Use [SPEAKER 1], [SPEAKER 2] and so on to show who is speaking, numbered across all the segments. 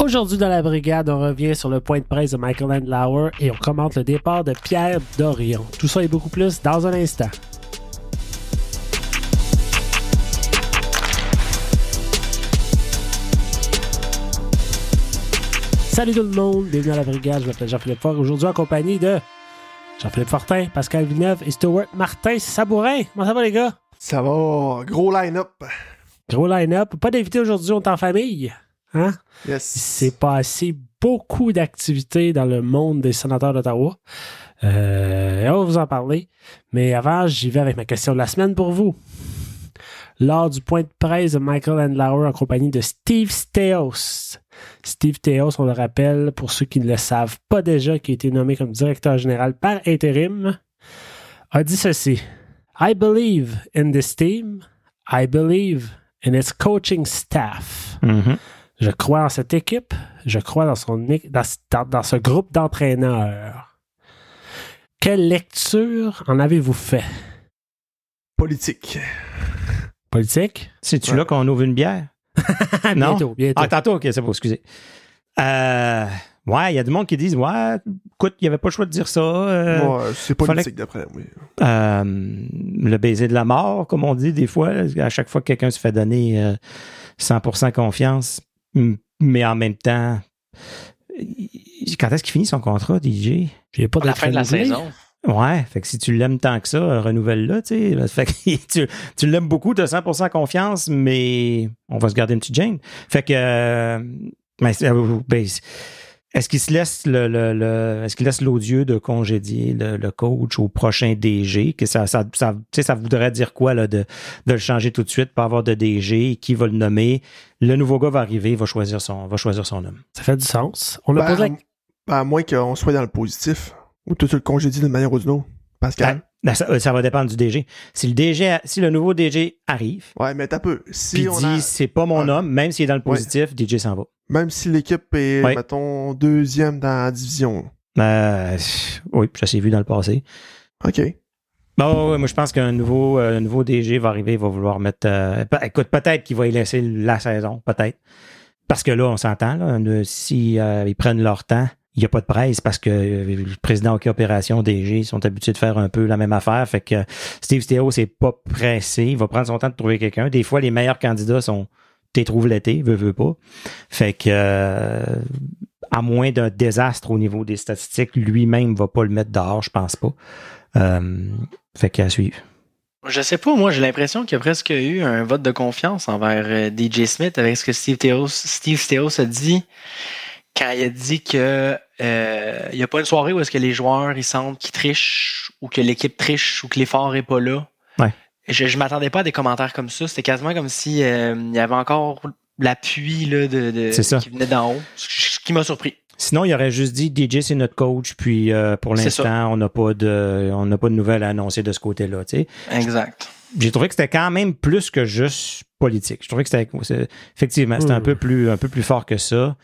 [SPEAKER 1] Aujourd'hui dans la brigade, on revient sur le point de presse de Michael Landlauer et on commente le départ de Pierre Dorion. Tout ça et beaucoup plus dans un instant. Salut tout le monde, bienvenue à la brigade, je m'appelle Jean-Philippe Fort, aujourd'hui en compagnie de Jean-Philippe Fortin, Pascal Villeneuve et Stuart Martin Sabourin. Comment ça va les gars?
[SPEAKER 2] Ça va, gros line-up.
[SPEAKER 1] Gros line-up, pas d'invité aujourd'hui, on est en famille. Hein? Il
[SPEAKER 2] Yes.
[SPEAKER 1] s'est passé beaucoup d'activités dans le monde des sénateurs d'Ottawa. Euh, on va vous en parler. Mais avant, j'y vais avec ma question de la semaine pour vous. Lors du point de presse de Michael Andlauer en compagnie de Steve Steos. Steve Steos, on le rappelle, pour ceux qui ne le savent pas déjà, qui a été nommé comme directeur général par intérim, a dit ceci. I believe in this team. I believe in its coaching staff. Je crois en cette équipe. Je crois dans, son, é- dans, ce- dans- dans ce groupe d'entraîneurs. Quelle lecture en avez-vous fait?
[SPEAKER 2] Politique.
[SPEAKER 1] Politique?
[SPEAKER 3] C'est-tu
[SPEAKER 2] Ouais.
[SPEAKER 3] là qu'on ouvre une bière? Non.
[SPEAKER 1] Bientôt, bientôt.
[SPEAKER 3] Ah, tantôt, ok, c'est beau, excusez. Euh, ouais, il y a du monde qui disent, ouais, écoute, il n'y avait pas le choix de dire ça. euh,
[SPEAKER 2] Moi, c'est
[SPEAKER 3] fallait-
[SPEAKER 2] politique d'après moi.
[SPEAKER 3] euh, le baiser de la mort, comme on dit des fois, à chaque fois que quelqu'un se fait donner euh, 100% confiance, m- mais en même temps, il- quand est-ce qu'il finit son contrat, DJ?
[SPEAKER 1] Il n'y a pas
[SPEAKER 4] À la
[SPEAKER 1] d'être
[SPEAKER 4] fin de la
[SPEAKER 1] renouvelé.
[SPEAKER 4] saison.
[SPEAKER 3] Ouais, fait que si tu l'aimes tant que ça, euh, renouvelle-le, tu sais. Fait que tu, tu l'aimes beaucoup, t'as 100% confiance, mais on va se garder une petite gêne. Fait que, euh, mais c'est- euh, ben, c'est- est-ce qu'il se laisse le, le- le- est-ce qu'il laisse l'odieux de congédier le, le coach au prochain DG? Que ça, ça, ça, tu sais, ça voudrait dire quoi, là, de, de le changer tout de suite, pas avoir de DG, qui va le nommer? Le nouveau gars va arriver, il va choisir son, va choisir son homme.
[SPEAKER 1] Ça fait du sens. On a
[SPEAKER 2] Ben,
[SPEAKER 1] posé la-
[SPEAKER 2] ben, à moins qu'on soit dans le positif. Ou tout le congédie d'une manière ou d'une autre. Pascal.
[SPEAKER 3] Ben, ça, euh, ça va dépendre du DG. Si le DG, a- si le nouveau DG arrive,
[SPEAKER 2] Ouais, mais t'as peu. Si
[SPEAKER 3] Puis
[SPEAKER 2] on
[SPEAKER 3] dit,
[SPEAKER 2] a-
[SPEAKER 3] c'est pas mon
[SPEAKER 2] Ouais.
[SPEAKER 3] homme, même s'il est dans le
[SPEAKER 2] Ouais.
[SPEAKER 3] positif, DJ s'en va.
[SPEAKER 2] Même si l'équipe est,
[SPEAKER 3] Ouais.
[SPEAKER 2] mettons, deuxième dans la division.
[SPEAKER 3] Euh, oui, ça s'est vu dans le passé.
[SPEAKER 2] OK.
[SPEAKER 3] Bon, Bah ouais, moi, je pense qu'un nouveau, euh, un nouveau DG va arriver, il va vouloir mettre. euh, pe- écoute, peut-être qu'il va y laisser la saison, peut-être. Parce que là, on s'entend, là, ne- si euh, ils prennent leur temps, il n'y a pas de presse parce que euh, le président OK Opération, DG, ils sont habitués de faire un peu la même affaire. Fait que Steve Stéo, c'est pas pressé. Il va prendre son temps de trouver quelqu'un. Des fois, les meilleurs candidats sont t'es trouves l'été, veut, veut pas. Fait que euh, à moins d'un désastre au niveau des statistiques, lui-même va pas le mettre dehors, je pense pas. Euh, fait qu'à suivre.
[SPEAKER 4] Je sais pas, moi j'ai l'impression qu'il y a presque eu un vote de confiance envers euh, DJ Smith avec ce que Steve Theos, Steve Theos a dit quand il a dit que euh, il n'y a pas une soirée où est-ce que les joueurs ils sentent qu'ils trichent ou que l'équipe triche ou que l'effort est pas là.
[SPEAKER 3] Ouais.
[SPEAKER 4] Je, je m'attendais pas à des commentaires comme ça. C'était quasiment comme si euh, il y avait encore l'appui là, de, de-
[SPEAKER 3] C'est ça.
[SPEAKER 4] qui venait d'en haut. Ce ce qui m'a surpris.
[SPEAKER 3] Sinon, il aurait juste dit DJ c'est notre coach, puis euh, pour
[SPEAKER 4] C'est ça.
[SPEAKER 3] l'instant, on n'a pas de on n'a pas de nouvelles à annoncer de ce côté-là. tu sais.
[SPEAKER 4] Exact.
[SPEAKER 3] J'ai trouvé que c'était quand même plus que juste politique. Je trouvais que c'était c'est- effectivement c'était un
[SPEAKER 1] Hmm.
[SPEAKER 3] peu plus un peu plus fort que ça.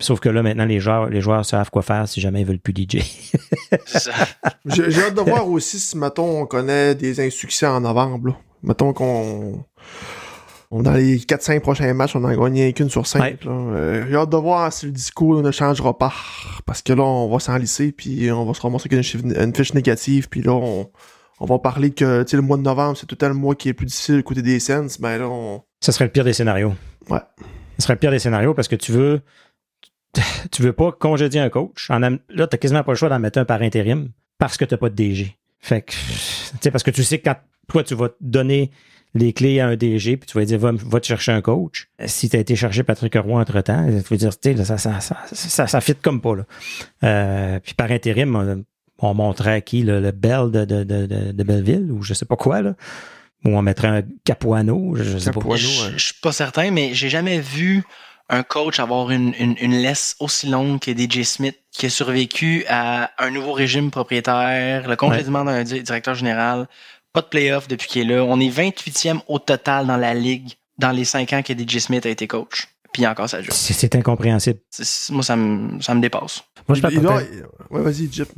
[SPEAKER 3] Sauf que là maintenant les joueurs les joueurs savent quoi faire si jamais ils veulent plus DJ.
[SPEAKER 4] C'est ça.
[SPEAKER 2] J'ai j'ai hâte de voir aussi si, mettons, on connaît des insuccès en novembre. là. Mettons qu'on. on- dans les 4-5 prochains matchs, on en gagné qu'une sur 5.
[SPEAKER 3] Ouais.
[SPEAKER 2] J'ai hâte de voir si le discours ne changera pas. Parce que là, on va s'enlisser, puis on va se ramasser avec une, chiffre- une fiche négative, puis là, on, on va parler que tu sais, le mois de novembre, c'est tout le temps le mois qui est plus difficile du côté des Sens. Ben là, on.
[SPEAKER 3] Ce serait le pire des scénarios.
[SPEAKER 2] Ouais.
[SPEAKER 3] Ce serait le pire des scénarios parce que tu veux. Tu veux pas congédier un coach. En am- là, t'as quasiment pas le choix d'en mettre un par intérim parce que t'as pas de DG. Fait que. Tu sais, parce que tu sais que quand toi, tu vas te donner les clés à un DG, puis tu vas lui dire, va, va te chercher un coach. Si t'as été chercher Patrick Roy entre temps, tu vas dire, tu sais, là, ça, ça, ça, ça, ça fit comme pas, là. Euh, puis par intérim, on, on montrait à qui, le, le Bell de, de, de, de- de Belleville, ou je sais pas quoi, là. Ou on mettrait un Capuano, je, je sais pas.
[SPEAKER 2] Capuano. Ouais, nous,
[SPEAKER 4] Je
[SPEAKER 2] ouais.
[SPEAKER 4] je suis pas certain, mais j'ai jamais vu un coach avoir une, une, une laisse aussi longue que DJ Smith, qui a survécu à un nouveau régime propriétaire, le congédiement d'un di- directeur général, pas de playoff depuis qu'il est là. On est 28e au total dans la ligue dans les 5 ans que DJ Smith a été coach. Puis encore, ça joue.
[SPEAKER 3] C'est c'est incompréhensible.
[SPEAKER 4] C'est- c'est- Moi, ça me, ça me dépasse.
[SPEAKER 1] Moi, je
[SPEAKER 2] Il- il
[SPEAKER 1] m'attendais-
[SPEAKER 3] hein.
[SPEAKER 2] doit- Ouais, vas-y, Jip.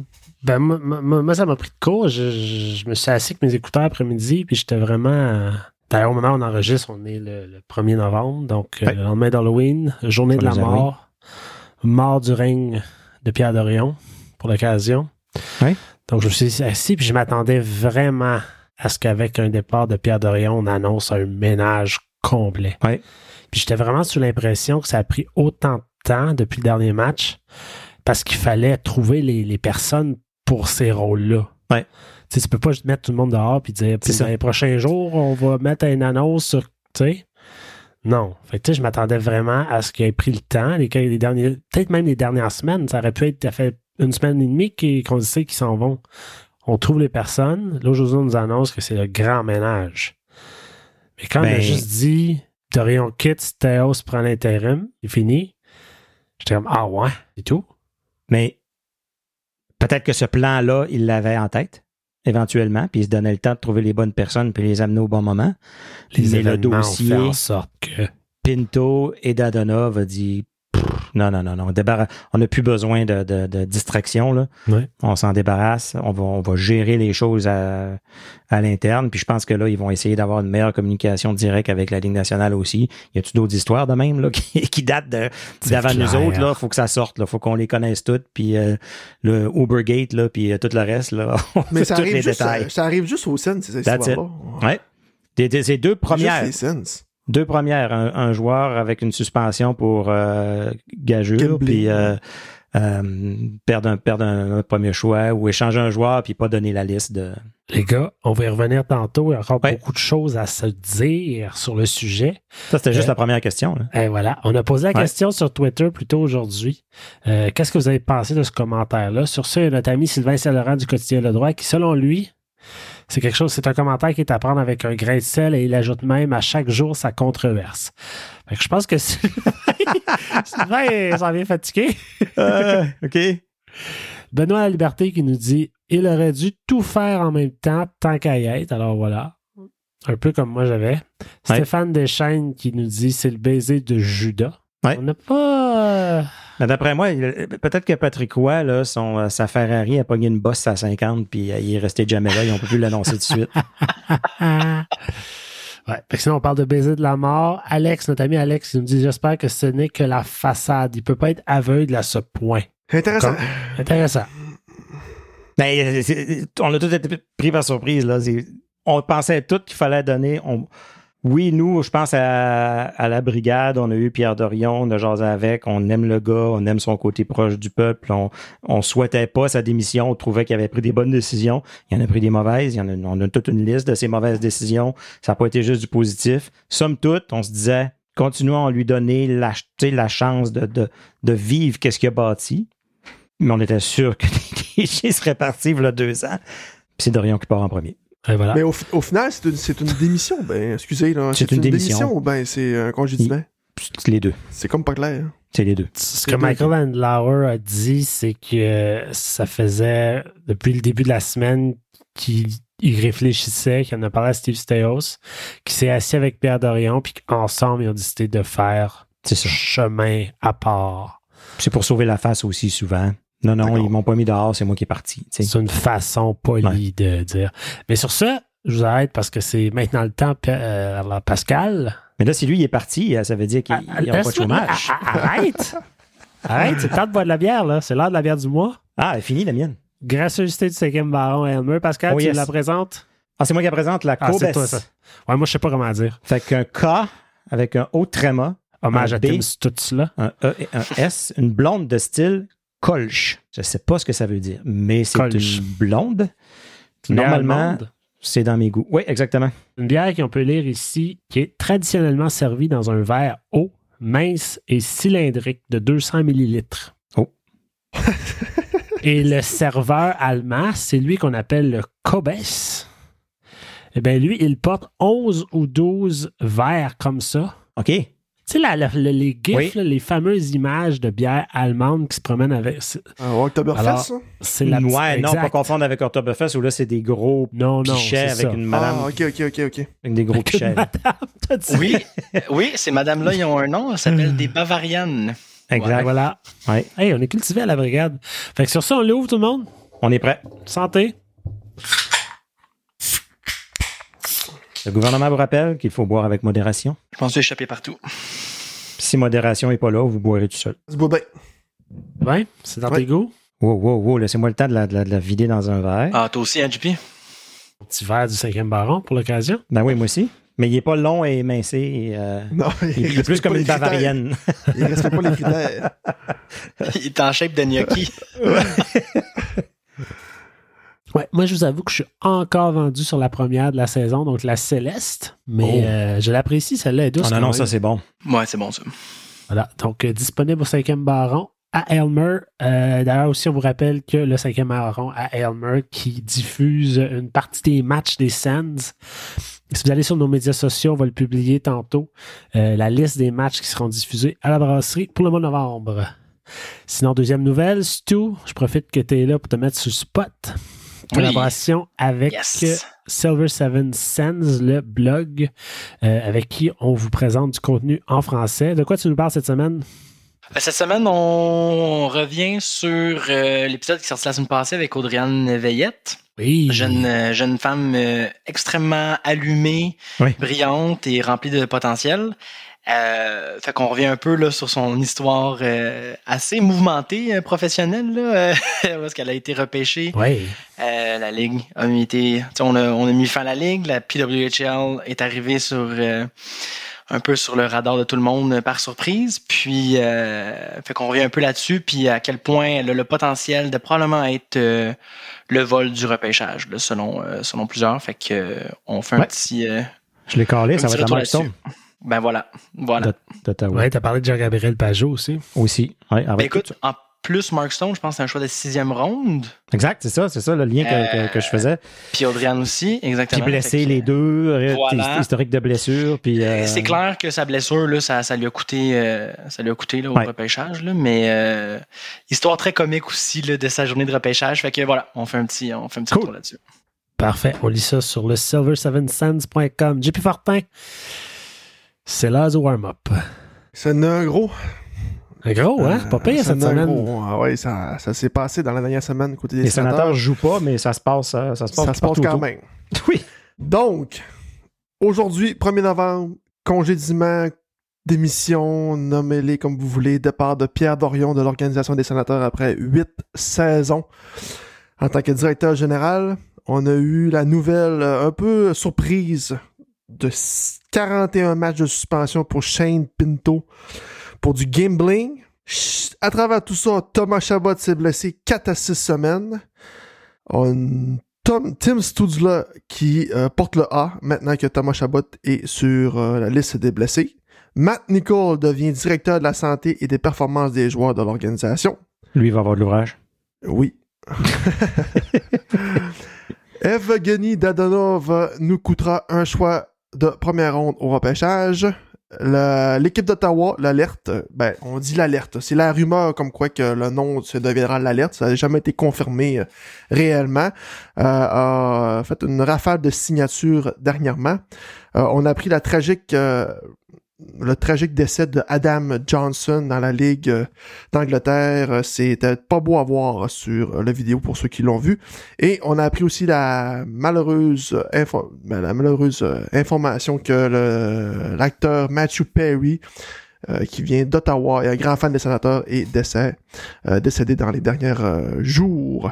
[SPEAKER 1] Ben, moi, moi- moi, ça m'a pris de court. Je, je- je me suis assis avec mes écouteurs après-midi, puis j'étais vraiment. euh, D'ailleurs, au moment où on enregistre, on est le, le 1er novembre, donc euh,
[SPEAKER 3] Ouais.
[SPEAKER 1] le lendemain d'Halloween, journée de la
[SPEAKER 3] Journée d'Halloween.
[SPEAKER 1] mort. Mort du règne de Pierre Dorion pour l'occasion.
[SPEAKER 3] Oui.
[SPEAKER 1] Donc, je me suis assis puis je m'attendais vraiment à ce qu'avec un départ de Pierre Dorion, on annonce un ménage complet.
[SPEAKER 3] Oui.
[SPEAKER 1] Puis j'étais vraiment sous l'impression que ça a pris autant de temps depuis le dernier match parce qu'il fallait trouver les, les personnes pour ces rôles-là.
[SPEAKER 3] Ouais.
[SPEAKER 1] Tu sais, tu peux pas juste mettre tout le monde dehors puis dire, puis
[SPEAKER 3] C'est ça.
[SPEAKER 1] dans les prochains jours, on va mettre une annonce sur. Tu sais. Non. Fait que, tu sais, je m'attendais vraiment à ce qu'il ait pris le temps. Les, les derniers, peut-être même les dernières semaines. Ça aurait pu être, ça fait une semaine et demie qu'il- qu'on sait qu'ils s'en vont. On trouve les personnes. Là, aujourd'hui, on nous annonce que c'est le grand ménage. Mais quand on a
[SPEAKER 3] Ben-
[SPEAKER 1] juste dit, Dorion quitte, Théos prend l'intérim, c'est fini. J'étais comme, ah ouais, c'est tout.
[SPEAKER 3] Mais peut-être que ce plan-là, il l'avait en tête, éventuellement, puis il se donnait le temps de trouver les bonnes personnes puis les amener au bon moment. Mais le
[SPEAKER 1] événements ont
[SPEAKER 3] dossier-
[SPEAKER 1] fait en sorte que.
[SPEAKER 3] Pinto et Dadonov a dit Pff, non, non, non, non, on débarra- on n'a plus besoin de, de- de distraction. Là.
[SPEAKER 1] Ouais.
[SPEAKER 3] On s'en débarrasse, on va, on va gérer les choses à, à l'interne. Puis je pense que là, ils vont essayer d'avoir une meilleure communication directe avec la Ligue nationale aussi. Y a-tu d'autres histoires de même là, qui, qui datent de-
[SPEAKER 1] C'est
[SPEAKER 3] d'avant nous
[SPEAKER 1] clair.
[SPEAKER 3] autres? Il faut que ça sorte, il faut qu'on les connaisse toutes. Puis euh, le Ubergate, là, puis euh, tout le reste, là, on
[SPEAKER 2] Mais
[SPEAKER 3] sait
[SPEAKER 2] ça
[SPEAKER 3] tous
[SPEAKER 2] arrive,
[SPEAKER 3] les
[SPEAKER 2] juste, euh,
[SPEAKER 3] détails.
[SPEAKER 2] ça, ça arrive juste au Sens, ces
[SPEAKER 3] That's
[SPEAKER 2] histoires-là.
[SPEAKER 3] Ouais. Des- des- Ces deux premières.
[SPEAKER 2] Juste les Sens.
[SPEAKER 3] Deux premières, un, un joueur avec une suspension pour euh, gageure,
[SPEAKER 2] Gambling.
[SPEAKER 3] puis euh, euh, perdre, un, perdre un, un premier choix ou échanger un joueur puis pas donner la liste de.
[SPEAKER 1] Les gars, on va y revenir tantôt. Il y a encore
[SPEAKER 3] Ouais.
[SPEAKER 1] beaucoup de choses à se dire sur le sujet.
[SPEAKER 3] Ça, c'était juste
[SPEAKER 1] Euh,
[SPEAKER 3] la première question. là.
[SPEAKER 1] Et voilà, on a posé la
[SPEAKER 3] Ouais.
[SPEAKER 1] question sur Twitter plus tôt aujourd'hui. Euh, Qu'est-ce que vous avez pensé de ce commentaire-là? Sur ce, notre ami Sylvain Saint-Laurent du quotidien Le Droit, qui selon lui, c'est quelque chose, c'est un commentaire qui est à prendre avec un grain de sel et il ajoute même à chaque jour sa controverse. Fait que je pense que Sylvain, Sylvain s'en vient fatigué.
[SPEAKER 3] OK.
[SPEAKER 1] Benoît La Liberté qui nous dit il aurait dû tout faire en même temps tant qu'à y être. Alors voilà. Un peu comme moi j'avais. Stéphane Deschaines qui nous dit c'est le baiser de Judas.
[SPEAKER 3] Ouais.
[SPEAKER 1] On n'a pas.
[SPEAKER 3] Mais d'après moi, il- peut-être que Patrick Roy, là, son, euh, sa Ferrari a pogné une bosse à 50 puis euh, il est resté jamais là. Ils ont pas pu l'annoncer tout de suite.
[SPEAKER 1] Ah. Ouais. Fait que sinon, on parle de baiser de la mort. Alex, notre ami Alex, il nous dit J'espère que ce n'est que la façade. Il peut pas être aveugle à ce point.
[SPEAKER 2] Intéressant.
[SPEAKER 1] Comme- Intéressant.
[SPEAKER 3] Mais euh, c'est- on a tous été pris par surprise. Là. C'est- On pensait tout qu'il fallait donner. On... Oui, nous, je pense à, à la brigade, on a eu Pierre Dorion, on a jasé avec, on aime le gars, on aime son côté proche du peuple, on, on souhaitait pas sa démission, on trouvait qu'il avait pris des bonnes décisions, il en a pris des mauvaises, il y en a, on a toute une liste de ses mauvaises décisions, ça n'a pas été juste du positif. Somme toute, on se disait, continuons à lui donner la, ch- tu sais, la chance de, de, de vivre qu'est-ce qu'il a bâti, mais on était sûr que les DG seraient partis il y a deux ans. Puis c'est Dorion qui part en premier.
[SPEAKER 1] Et voilà.
[SPEAKER 2] Mais au, fi- au final, c'est une, c'est une démission. Ben, excusez, là.
[SPEAKER 3] Ah. C'est une démission.
[SPEAKER 2] Ben, c'est un congédiement.
[SPEAKER 3] C'est les deux.
[SPEAKER 2] C'est comme pas clair. hein.
[SPEAKER 3] C'est les deux.
[SPEAKER 1] Ce que Michael Andlauer a dit, c'est que ça faisait depuis le début de la semaine qu'il il réfléchissait, qu'il en a parlé à Steve Steos, qu'il s'est assis avec Pierre Dorion, puis qu'ensemble, ils ont décidé de faire
[SPEAKER 3] C'est ça.
[SPEAKER 1] chemin à part.
[SPEAKER 3] C'est pour sauver la face aussi souvent. Non, non,
[SPEAKER 2] D'accord.
[SPEAKER 3] ils m'ont pas mis dehors, c'est moi qui est parti. tu sais.
[SPEAKER 1] C'est une façon polie de dire. Mais sur ce, je vous arrête parce que c'est maintenant le temps, Pa- euh, alors, Pascal.
[SPEAKER 3] Mais là, si lui il est parti, euh, ça veut dire qu'il
[SPEAKER 1] Ah,
[SPEAKER 3] n'y aura pas de
[SPEAKER 1] laisse-
[SPEAKER 3] chômage.
[SPEAKER 1] ah, ah, Arrête! Arrête, c'est le temps de boire de la bière, là. C'est l'heure de la bière du mois.
[SPEAKER 3] Ah, elle est finie la mienne.
[SPEAKER 1] Gracieuseté du 5e baron Elmer. Pascal,
[SPEAKER 3] Oh,
[SPEAKER 1] tu
[SPEAKER 3] yes.
[SPEAKER 1] la présentes?
[SPEAKER 3] Ah, c'est moi qui la présente la
[SPEAKER 1] Ah,
[SPEAKER 3] Cobes.
[SPEAKER 1] c'est toi, ça. Ouais, moi, je sais pas comment dire.
[SPEAKER 3] fait qu'un K avec un haut tréma,
[SPEAKER 1] Hommage
[SPEAKER 3] Un
[SPEAKER 1] à
[SPEAKER 3] B.
[SPEAKER 1] Tim Stutz, là.
[SPEAKER 3] un E et un S, une blonde de style Colch. Je sais pas ce que ça veut dire, mais c'est
[SPEAKER 1] Kolsch.
[SPEAKER 3] une blonde.
[SPEAKER 1] Une bière
[SPEAKER 3] Normalement-
[SPEAKER 1] allemande.
[SPEAKER 3] C'est dans mes goûts. Oui, exactement.
[SPEAKER 1] Une bière qu'on peut lire ici, qui est traditionnellement servie dans un verre haut, mince et cylindrique de 200 millilitres.
[SPEAKER 3] Oh.
[SPEAKER 1] et le serveur allemand, c'est lui qu'on appelle le Kobes. Eh bien, lui, il porte 11 ou 12 verres comme ça.
[SPEAKER 3] OK.
[SPEAKER 1] Tu sais, la- la- la- les gifs,
[SPEAKER 3] Oui.
[SPEAKER 1] là, les fameuses images de bières allemandes qui se promènent avec. c'est-
[SPEAKER 2] Un Ah, Oktoberfest,
[SPEAKER 1] Alors,
[SPEAKER 2] ça?
[SPEAKER 1] C'est la petite-
[SPEAKER 3] ouais, non,
[SPEAKER 1] exact.
[SPEAKER 3] pas confondre avec Oktoberfest où là, c'est des gros
[SPEAKER 1] Non, non,
[SPEAKER 3] pichets
[SPEAKER 1] c'est
[SPEAKER 3] avec
[SPEAKER 1] ça.
[SPEAKER 3] une madame,
[SPEAKER 2] Ah, ok, ok, ok, ok.
[SPEAKER 3] avec des gros
[SPEAKER 1] Avec une
[SPEAKER 3] pichets. là.
[SPEAKER 1] madame, t'as dit.
[SPEAKER 4] Oui, oui, ces madames-là, ils ont un nom, elles s'appellent des Bavarianes.
[SPEAKER 1] Ouais,
[SPEAKER 3] Exact.
[SPEAKER 1] voilà.
[SPEAKER 3] Ouais.
[SPEAKER 1] Hey, on est cultivé à la brigade. Fait que sur ça, on l'ouvre tout le monde.
[SPEAKER 3] On est prêt.
[SPEAKER 1] Santé.
[SPEAKER 3] Le gouvernement vous rappelle qu'il faut boire avec modération.
[SPEAKER 4] Je pense que j'ai échappé partout.
[SPEAKER 3] Si modération n'est pas là, vous boirez tout seul.
[SPEAKER 2] Ça se boit bien.
[SPEAKER 1] Ben, c'est dans
[SPEAKER 2] Ouais.
[SPEAKER 1] tes goûts.
[SPEAKER 3] Wow, wow, wow, laissez-moi le temps de la, de la- de la vider dans un verre.
[SPEAKER 4] Ah, toi aussi, hein, JP?
[SPEAKER 1] Un petit verre du cinquième baron pour l'occasion.
[SPEAKER 3] Ben oui, moi aussi. Mais il n'est pas long et émincé. et, euh,
[SPEAKER 2] Non,
[SPEAKER 3] il est
[SPEAKER 2] respecte
[SPEAKER 3] plus comme
[SPEAKER 2] pas
[SPEAKER 3] une
[SPEAKER 2] les critères.
[SPEAKER 3] bavarienne.
[SPEAKER 2] Il respecte pas les critères.
[SPEAKER 4] Il est en shape de gnocchi.
[SPEAKER 1] Ouais, moi, je vous avoue que je suis encore vendu sur la première de la saison, donc la Céleste. Mais
[SPEAKER 3] Oh.
[SPEAKER 1] euh, je l'apprécie, celle-là est douce.
[SPEAKER 3] Oh non,
[SPEAKER 1] quand
[SPEAKER 3] non,
[SPEAKER 1] même.
[SPEAKER 3] ça c'est bon.
[SPEAKER 4] Ouais, c'est bon, ça.
[SPEAKER 1] Voilà, donc euh, disponible au cinquième baron à Elmer. Euh, D'ailleurs aussi, on vous rappelle que le cinquième baron à Elmer qui diffuse une partie des matchs des Sands. Si vous allez sur nos médias sociaux, on va le publier tantôt, euh, la liste des matchs qui seront diffusés à la brasserie pour le mois de novembre. Sinon, deuxième nouvelle, Stu, je profite que tu es là pour te mettre sur le spot. Collaboration avec euh,
[SPEAKER 4] Yes.
[SPEAKER 1] Silver Seven Sands, le blog euh, avec qui on vous présente du contenu en français. De quoi tu nous parles cette semaine?
[SPEAKER 4] Ben, Cette semaine, on revient sur euh, l'épisode qui est sorti la semaine passée avec Audriane Veillette.
[SPEAKER 1] Oui.
[SPEAKER 4] Jeune, euh, jeune femme euh, extrêmement allumée,
[SPEAKER 3] Oui.
[SPEAKER 4] brillante et remplie de potentiel. Euh, fait qu'on revient un peu là, sur son histoire euh, assez mouvementée euh, professionnelle, là, euh, parce qu'elle a été repêchée.
[SPEAKER 1] Oui.
[SPEAKER 4] Euh, la Ligue a mis été- tu sais, on, a, on a mis fin à la Ligue. La PWHL est arrivée sur euh, un peu sur le radar de tout le monde euh, par surprise. Puis, euh, fait qu'on revient un peu là-dessus. Puis, à quel point elle a le potentiel de probablement être euh, le vol du repêchage, là, selon, euh, selon plusieurs. Fait que, euh, on fait un
[SPEAKER 3] Ouais.
[SPEAKER 4] petit. euh,
[SPEAKER 3] Je l'ai calé, ça
[SPEAKER 4] Un
[SPEAKER 3] va
[SPEAKER 4] petit
[SPEAKER 3] être la
[SPEAKER 4] retour
[SPEAKER 3] milestone
[SPEAKER 4] ben voilà. Voilà.
[SPEAKER 3] d'Ottawa.
[SPEAKER 1] Ouais, t'as parlé de Jean-Gabriel Pajot aussi.
[SPEAKER 3] Aussi. Ouais,
[SPEAKER 4] Ben,
[SPEAKER 3] avec
[SPEAKER 4] écoute,
[SPEAKER 3] tout
[SPEAKER 4] en plus, Mark Stone, je pense que c'est un choix de sixième ronde.
[SPEAKER 3] ça. Exact, c'est ça, c'est ça le lien que,
[SPEAKER 4] Euh,
[SPEAKER 3] que- que je faisais.
[SPEAKER 4] Puis, Audriane aussi,
[SPEAKER 3] Puis
[SPEAKER 4] exactement. Fait
[SPEAKER 3] blessé
[SPEAKER 4] que-
[SPEAKER 3] les deux, euh,
[SPEAKER 4] Voilà.
[SPEAKER 3] hist- historique de blessure. Puis, euh,
[SPEAKER 4] C'est clair que sa blessure, là, ça, ça lui a coûté, euh, ça lui a coûté là, au
[SPEAKER 3] Ouais.
[SPEAKER 4] repêchage, là, mais euh, histoire très comique aussi là, de sa journée de repêchage. Fait que voilà, on fait un petit, on fait un petit
[SPEAKER 3] Cool.
[SPEAKER 4] retour là-dessus.
[SPEAKER 1] Parfait. On lit ça sur le silver7sands.com. JP Fortin, c'est l'heure du warm-up.
[SPEAKER 2] Ça n'a gros.
[SPEAKER 1] Un
[SPEAKER 3] Oh,
[SPEAKER 1] Gros, hein?
[SPEAKER 2] Euh,
[SPEAKER 1] Pas pire
[SPEAKER 2] ça
[SPEAKER 1] cette
[SPEAKER 2] n'a
[SPEAKER 1] semaine.
[SPEAKER 2] gros. Ah ouais, ça, ça s'est passé dans la dernière semaine côté des
[SPEAKER 3] Les sénateurs
[SPEAKER 2] sénateurs.
[SPEAKER 3] ne jouent pas, mais ça se passe, euh, ça se passe,
[SPEAKER 2] Ça se passe
[SPEAKER 3] partout
[SPEAKER 2] quand
[SPEAKER 3] autour.
[SPEAKER 2] même.
[SPEAKER 3] Oui.
[SPEAKER 2] Donc, aujourd'hui, 1er novembre, congédiement, démission, nommez-les comme vous voulez, départ de Pierre Dorion de l'Organisation des sénateurs après huit saisons en tant que directeur général. On a eu la nouvelle euh, un peu surprise de s- 41 matchs de suspension pour Shane Pinto pour du gambling. Ch- À travers tout ça, Thomas Chabot s'est blessé 4 à 6 semaines. On Tom, Tim Studula qui euh, porte le A maintenant que Thomas Chabot est sur euh, la liste des blessés. Matt Nicole devient directeur de la santé et des performances des joueurs de l'organisation.
[SPEAKER 3] Lui, il va avoir de l'ouvrage.
[SPEAKER 2] Oui. Evgeny Dadonov nous coûtera un choix de première ronde au repêchage. La- L'équipe d'Ottawa, l'alerte, ben, on dit l'alerte. C'est la rumeur comme quoi que le nom se deviendra l'alerte. Ça n'a jamais été confirmé euh, réellement. Euh, a fait une rafale de signatures dernièrement. Euh, on a pris la tragique, euh, le tragique décès de Adam Johnson dans la ligue euh, d'Angleterre. Euh, C'était pas beau à voir euh, sur euh, la vidéo pour ceux qui l'ont vu. Et on a appris aussi la malheureuse, euh, info- ben, la malheureuse euh, information que le- l'acteur Matthew Perry, euh, qui vient d'Ottawa et un grand fan des sénateurs, est décès- euh, décédé dans les derniers euh, jours.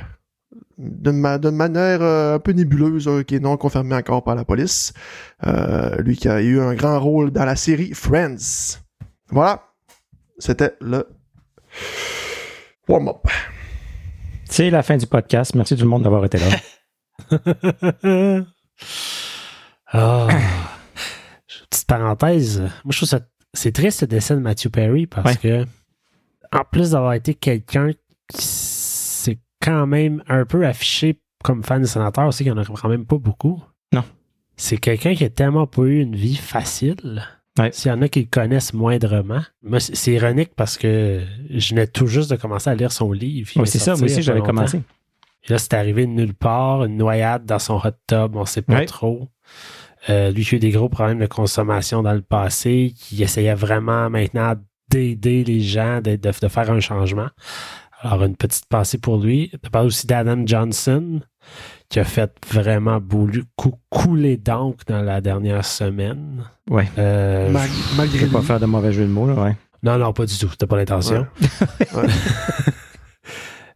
[SPEAKER 2] De, ma- de manière euh, un peu nébuleuse, euh, qui est non confirmée encore par la police. Euh, lui qui a eu un grand rôle dans la série Friends. Voilà. C'était le warm-up.
[SPEAKER 3] C'est la fin du podcast. Merci tout le monde d'avoir été là.
[SPEAKER 1] Ah. Petite parenthèse. Moi, je trouve ça. C'est triste ce décès de Matthew Perry parce que,
[SPEAKER 3] Ouais.
[SPEAKER 1] en plus d'avoir été quelqu'un qui s'est quand même un peu affiché comme fan des sénateurs, aussi qu'il n'y en a quand même pas beaucoup.
[SPEAKER 3] Non.
[SPEAKER 1] C'est quelqu'un qui a tellement pas eu une vie facile.
[SPEAKER 3] Ouais.
[SPEAKER 1] S'il y en a qui le connaissent moindrement. Moi, c'est c'est ironique parce que je venais tout juste de commencer à lire son livre. Il
[SPEAKER 3] Ouais,
[SPEAKER 1] vient
[SPEAKER 3] c'est ça,
[SPEAKER 1] sortir il
[SPEAKER 3] moi
[SPEAKER 1] y a
[SPEAKER 3] aussi,
[SPEAKER 1] pas
[SPEAKER 3] j'avais
[SPEAKER 1] longtemps.
[SPEAKER 3] commencé.
[SPEAKER 1] Puis là, c'est arrivé de nulle part, une noyade dans son hot tub, on sait pas
[SPEAKER 3] Ouais.
[SPEAKER 1] trop. Euh, lui qui a eu des gros problèmes de consommation dans le passé, qui essayait vraiment maintenant d'aider les gens, de, de- de faire un changement. Alors, une petite pensée pour lui. On parle aussi d'Adam Johnson, qui a fait vraiment beaucoup couler d'encre dans la dernière semaine.
[SPEAKER 3] Ouais.
[SPEAKER 1] Euh,
[SPEAKER 2] Mal-
[SPEAKER 3] Je
[SPEAKER 2] malgré
[SPEAKER 3] vais pas
[SPEAKER 2] lui.
[SPEAKER 3] faire de mauvais jeu de mots, là, ouais.
[SPEAKER 1] non, non, pas du tout. C'était pas l'intention.
[SPEAKER 2] Ouais. Ouais.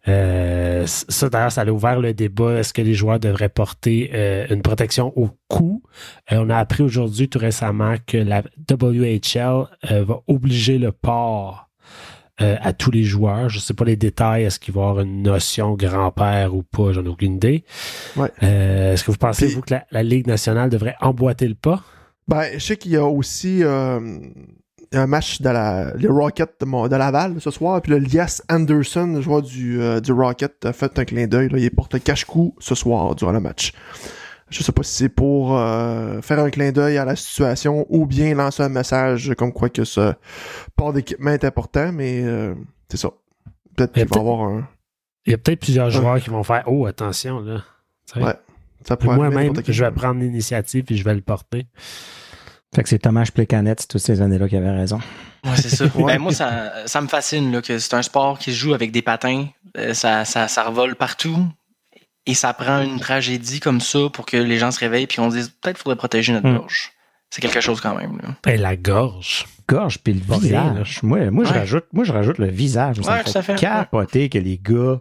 [SPEAKER 1] Euh, ça, d'ailleurs, ça a ouvert le débat. Est-ce que les joueurs devraient porter euh, une protection au cou? Euh, on a appris aujourd'hui, tout récemment, que la WHL euh, va obliger le port euh, à tous les joueurs. Je ne sais pas les détails. Est-ce qu'il va y avoir une notion grand-père ou pas? J'en ai aucune idée.
[SPEAKER 2] Ouais.
[SPEAKER 1] Euh, Est-ce que vous pensez,
[SPEAKER 2] Puis-
[SPEAKER 1] vous, que la, la Ligue nationale devrait emboîter le pas?
[SPEAKER 2] Ben, je sais qu'il y a aussi euh, un match dans la, les Rockets de, Mon- de Laval ce soir. Puis le Lias Anderson, le joueur du, euh, du Rocket, a fait un clin d'œil. là. Il porte le cache-cou ce soir durant le match. Je sais pas si c'est pour euh, faire un clin d'œil à la situation ou bien lancer un message comme quoi que ce port d'équipement est important, mais euh, c'est ça. Peut-être
[SPEAKER 1] Mais
[SPEAKER 2] qu'il va
[SPEAKER 1] peut-être-
[SPEAKER 2] avoir un.
[SPEAKER 1] Il y a peut-être plusieurs
[SPEAKER 2] Ouais.
[SPEAKER 1] joueurs qui vont faire Oh, attention, là. Tu sais,
[SPEAKER 2] Ouais, Ça
[SPEAKER 1] puis
[SPEAKER 2] pourrait arriver
[SPEAKER 1] Moi-même,
[SPEAKER 2] n'importe qui.
[SPEAKER 1] je vais prendre l'initiative et je vais le porter.
[SPEAKER 3] Fait que c'est Thomas Plecanet, toutes ces années-là, qui avait raison.
[SPEAKER 4] Ouais, c'est ça.
[SPEAKER 2] Ouais.
[SPEAKER 4] Ben, moi, ça, ça me fascine là, que c'est un sport qui se joue avec des patins. Euh, ça, ça, ça revole partout. Et ça prend une tragédie comme ça pour que les gens se réveillent puis on se dise peut-être faudrait protéger notre
[SPEAKER 3] Mm.
[SPEAKER 4] gorge. C'est quelque chose quand même. là.
[SPEAKER 1] Et Ben, la gorge.
[SPEAKER 3] Gorge puis le
[SPEAKER 1] Pas rien,
[SPEAKER 3] visage. Moi, moi, je
[SPEAKER 4] Ouais.
[SPEAKER 3] rajoute, moi, je rajoute le visage. Moi, ça
[SPEAKER 4] Ouais,
[SPEAKER 3] me
[SPEAKER 4] tout à fait.
[SPEAKER 3] capoter que les gars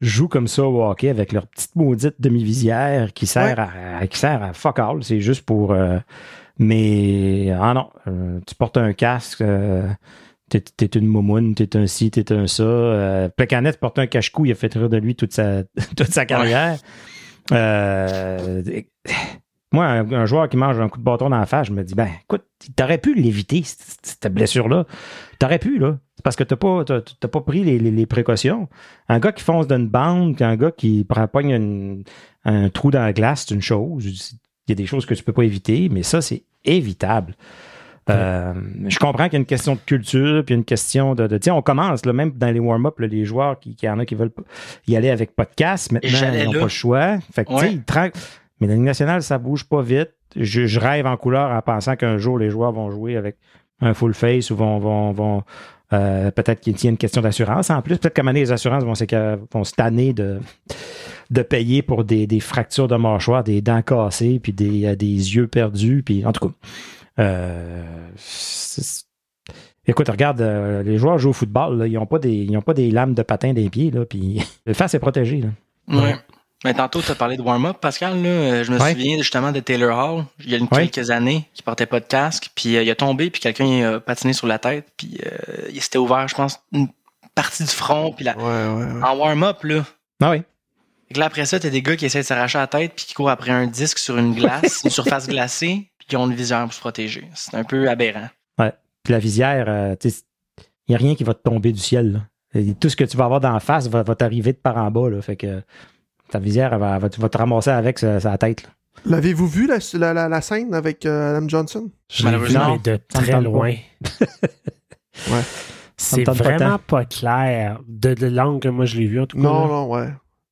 [SPEAKER 3] jouent comme ça au hockey avec leur petite maudite demi-visière qui sert à, qui sert à fuck all. C'est juste pour, euh, mais, ah non, euh, tu portes un casque, euh, t'es, t'es une moumoune, t'es un ci, t'es un ça. Euh, Plekanec porte un cache-cou, il a fait rire de lui toute sa, toute sa carrière. Euh, moi, un, un joueur qui mange un coup de bâton dans la face, je me dis, ben, écoute, t'aurais pu l'éviter, c- c- cette blessure-là. T'aurais pu, là. C'est parce que t'as pas, t'as, t'as pas pris les, les- les précautions. Un gars qui fonce d'une bande, puis un gars qui prend- pogne une- un trou dans la glace, c'est une chose. Il y a des choses que tu peux pas éviter, mais ça, c'est évitable. Euh, je comprends qu'il y a une question de culture, puis une question de. de tu sais, on commence, là, même dans les warm-up, là, les joueurs, qui, qu'il y en a qui veulent pas y aller avec podcast. Maintenant,
[SPEAKER 4] j'allais
[SPEAKER 3] ils n'ont
[SPEAKER 4] là.
[SPEAKER 3] pas le choix. Fait que, tu sais,
[SPEAKER 4] Ouais.
[SPEAKER 3] ils tra- mais la Ligue nationale, ça bouge pas vite. Je, je rêve en couleur en pensant qu'un jour, les joueurs vont jouer avec un full face ou vont. vont, vont euh, peut-être qu'il y a une question d'assurance en plus. Peut-être qu'à un moment donné, les assurances vont, s'éca- vont se tanner de, de payer pour des, des fractures de mâchoire, des dents cassées, puis des, euh, des yeux perdus. Puis, en tout cas, euh, c'est- écoute, regarde, euh, les joueurs jouent au football. là, ils n'ont pas, des- ils ont pas des lames de patin des pieds. Là, puis, le face est protégé. Là.
[SPEAKER 4] Ouais. Mais tantôt, tu as parlé de warm-up, Pascal. Là. Euh, Je me
[SPEAKER 3] Ouais.
[SPEAKER 4] souviens justement de Taylor Hall, il y a une-
[SPEAKER 3] Ouais.
[SPEAKER 4] quelques années, qui portait pas de casque, puis euh, il a tombé, puis quelqu'un il a patiné sur la tête, puis euh, il s'était ouvert, je pense, une partie du front, puis la...
[SPEAKER 2] Ouais, ouais, ouais.
[SPEAKER 4] en warm-up, là.
[SPEAKER 3] Ah oui.
[SPEAKER 4] Fait que là, après ça, t'as des gars qui essaient de s'arracher la tête puis qui courent après un disque sur une glace, une surface glacée, puis qui ont le viseur pour se protéger. C'est un peu aberrant.
[SPEAKER 3] Puis la visière, euh, tu sais, il n'y a rien qui va te tomber du ciel. là. Et Tout ce que tu vas avoir dans la face va, va t'arriver de par en bas. Là, fait que ta visière, elle va, elle va- tu vas te ramasser avec sa, sa tête. là.
[SPEAKER 2] L'avez-vous vu la, la, la, la scène avec euh, Adam Johnson?
[SPEAKER 1] Je l'ai vu,
[SPEAKER 4] Malheureusement,
[SPEAKER 1] mais de
[SPEAKER 3] ça me
[SPEAKER 1] très
[SPEAKER 3] tente
[SPEAKER 1] loin.
[SPEAKER 2] Ouais.
[SPEAKER 1] C'est
[SPEAKER 3] tente pas
[SPEAKER 1] vraiment pas clair. De, de l'angle que moi je l'ai vu, en tout cas.
[SPEAKER 2] Non,
[SPEAKER 1] là.
[SPEAKER 2] non, ouais.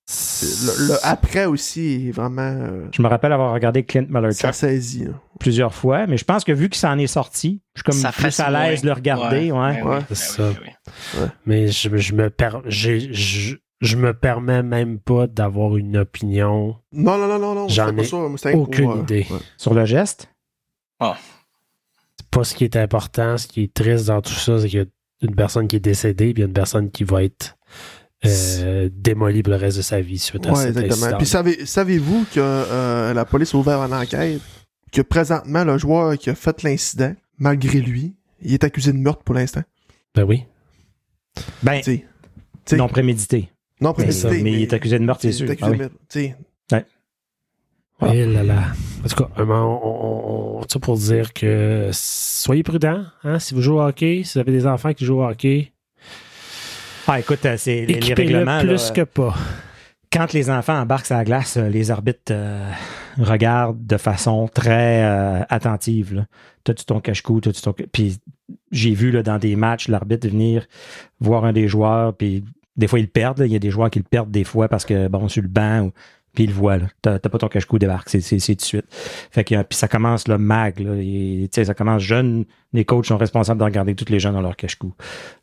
[SPEAKER 2] Le, le après aussi est vraiment. euh,
[SPEAKER 3] Je me rappelle avoir regardé Clint Mallerchuk
[SPEAKER 2] ça saisit. hein. là.
[SPEAKER 3] plusieurs fois, mais je pense que vu qu'il s'en est sorti, je suis comme
[SPEAKER 4] Ça
[SPEAKER 3] plus à
[SPEAKER 4] fascine,
[SPEAKER 3] l'aise de le regarder. Ouais.
[SPEAKER 4] Ben oui,
[SPEAKER 2] ouais.
[SPEAKER 4] ben
[SPEAKER 1] C'est
[SPEAKER 4] oui,
[SPEAKER 1] ça.
[SPEAKER 4] ben oui.
[SPEAKER 1] Mais je, je me per- j'ai- je, je me permets même pas d'avoir une opinion.
[SPEAKER 2] Non, non, non, non, non.
[SPEAKER 1] J'en
[SPEAKER 2] c'est pas
[SPEAKER 1] ai
[SPEAKER 2] ça, moi, c'est
[SPEAKER 1] aucune
[SPEAKER 2] pour, euh,
[SPEAKER 1] idée.
[SPEAKER 2] ouais.
[SPEAKER 3] Sur le geste,
[SPEAKER 1] C'est pas ce qui est important. Ce qui est triste dans tout ça, c'est qu'il y a une personne qui est décédée, puis il y a une personne qui va être euh, démolie pour le reste de sa vie suite à
[SPEAKER 2] Ouais,
[SPEAKER 1] cet
[SPEAKER 2] exactement.
[SPEAKER 1] incident.
[SPEAKER 2] Puis savez- savez-vous que euh, la police a ouvert une enquête, que présentement le joueur qui a fait l'incident, malgré lui, il est accusé de meurtre pour l'instant.
[SPEAKER 1] Ben oui.
[SPEAKER 3] ben,
[SPEAKER 2] Tu sais, tu sais,
[SPEAKER 3] non prémédité.
[SPEAKER 2] non
[SPEAKER 3] Mais,
[SPEAKER 2] prémédité,
[SPEAKER 3] mais il est accusé de meurtre,
[SPEAKER 2] il
[SPEAKER 3] c'est
[SPEAKER 2] est
[SPEAKER 3] sûr.
[SPEAKER 2] accusé
[SPEAKER 3] Ah oui.
[SPEAKER 2] de meurtre. Tu sais,
[SPEAKER 3] Ah.
[SPEAKER 1] Eh là là. En tout cas, un moment, Euh, ben, on, on- on- ça pour dire que soyez prudents. hein, si vous jouez au hockey, si vous avez des enfants qui jouent au hockey,
[SPEAKER 3] Ah, écoute, euh, c'est les, les
[SPEAKER 1] équipez-le
[SPEAKER 3] règlements.
[SPEAKER 1] plus
[SPEAKER 3] là,
[SPEAKER 1] que pas.
[SPEAKER 3] quand les enfants embarquent sur la glace, euh, les arbitres euh, regardent de façon très euh, attentive. là. T'as-tu ton cache-cou? T'as-tu ton... ca- Puis j'ai vu là, dans des matchs l'arbitre venir voir un des joueurs, puis des fois ils le perdent. là. Il y a des joueurs qui le perdent des fois parce que, bon, sur le banc, ou... puis ils le voient. là. T'as t'as pas ton cache-cou, débarque. C'est- C'est c'est tout de suite. Fait que, euh, puis ça commence le mag. Là, et, tu sais, ça commence jeune. Les coachs sont responsables de regarder tous les jeunes dans leur cache-cou.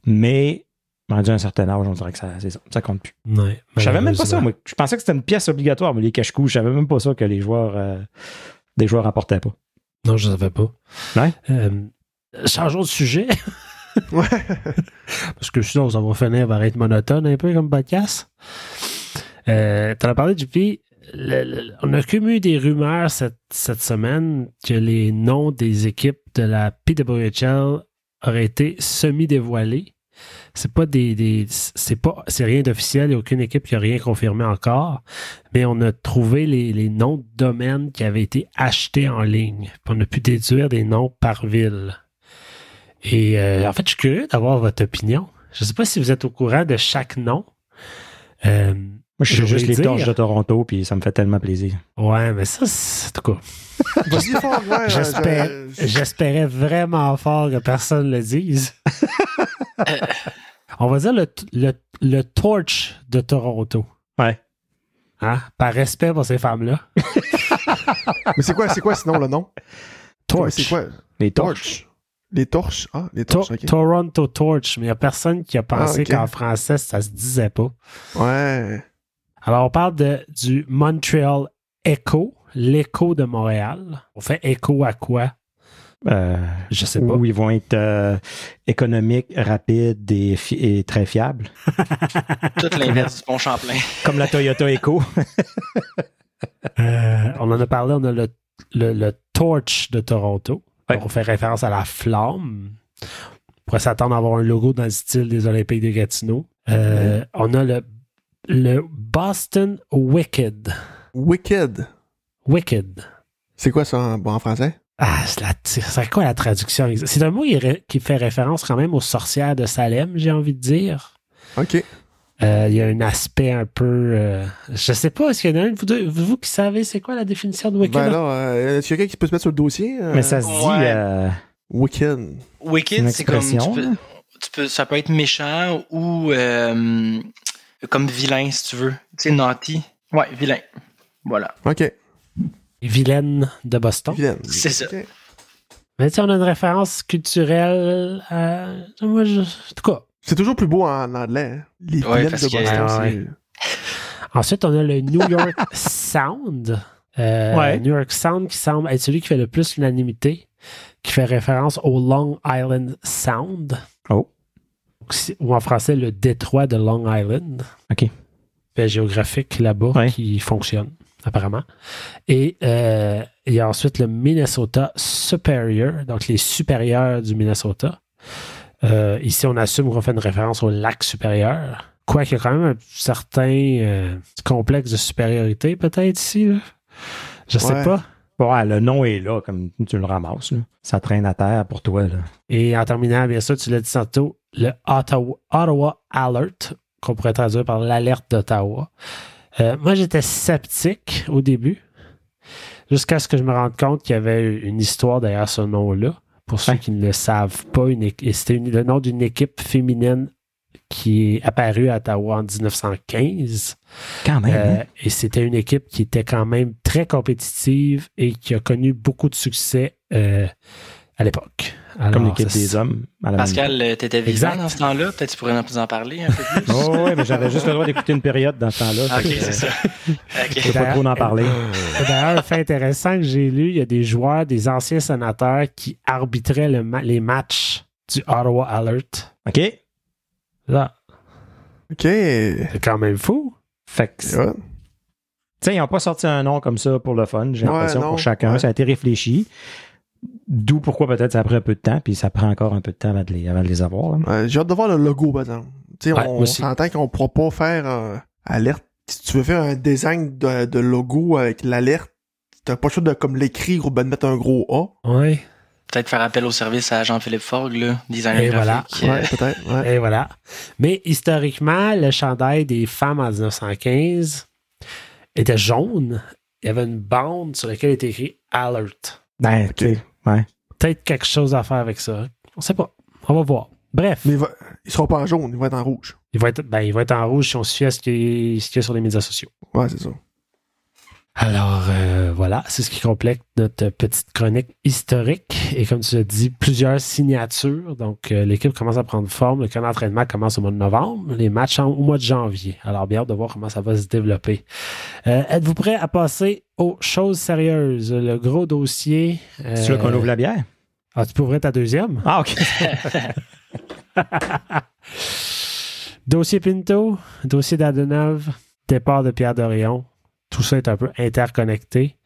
[SPEAKER 3] Mais rendu à un certain âge, on dirait que ça, c'est ça, ça compte plus.
[SPEAKER 1] Ouais,
[SPEAKER 3] Je savais même pas ça.
[SPEAKER 1] malheureusement.
[SPEAKER 3] Moi. Je pensais que c'était une pièce obligatoire, mais les cache-coups, je savais même pas ça que les joueurs, euh, des joueurs apportaient pas.
[SPEAKER 1] Non, je savais pas.
[SPEAKER 3] Ouais.
[SPEAKER 1] Euh, changeons de sujet,
[SPEAKER 2] Ouais.
[SPEAKER 1] parce que sinon, ça va finir par être monotone un peu comme podcast. Euh, T'en as parlé, JP. Le- le- on a comme eu des rumeurs cette, cette semaine que les noms des équipes de la PWHL auraient été semi-dévoilés. C'est pas des, des- c'est pas c'est rien d'officiel, il n'y a aucune équipe qui a rien confirmé encore, mais on a trouvé les, les noms de domaines qui avaient été achetés en ligne. Puis on a pu déduire des noms par ville. Et euh, en fait, je suis curieux d'avoir votre opinion. Je ne sais pas si vous êtes au courant de chaque nom. Euh,
[SPEAKER 3] Moi,
[SPEAKER 1] Je
[SPEAKER 3] je suis juste
[SPEAKER 1] vais
[SPEAKER 3] les
[SPEAKER 1] dire.
[SPEAKER 3] torches de Toronto, puis ça me fait tellement plaisir.
[SPEAKER 1] ouais, mais ça, c'est en tout cas.
[SPEAKER 2] Vas-y, fort, ouais. euh,
[SPEAKER 1] J'espère.
[SPEAKER 2] euh,
[SPEAKER 1] J'espérais vraiment fort que personne le dise. On va dire le, le, le torch de Toronto.
[SPEAKER 3] Ouais.
[SPEAKER 1] Hein? Par respect pour ces femmes-là.
[SPEAKER 2] Mais c'est quoi, c'est quoi sinon le nom?
[SPEAKER 1] Torch.
[SPEAKER 2] C'est quoi?
[SPEAKER 3] Les torches.
[SPEAKER 2] Torch. Les torches? Ah, les
[SPEAKER 1] To-
[SPEAKER 2] torches, ok.
[SPEAKER 1] Toronto Torch, mais il n'y a personne qui a pensé
[SPEAKER 2] Ah, ok.
[SPEAKER 1] qu'en français, ça se disait pas.
[SPEAKER 2] Ouais.
[SPEAKER 1] Alors, on parle de, du Montreal Echo, l'écho de Montréal. On fait écho à quoi?
[SPEAKER 3] Euh,
[SPEAKER 1] Je sais pas.
[SPEAKER 3] où ils vont être euh, économiques, rapides et, fi- et très fiables.
[SPEAKER 4] Tout l'inverse du pont Champlain.
[SPEAKER 3] Comme la Toyota Echo.
[SPEAKER 1] Euh, on en a parlé, on a le, le- le Torch de Toronto.
[SPEAKER 3] Ouais.
[SPEAKER 1] Donc, on fait référence à la flamme. On pourrait s'attendre à avoir un logo dans le style des Olympiques de Gatineau. Euh, On a le, le Boston Wicked.
[SPEAKER 2] Wicked.
[SPEAKER 1] Wicked.
[SPEAKER 2] C'est quoi ça en, bon, en français?
[SPEAKER 1] Ah, c'est la- c'est quoi la traduction? exacte? C'est un mot qui ré- qui fait référence quand même aux sorcières de Salem, j'ai envie de dire.
[SPEAKER 2] Ok.
[SPEAKER 1] Euh, Il y a un aspect un peu. euh, je sais pas, est-ce qu'il y en a un de vous, deux- vous qui savez c'est quoi la définition de Wicked?
[SPEAKER 2] Ben là, euh, est-ce qu'il y a quelqu'un qui peut se mettre sur le dossier? euh,
[SPEAKER 3] Mais ça se dit.
[SPEAKER 4] Ouais.
[SPEAKER 3] euh,
[SPEAKER 2] Wicked.
[SPEAKER 4] Wicked,
[SPEAKER 3] Une
[SPEAKER 4] c'est comme. Tu
[SPEAKER 3] expression,
[SPEAKER 4] peux,
[SPEAKER 3] là.
[SPEAKER 4] tu peux- ça peut être méchant ou euh, comme vilain, si tu veux. Tu sais, naughty. Ouais, vilain. Voilà.
[SPEAKER 2] Ok.
[SPEAKER 1] Vilaine de Boston.
[SPEAKER 2] Vilaine.
[SPEAKER 4] C'est ça.
[SPEAKER 2] Ok.
[SPEAKER 1] Mais tu sais, on a une référence culturelle à. Moi, je- En tout cas.
[SPEAKER 2] C'est toujours plus beau en anglais. hein. Les
[SPEAKER 4] Ouais,
[SPEAKER 2] vilaines
[SPEAKER 4] parce
[SPEAKER 2] de
[SPEAKER 4] que-
[SPEAKER 2] Boston,
[SPEAKER 1] Ouais,
[SPEAKER 2] c'est-
[SPEAKER 1] Ensuite, on a le New York Sound. Euh,
[SPEAKER 3] Ouais.
[SPEAKER 1] New York Sound qui semble être celui qui fait le plus l'unanimité, qui fait référence au Long Island Sound.
[SPEAKER 3] Oh.
[SPEAKER 1] Donc, c'est- Ou en français, le détroit de Long Island.
[SPEAKER 3] OK.
[SPEAKER 1] Fait géographique là-bas
[SPEAKER 3] Ouais.
[SPEAKER 1] qui fonctionne, apparemment. Et euh, il y a ensuite le Minnesota Superior, donc les supérieurs du Minnesota. Euh, ici, on assume qu'on fait une référence au lac supérieur. Quoi qu'il y a quand même un certain euh, complexe de supériorité, peut-être ici. là. Je sais
[SPEAKER 2] Ouais.
[SPEAKER 1] pas.
[SPEAKER 3] ouais, le nom est là, comme tu le ramasses. là. Ça traîne à terre pour toi. là.
[SPEAKER 1] Et en terminant, bien sûr, tu l'as dit tantôt, le Ottawa, Ottawa Alert, qu'on pourrait traduire par l'alerte d'Ottawa. Euh, moi, j'étais sceptique au début, jusqu'à ce que je me rende compte qu'il y avait une histoire derrière ce nom-là. Pour ceux
[SPEAKER 3] Ouais.
[SPEAKER 1] qui ne le savent pas, une équ- et c'était une- le nom d'une équipe féminine qui est apparue à Ottawa en 1915.
[SPEAKER 3] Quand même. hein?
[SPEAKER 1] Euh, et c'était une équipe qui était quand même très compétitive et qui a connu beaucoup de succès euh, à l'époque.
[SPEAKER 3] Euh, comme
[SPEAKER 1] Alors,
[SPEAKER 3] l'équipe
[SPEAKER 1] ça,
[SPEAKER 3] des hommes. à la même
[SPEAKER 4] Pascal, euh, t'étais vivant
[SPEAKER 1] Exact.
[SPEAKER 4] dans ce temps-là. Peut-être tu pourrais nous en parler un peu plus. Ah,
[SPEAKER 3] Oh, ouais, mais j'avais juste le droit d'écouter une période dans ce temps-là. fait
[SPEAKER 4] ok,
[SPEAKER 3] que,
[SPEAKER 4] c'est ça.
[SPEAKER 3] euh,
[SPEAKER 4] Ok.
[SPEAKER 3] Faut pas trop en parler.
[SPEAKER 1] C'est D'ailleurs, un fait intéressant que j'ai lu, il y a des joueurs, des anciens sénateurs qui arbitraient le ma- les matchs du Ottawa Alert.
[SPEAKER 3] euh, OK?
[SPEAKER 1] Là,
[SPEAKER 2] Ok. Ouais.
[SPEAKER 1] c'est quand même fou.
[SPEAKER 3] Fait que, tu sais, ils n'ont pas sorti un nom comme ça pour le fun, j'ai
[SPEAKER 2] Ouais,
[SPEAKER 3] l'impression,
[SPEAKER 2] non,
[SPEAKER 3] pour chacun.
[SPEAKER 2] ouais.
[SPEAKER 3] Ça a été réfléchi. D'où pourquoi peut-être ça a pris un peu de temps, puis ça prend encore un peu de temps avant de les, avant de les avoir. là.
[SPEAKER 2] Ouais, Euh, J'ai hâte de voir le logo, par exemple. Tu sais,
[SPEAKER 1] Ouais, moi
[SPEAKER 2] on
[SPEAKER 1] aussi.
[SPEAKER 2] s'entend qu'on pourra pas faire euh, alerte. Si tu veux faire un design de, de logo avec l'alerte, t'as pas le choix de comme l'écrire ou ben de mettre un gros A.
[SPEAKER 1] Oui.
[SPEAKER 4] Peut-être faire appel au service à Jean-Philippe Forgue, là, designer
[SPEAKER 1] Et voilà.
[SPEAKER 4] graphique.
[SPEAKER 2] Ouais, peut-être. Ouais.
[SPEAKER 1] Et voilà. Mais historiquement, le chandail des femmes en 1915 était jaune. Il y avait une bande sur laquelle était écrit Alert.
[SPEAKER 3] Ben, tu sais, ouais.
[SPEAKER 1] peut-être quelque chose à faire avec ça. On sait pas. On va voir. Bref,
[SPEAKER 2] Mais il va- ils seront pas en jaune, ils vont être en rouge.
[SPEAKER 1] il va être, ben, il va être en rouge si on suit à ce qu'il y a- ce qu'il y a sur les médias sociaux.
[SPEAKER 2] Ouais, c'est ça.
[SPEAKER 1] Alors euh, voilà, c'est ce qui complète notre petite chronique historique. Et comme tu l'as dit, plusieurs signatures. Donc euh, l'équipe commence à prendre forme. Le camp d'entraînement commence au mois de novembre. Les matchs en- au mois de janvier. Alors bien hâte de voir comment ça va se développer. Euh, Êtes-vous prêts à passer aux choses sérieuses? Le gros dossier. euh,
[SPEAKER 3] C'est là qu'on ouvre la bière?
[SPEAKER 1] Ah, tu pourrais ta deuxième?
[SPEAKER 3] Ah, OK.
[SPEAKER 1] Dossier Pinto, dossier d'Adenov, départ de Pierre Dorion. Tout ça est un peu interconnecté.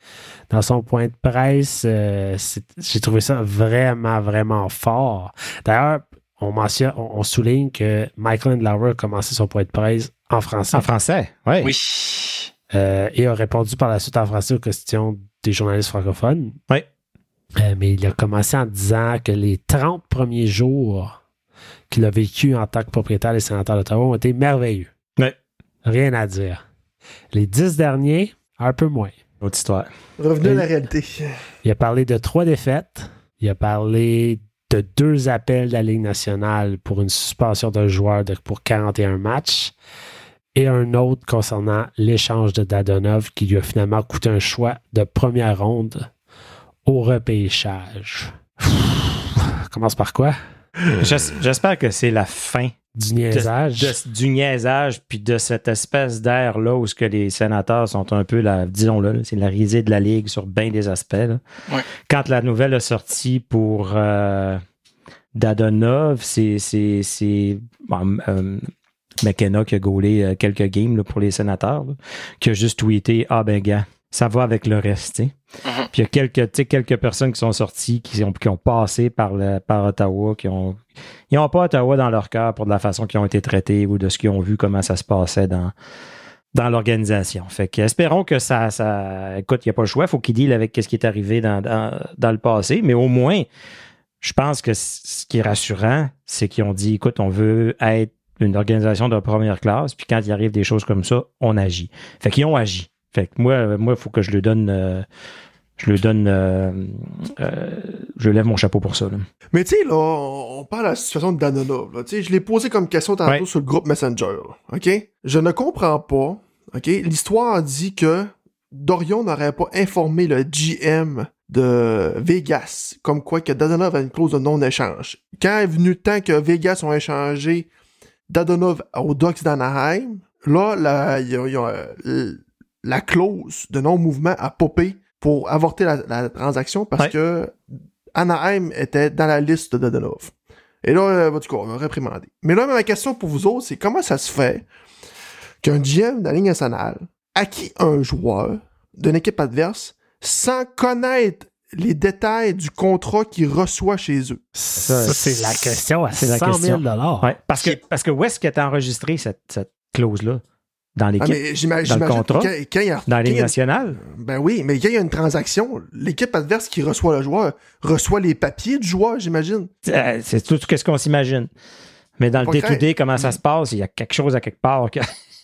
[SPEAKER 1] Dans son point de presse, euh, c'est- j'ai trouvé ça vraiment, vraiment fort. D'ailleurs, on, mentionne, on, on souligne que Michael Endlauer a commencé son point de presse en français
[SPEAKER 3] En français, oui.
[SPEAKER 4] Oui.
[SPEAKER 1] euh, et a répondu par la suite en français aux questions des journalistes francophones.
[SPEAKER 3] Oui.
[SPEAKER 1] Euh, mais il a commencé en disant que les 30 premiers jours qu'il a vécu en tant que propriétaire des sénateurs d'Ottawa ont été merveilleux.
[SPEAKER 3] Oui.
[SPEAKER 1] Rien à dire. Les 10 derniers, un peu moins.
[SPEAKER 3] Autre histoire.
[SPEAKER 2] Revenez à la
[SPEAKER 1] Et-
[SPEAKER 2] réalité.
[SPEAKER 1] Il a parlé de trois défaites. Il a parlé de deux appels de la Ligue nationale pour une suspension d'un joueur de- pour 41 matchs et un autre concernant l'échange de Dadonov qui lui a finalement coûté un choix de première ronde au repêchage. Pfff. Commence par quoi?
[SPEAKER 3] J'es- J'espère que c'est la fin
[SPEAKER 1] Du niaisage.
[SPEAKER 3] de- du niaisage puis de cette espèce d'air-là où ce que les sénateurs sont un peu, la, disons-le, c'est la risée de la Ligue sur bien des aspects. là.
[SPEAKER 4] Ouais.
[SPEAKER 3] Quand la nouvelle est sortie pour euh, Dadonov, c'est c'est- c'est, bon, euh, McKenna qui a gaulé euh, quelques games là, pour les sénateurs, là, qui a juste tweeté « Ah ben gars, ça va avec le reste. tu sais.
[SPEAKER 4] Mhm.
[SPEAKER 3] Puis il y a quelques, tu sais, quelques personnes qui sont sorties, qui ont, qui ont passé par, le- par Ottawa, qui ont ils n'ont pas Ottawa dans leur cœur pour de la façon qu'ils ont été traités ou de ce qu'ils ont vu, comment ça se passait dans, dans l'organisation. Fait que espérons que ça. ça écoute, il n'y a pas le choix. Il faut qu'ils deal avec ce qui est arrivé dans, dans, dans le passé. Mais au moins, je pense que c- ce qui est rassurant, c'est qu'ils ont dit écoute, on veut être une organisation de première classe. Puis quand il arrive des choses comme ça, on agit. Fait qu'ils ont agi. Fait que moi, euh, moi, il faut que je le donne. euh, je le donne. euh, euh, je lève mon chapeau pour ça. là.
[SPEAKER 2] Mais tu sais, là, on on parle de la situation de Danonov. Là. Tu sais, Je l'ai posé comme question tantôt
[SPEAKER 3] Ouais.
[SPEAKER 2] sur le groupe Messenger. là, OK? Je ne comprends pas. OK? L'histoire dit que Dorion n'aurait pas informé le GM de Vegas, comme quoi que Dadonov a une clause de non-échange. Quand est venu le temps que Vegas ont échangé Dadonov aux Ducks d'Anaheim, là, la, il y a- il y a, euh, la clause de non-mouvement a popé pour avorter la, la transaction parce
[SPEAKER 3] Ouais.
[SPEAKER 2] que Anaheim était dans la liste de Dadonov. Et là, euh, en tout cas, on l'a réprimandé. Mais là, ma question pour vous autres, c'est comment ça se fait qu'un GM de la Ligue nationale acquis un joueur d'une équipe adverse sans connaître les détails du contrat qu'il reçoit chez eux?
[SPEAKER 1] Ça, c'est la question à
[SPEAKER 3] c'est la
[SPEAKER 1] 100 000
[SPEAKER 3] question. Ouais, parce, que,
[SPEAKER 4] Qui-
[SPEAKER 3] parce que où est-ce qu'elle a enregistré cette, cette clause-là? Dans
[SPEAKER 2] Ah,
[SPEAKER 3] l'équipe?
[SPEAKER 2] mais j'ima-
[SPEAKER 3] dans le
[SPEAKER 2] j'imagine
[SPEAKER 3] contrat,
[SPEAKER 2] que quand- quand il y a-
[SPEAKER 3] dans
[SPEAKER 2] quand
[SPEAKER 3] la
[SPEAKER 2] il y
[SPEAKER 3] Ligue
[SPEAKER 2] a-
[SPEAKER 3] nationale?
[SPEAKER 2] Ben oui, mais quand il y a une transaction, l'équipe adverse qui reçoit le joueur reçoit les papiers du joueur, j'imagine.
[SPEAKER 3] Euh, C'est tout ce qu'on s'imagine. Mais dans le
[SPEAKER 2] Pas
[SPEAKER 3] day-to-day, comment ça se passe? Il y a quelque chose à quelque part. que-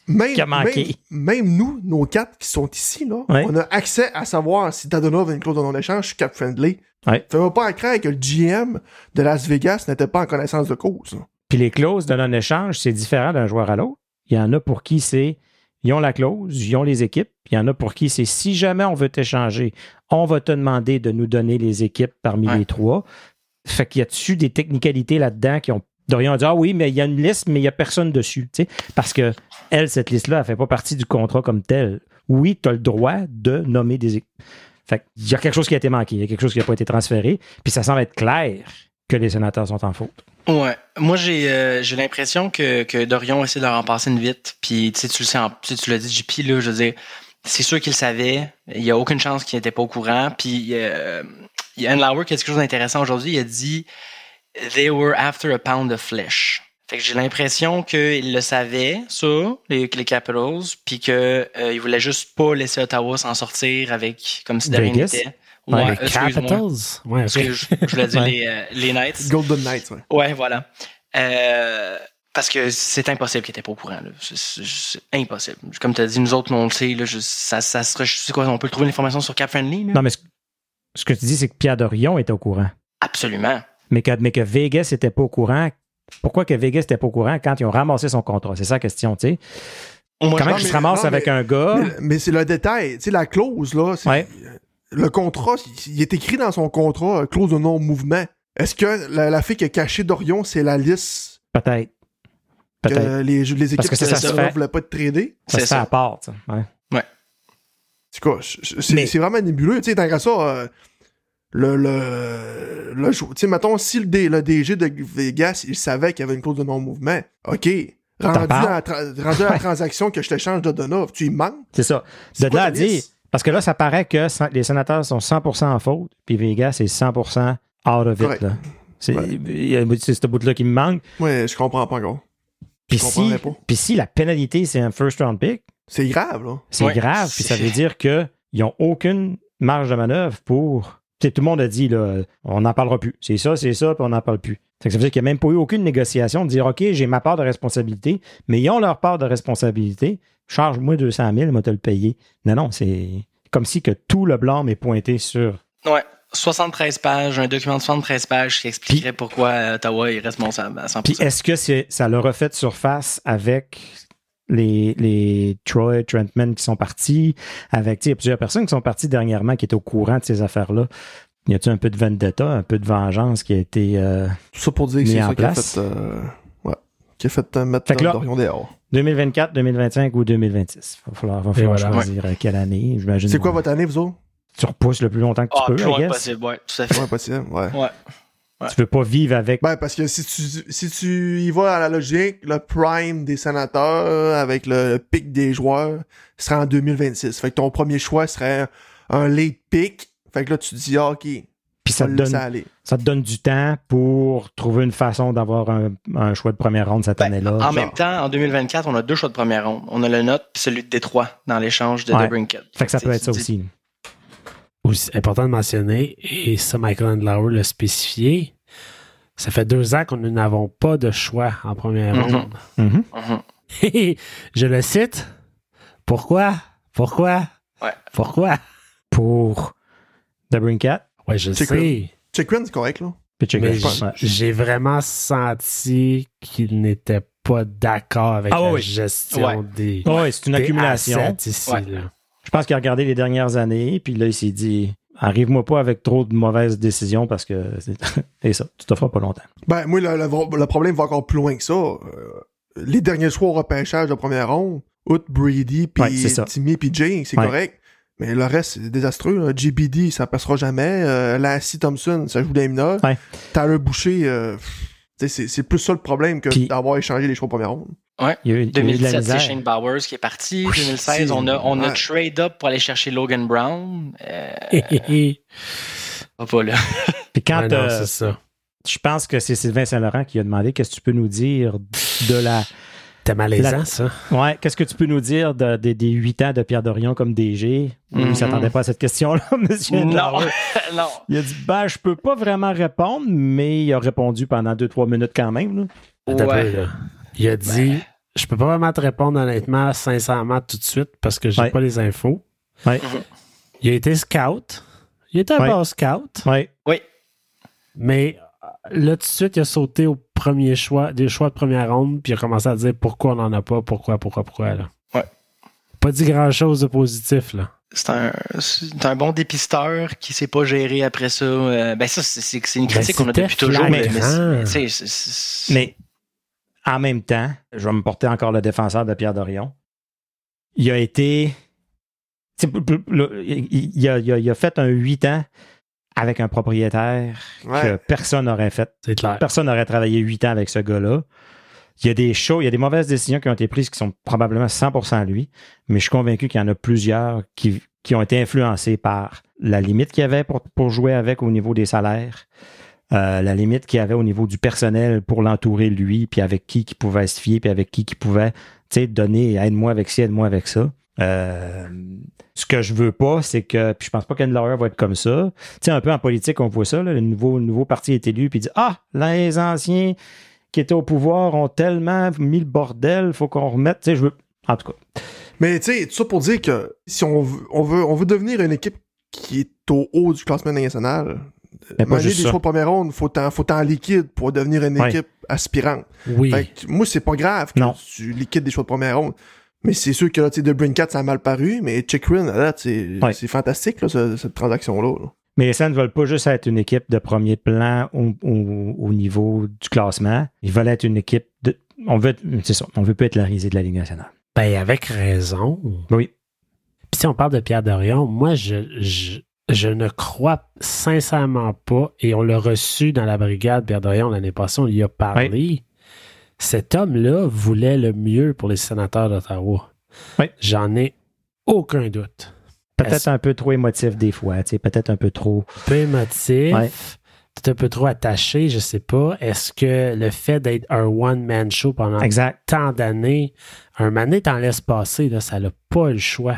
[SPEAKER 2] Même,
[SPEAKER 3] Qui a manqué.
[SPEAKER 2] même, même nous, nos quatre qui sont ici, là,
[SPEAKER 3] Ouais.
[SPEAKER 2] on a accès à savoir si Dadonov a une clause de non-échange, je suis cap friendly.
[SPEAKER 3] Ouais.
[SPEAKER 2] Fais-moi pas à craindre que le GM de Las Vegas n'était pas en connaissance de cause. là.
[SPEAKER 3] Puis les clauses de non-échange, c'est différent d'un joueur à l'autre. Il y en a pour qui c'est, ils ont la clause, ils ont les équipes. Il y en a pour qui c'est, si jamais on veut t'échanger, on va te demander de nous donner les équipes parmi
[SPEAKER 4] Ouais.
[SPEAKER 3] les trois. Fait qu'il y a-tu des technicalités là-dedans qui ont. Dorian a dit, ah oui, mais il y a une liste, mais il n'y a personne dessus. Tu sais, parce que, elle, cette liste-là, elle ne fait pas partie du contrat comme tel. Oui, tu as le droit de nommer des équipes. Fait qu'il y a quelque chose qui a été manqué, il y a quelque chose qui n'a pas été transféré. Puis ça semble être clair que les sénateurs sont en faute.
[SPEAKER 4] Ouais. Moi, j'ai euh, j'ai l'impression que, que Dorion essaie de leur en passer une vite. Puis, tu sais, tu le sais, en- tu sais, tu l'as dit, JP, là, je veux dire, c'est sûr qu'il le savait. Il n'y a aucune chance qu'il n'était pas au courant. Puis, euh, il y a Anne Lauer qui a dit quelque chose d'intéressant aujourd'hui. Il a dit They were after a pound of flesh. Fait que j'ai l'impression qu'il le savait, ça, les, les Capitals, puis qu'il euh, il voulait juste pas laisser Ottawa s'en sortir avec comme si de rien
[SPEAKER 3] Vegas?
[SPEAKER 4] n'était.
[SPEAKER 3] Ouais,
[SPEAKER 4] Ouais,
[SPEAKER 1] Les
[SPEAKER 4] excuse-moi.
[SPEAKER 1] Capitals? Ouais,
[SPEAKER 4] Parce que
[SPEAKER 1] ok.
[SPEAKER 4] je, je voulais dire
[SPEAKER 3] Ouais.
[SPEAKER 4] les, euh, les Knights.
[SPEAKER 2] Golden Knights, ouais.
[SPEAKER 4] Ouais, voilà. Euh, parce que c'est impossible qu'il était pas au courant. là. C'est- C'est c'est impossible. Comme tu as dit, nous autres, on le sait. Là, je- ça, ça serait, je sais quoi, on peut trouver l'information sur Cap Friendly. là?
[SPEAKER 3] Non, mais ce, ce que tu dis, c'est que Pierre Dorion était au courant.
[SPEAKER 4] Absolument.
[SPEAKER 3] Mais que, mais que Vegas n'était pas au courant. Pourquoi que Vegas n'était pas au courant quand ils ont ramassé son contrat? C'est ça la question, tu sais.
[SPEAKER 4] Au moins,
[SPEAKER 3] Comment
[SPEAKER 2] non,
[SPEAKER 3] qu'il se
[SPEAKER 2] mais-
[SPEAKER 3] ramasse
[SPEAKER 2] non,
[SPEAKER 3] avec
[SPEAKER 2] mais-
[SPEAKER 3] un gars?
[SPEAKER 2] Mais, mais c'est le détail, tu sais, la clause, là. c'est-
[SPEAKER 3] Ouais.
[SPEAKER 2] Le contrat, il il est écrit dans son contrat, euh, clause de non-mouvement. Est-ce que la, la fille qui a caché Dorion, c'est la liste
[SPEAKER 3] Peut-être.
[SPEAKER 2] que
[SPEAKER 3] Peut-être.
[SPEAKER 2] les, les équipes
[SPEAKER 3] Parce que ça,
[SPEAKER 2] de
[SPEAKER 4] ça se
[SPEAKER 2] Serena
[SPEAKER 3] fait.
[SPEAKER 2] voulaient pas te trader?
[SPEAKER 3] Ça
[SPEAKER 4] c'est
[SPEAKER 3] se fait
[SPEAKER 4] ça.
[SPEAKER 3] à part, tu sais. Ouais.
[SPEAKER 2] En tout cas, je- je- c'est
[SPEAKER 3] Mais-
[SPEAKER 2] c'est vraiment nébuleux. Tu sais, tant qu'à ça, euh, le, le, le jou- Tu sais, mettons, si le, D- le DG de Vegas, il savait qu'il y avait une clause de non-mouvement, OK, rendu,
[SPEAKER 3] parles.
[SPEAKER 2] à, la tra- rendu à la transaction que je t'échange de Donov, tu y manques.
[SPEAKER 3] C'est ça.
[SPEAKER 2] C'est
[SPEAKER 3] de
[SPEAKER 2] quoi
[SPEAKER 3] là à
[SPEAKER 2] ta
[SPEAKER 3] dire,
[SPEAKER 2] liste?
[SPEAKER 3] parce que là, ça paraît que cent- les sénateurs sont 100% en faute, puis Vegas est 100% out of it.
[SPEAKER 2] Correct.
[SPEAKER 3] là. C'est
[SPEAKER 2] Ouais.
[SPEAKER 3] il y a- c'est ce bout-là qui me manque.
[SPEAKER 2] Ouais, je comprends pas encore.
[SPEAKER 3] Puis
[SPEAKER 2] Je
[SPEAKER 3] si,
[SPEAKER 2] comprendrais pas.
[SPEAKER 3] puis si la pénalité, c'est un first round pick,
[SPEAKER 2] C'est grave, là.
[SPEAKER 3] c'est
[SPEAKER 4] Ouais.
[SPEAKER 3] grave. Puis ça veut dire qu'ils n'ont aucune marge de manœuvre pour. Tu sais, tout le monde a dit, là, on n'en parlera plus. C'est ça, c'est ça, puis on n'en parle plus. Fait que ça veut dire qu'il n'y a même pas eu aucune négociation de dire, OK, j'ai ma part de responsabilité, mais ils ont leur part de responsabilité. Charge-moi 200 000, moi, te le payer. Non, non, c'est comme si que tout le blâme est pointé sur.
[SPEAKER 4] Ouais. 73 pages, un document de 73 pages qui expliquerait pourquoi euh, Ottawa est responsable à 100%.
[SPEAKER 3] Puis est-ce que c'est- ça leur a fait surface avec les, les Troy Trentman qui sont partis, avec tu sais, il y a plusieurs personnes qui sont parties dernièrement qui étaient au courant de ces affaires-là? Y a-t-il un peu de vendetta, un peu de vengeance qui a été. euh,
[SPEAKER 2] Tout ça pour dire
[SPEAKER 3] Mis
[SPEAKER 2] que c'est
[SPEAKER 3] en
[SPEAKER 2] ça qui a
[SPEAKER 3] place.
[SPEAKER 2] fait, euh, ouais, qui a fait euh, mettre
[SPEAKER 3] Fait que là-
[SPEAKER 2] Dorion dehors.
[SPEAKER 3] 2024, 2025 ou 2026? Va falloir, va
[SPEAKER 1] Et
[SPEAKER 3] falloir
[SPEAKER 1] voilà.
[SPEAKER 3] choisir euh, quelle année. J'imagine.
[SPEAKER 2] C'est quoi votre année, vous autres?
[SPEAKER 3] Tu repousses le plus longtemps que tu
[SPEAKER 4] ah,
[SPEAKER 3] peux,
[SPEAKER 4] plus
[SPEAKER 3] I
[SPEAKER 4] loin
[SPEAKER 3] guess. Ah,
[SPEAKER 4] possible, ouais, tout à fait.
[SPEAKER 2] Ouais, possible, ouais.
[SPEAKER 4] Ouais.
[SPEAKER 3] Tu veux pas vivre avec.
[SPEAKER 2] Ben, parce que si tu, si tu y vas à la logique, le prime des sénateurs avec le, le pic des joueurs serait en 2026. Fait que ton premier choix serait un late pick. Fait que là, tu te dis, ah, ok,
[SPEAKER 3] Puis ça
[SPEAKER 2] on
[SPEAKER 3] te
[SPEAKER 2] le
[SPEAKER 3] donne
[SPEAKER 2] laisse aller.
[SPEAKER 3] Ça te donne du temps pour trouver une façon d'avoir un, un choix de première ronde cette
[SPEAKER 4] Ben,
[SPEAKER 3] année-là.
[SPEAKER 4] en
[SPEAKER 3] genre.
[SPEAKER 4] même temps, en 2024, on a deux choix de première ronde. On a le nôtre puis celui de Détroit dans l'échange de
[SPEAKER 3] Ouais.
[SPEAKER 4] Debrinket.
[SPEAKER 3] Fait que ça peut être ça
[SPEAKER 4] Tu-
[SPEAKER 3] aussi.
[SPEAKER 1] Aussi important de mentionner, et ça Michael Andlauer l'a spécifié, ça fait deux ans que nous n'avons pas de choix en première
[SPEAKER 4] Mhm.
[SPEAKER 1] ronde.
[SPEAKER 3] Mhm.
[SPEAKER 4] Mhm.
[SPEAKER 1] Je le cite. Pourquoi? Pourquoi?
[SPEAKER 4] Ouais.
[SPEAKER 1] Pourquoi?
[SPEAKER 3] Pour Debrincat.
[SPEAKER 1] Ouais, je le
[SPEAKER 2] C'est
[SPEAKER 1] sais.
[SPEAKER 2] cool. check c'est correct, là.
[SPEAKER 3] Pitcher
[SPEAKER 1] Mais
[SPEAKER 3] Gauche.
[SPEAKER 1] j-
[SPEAKER 3] Ouais.
[SPEAKER 1] j'ai vraiment senti qu'il n'était pas d'accord avec
[SPEAKER 3] Ah
[SPEAKER 1] la
[SPEAKER 3] oui.
[SPEAKER 1] gestion
[SPEAKER 4] Ouais.
[SPEAKER 1] des,
[SPEAKER 3] Ouais, c'est une
[SPEAKER 1] des
[SPEAKER 3] accumulation.
[SPEAKER 1] assets ici.
[SPEAKER 4] Ouais.
[SPEAKER 1] là.
[SPEAKER 3] Je pense qu'il a regardé les dernières années, puis là, il s'est dit Arrive-moi pas avec trop de mauvaises décisions parce que c'est et ça, tu te feras pas longtemps.
[SPEAKER 2] Ben, moi, le, le- le problème va encore plus loin que ça. Euh, les derniers choix au repêchage de première ronde, Out, Brady, puis
[SPEAKER 3] Ouais, c'est ça.
[SPEAKER 2] Timmy, puis Jane, c'est
[SPEAKER 3] Ouais.
[SPEAKER 2] correct. Mais le reste, c'est désastreux. là. JBD, ça passera jamais. Euh, Lassie Thompson, ça joue des mineurs.
[SPEAKER 3] Ouais.
[SPEAKER 2] Tyler Boucher, euh, pff, tu sais, c'est c'est plus ça le problème que
[SPEAKER 3] Puis-
[SPEAKER 2] d'avoir échangé les choix au premier round.
[SPEAKER 3] Il y a eu, il y a eu de la
[SPEAKER 4] 2017, c'est
[SPEAKER 3] misère.
[SPEAKER 4] Shane Bowers qui est parti.
[SPEAKER 2] Oui,
[SPEAKER 4] 2016,
[SPEAKER 2] c'est-
[SPEAKER 4] on a, on a
[SPEAKER 2] ouais.
[SPEAKER 4] trade up pour aller chercher Logan Brown. Euh, va pas là.
[SPEAKER 3] Puis quand
[SPEAKER 1] Ouais, non,
[SPEAKER 3] euh,
[SPEAKER 1] c'est ça.
[SPEAKER 3] je pense que c'est Sylvain Saint-Laurent qui a demandé Qu'est-ce que tu peux nous dire de la.
[SPEAKER 1] T'es malaisant,
[SPEAKER 3] la-
[SPEAKER 1] ça.
[SPEAKER 3] Ouais, qu'est-ce que tu peux nous dire de- des- des huit ans de Pierre Dorion comme DG Il ne
[SPEAKER 4] Mhm.
[SPEAKER 3] s'attendait pas à cette question-là, monsieur.
[SPEAKER 4] non,
[SPEAKER 3] Lauer.
[SPEAKER 4] non.
[SPEAKER 3] Il a dit Ben, je peux pas vraiment répondre, mais il a répondu pendant deux, trois minutes quand même. là.
[SPEAKER 1] Attends un peu,
[SPEAKER 4] Ouais.
[SPEAKER 1] là. Il a dit Je peux pas vraiment te répondre honnêtement, sincèrement, tout de suite, parce que j'ai
[SPEAKER 3] Ouais.
[SPEAKER 1] pas les infos.
[SPEAKER 3] Ouais.
[SPEAKER 4] Mhm.
[SPEAKER 1] Il a été scout. Il était un
[SPEAKER 3] Ouais.
[SPEAKER 1] bon scout,
[SPEAKER 3] Ouais.
[SPEAKER 4] Oui,
[SPEAKER 1] mais euh, là, tout de suite, il a sauté au premier choix, des choix de première ronde, puis il a commencé à dire pourquoi on n'en a pas, pourquoi, pourquoi, pourquoi. Là.
[SPEAKER 4] Ouais.
[SPEAKER 1] Pas dit grand chose de positif, là.
[SPEAKER 4] c'est un, c'est un bon dépisteur qui s'est pas géré après ça. Euh, ben ça, c'est- c'est c'est une
[SPEAKER 1] Ben,
[SPEAKER 4] critique qu'on a
[SPEAKER 1] c'était
[SPEAKER 4] depuis toujours.
[SPEAKER 1] flagrant.
[SPEAKER 4] Mais, mais c'est- mais tu sais, c'est- c'est-
[SPEAKER 3] Mais en même temps, je vais me porter encore le défenseur de Pierre Dorion. Il a été. tu sais, pou- pou- le- Il il a, il a- il a fait un huit ans avec un propriétaire que
[SPEAKER 2] Ouais.
[SPEAKER 3] personne n'aurait fait.
[SPEAKER 1] C'est clair.
[SPEAKER 3] Personne n'aurait travaillé huit ans avec ce gars-là. Il y a des shows, il y a des mauvaises décisions qui ont été prises qui sont probablement 100% lui, mais je suis convaincu qu'il y en a plusieurs qui, qui ont été influencés par la limite qu'il y avait pour, pour jouer avec au niveau des salaires, euh, la limite qu'il y avait au niveau du personnel pour l'entourer lui, puis avec qui qui pouvait se fier, puis avec qui qui pouvait tu sais, donner aide-moi avec ci, aide-moi avec ça. Euh, ce que je veux pas, c'est que, puis je pense pas qu'Anne Lauer va être comme ça. Tu sais, un peu en politique, on voit ça, là, le nouveau, le nouveau parti est élu, puis il dit Ah, les anciens qui étaient au pouvoir ont tellement mis le bordel, faut qu'on remette. Tu sais, je veux. En tout cas,
[SPEAKER 2] Mais tu sais, tout ça pour dire que si on veut, on veut, on veut devenir une équipe qui est au haut du classement national,
[SPEAKER 3] mais pas
[SPEAKER 2] manger
[SPEAKER 3] juste
[SPEAKER 2] des
[SPEAKER 3] ça.
[SPEAKER 2] choix au premier round, faut en, faut en liquide pour devenir une
[SPEAKER 3] Ouais.
[SPEAKER 2] équipe aspirante.
[SPEAKER 1] Oui.
[SPEAKER 2] Fait que moi, c'est pas grave que
[SPEAKER 3] Non.
[SPEAKER 2] tu liquides des choix de première ronde. Mais c'est sûr que là, tu sais, de Brincat, ça a mal paru, mais Chikrin, là, là, c'est
[SPEAKER 3] Ouais.
[SPEAKER 2] c'est fantastique, là, ce- cette transaction-là. là.
[SPEAKER 3] Mais les Saints ne veulent pas juste être une équipe de premier plan au, au- au niveau du classement. Ils veulent être une équipe de. On veut, être- c'est ça, on veut pas être la risée de la Ligue nationale.
[SPEAKER 1] Ben, avec raison.
[SPEAKER 3] Oui.
[SPEAKER 1] Puis si on parle de Pierre Dorion, moi, je, je, je ne crois sincèrement pas, et on l'a reçu dans la brigade, Pierre Dorion, l'année passée, on lui a parlé. Cet homme-là voulait le mieux pour les sénateurs d'Ottawa.
[SPEAKER 3] Oui.
[SPEAKER 1] J'en ai aucun doute.
[SPEAKER 3] Peut-être un peu trop émotif des fois, tu sais, peut-être un peu trop.
[SPEAKER 1] peu émotif,
[SPEAKER 3] Ouais.
[SPEAKER 1] peut-être un peu trop attaché, je sais pas. Est-ce que le fait d'être un one-man show pendant
[SPEAKER 3] Exact.
[SPEAKER 1] tant d'années, un mané t'en laisse passer, là, ça n'a pas le choix.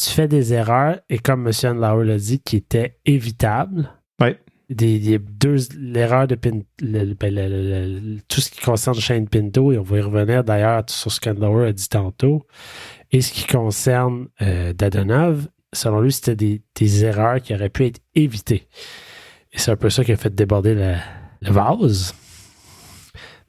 [SPEAKER 1] Tu fais des erreurs, et comme M. Andlauer l'a dit, qui étaient évitables.
[SPEAKER 3] Oui.
[SPEAKER 1] Des, des- deux, l'erreur de Pin- le- ben, le- le- le- tout ce qui concerne Shane Pinto, et on va y revenir d'ailleurs sur ce qu'Andlauer a dit tantôt, et ce qui concerne euh, Dadonov, selon lui, c'était des, des erreurs qui auraient pu être évitées. Et c'est un peu ça qui a fait déborder le, le vase.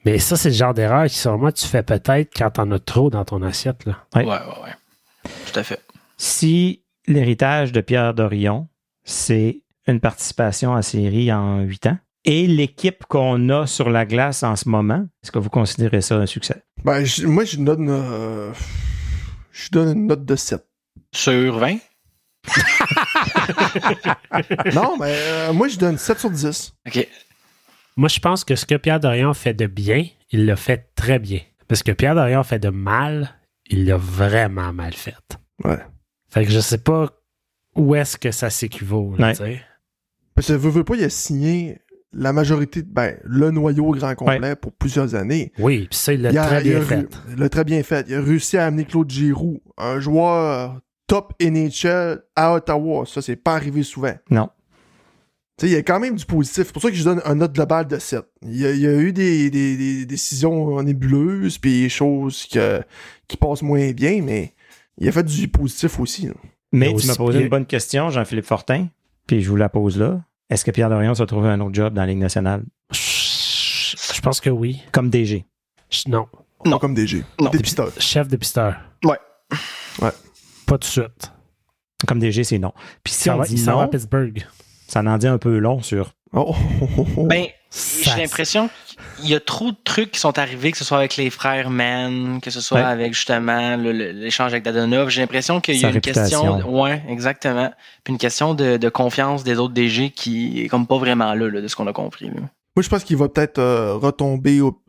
[SPEAKER 1] Mais ça, c'est le genre d'erreur qui, selon moi, tu fais peut-être quand t'en as trop dans ton assiette. Là.
[SPEAKER 3] Ouais.
[SPEAKER 4] Ouais, ouais, ouais. Tout à fait.
[SPEAKER 3] Si l'héritage de Pierre Dorion, c'est une participation à série en huit ans, et l'équipe qu'on a sur la glace en ce moment, est-ce que vous considérez ça un succès?
[SPEAKER 2] Ben, je- moi, je donne. euh, je donne une note de 7.
[SPEAKER 4] Sur 20?
[SPEAKER 2] non, mais euh, moi, je donne 7 sur 10.
[SPEAKER 4] OK.
[SPEAKER 1] Moi, je pense que ce que Pierre Dorian fait de bien, il l'a fait très bien. Parce que Pierre Dorian fait de mal, il l'a vraiment mal fait.
[SPEAKER 2] Ouais.
[SPEAKER 1] Fait que je sais pas où est-ce que ça s'équivaut. là,
[SPEAKER 3] Ouais.
[SPEAKER 1] tu sais.
[SPEAKER 2] Parce que veux, veux pas, il a signé la majorité, ben, le noyau au grand complet pour plusieurs années.
[SPEAKER 1] Oui, puis ça, il l'a
[SPEAKER 2] Il a-
[SPEAKER 1] très
[SPEAKER 2] il
[SPEAKER 1] bien
[SPEAKER 2] a ru-
[SPEAKER 1] fait.
[SPEAKER 2] Il l'a très bien fait. Il a réussi à amener Claude Giroux, un joueur top NHL à Ottawa. Ça, c'est pas arrivé souvent.
[SPEAKER 3] Non.
[SPEAKER 2] Tu sais, il y a quand même du positif. C'est pour ça que je donne un note global de 7. Il y a, il y a eu des, des- des décisions nébuleuses, puis des choses que- qui passent moins bien, mais il a fait du positif aussi. là.
[SPEAKER 1] Mais
[SPEAKER 3] Mais tu m'as
[SPEAKER 1] aussi-
[SPEAKER 3] posé une bonne question, Jean-Philippe Fortin, puis je vous la pose là. Est-ce que Pierre Dorion se trouve un autre job dans la Ligue nationale
[SPEAKER 1] Je je pense que oui.
[SPEAKER 3] comme DG?
[SPEAKER 1] Je- non.
[SPEAKER 4] Non.
[SPEAKER 2] Pas comme DG.
[SPEAKER 4] Non. Ben
[SPEAKER 2] Dépisteur.
[SPEAKER 1] Chef dépisteur.
[SPEAKER 4] Ouais.
[SPEAKER 2] Ouais.
[SPEAKER 1] Pas tout de suite.
[SPEAKER 3] Comme DG, c'est non. Puis si
[SPEAKER 1] Ça
[SPEAKER 3] on
[SPEAKER 1] va-
[SPEAKER 3] dit
[SPEAKER 1] ça va à
[SPEAKER 3] non,
[SPEAKER 1] Pittsburgh.
[SPEAKER 3] ça en dit un peu long sur.
[SPEAKER 2] Oh, oh, oh, oh.
[SPEAKER 4] Ben,
[SPEAKER 1] Ça-
[SPEAKER 4] j'ai l'impression qu'il y a trop de trucs qui sont arrivés, que ce soit avec les frères Mann, que ce soit
[SPEAKER 3] Ouais.
[SPEAKER 4] avec justement le- le- l'échange avec Dadonov. J'ai l'impression qu'il y
[SPEAKER 3] Sa
[SPEAKER 4] a une
[SPEAKER 3] réputation.
[SPEAKER 4] question. Ouais, exactement. Puis une question de, de confiance des autres DG qui est comme pas vraiment là, là, de ce qu'on a compris. là.
[SPEAKER 2] Moi, je pense qu'il va peut-être euh, retomber au,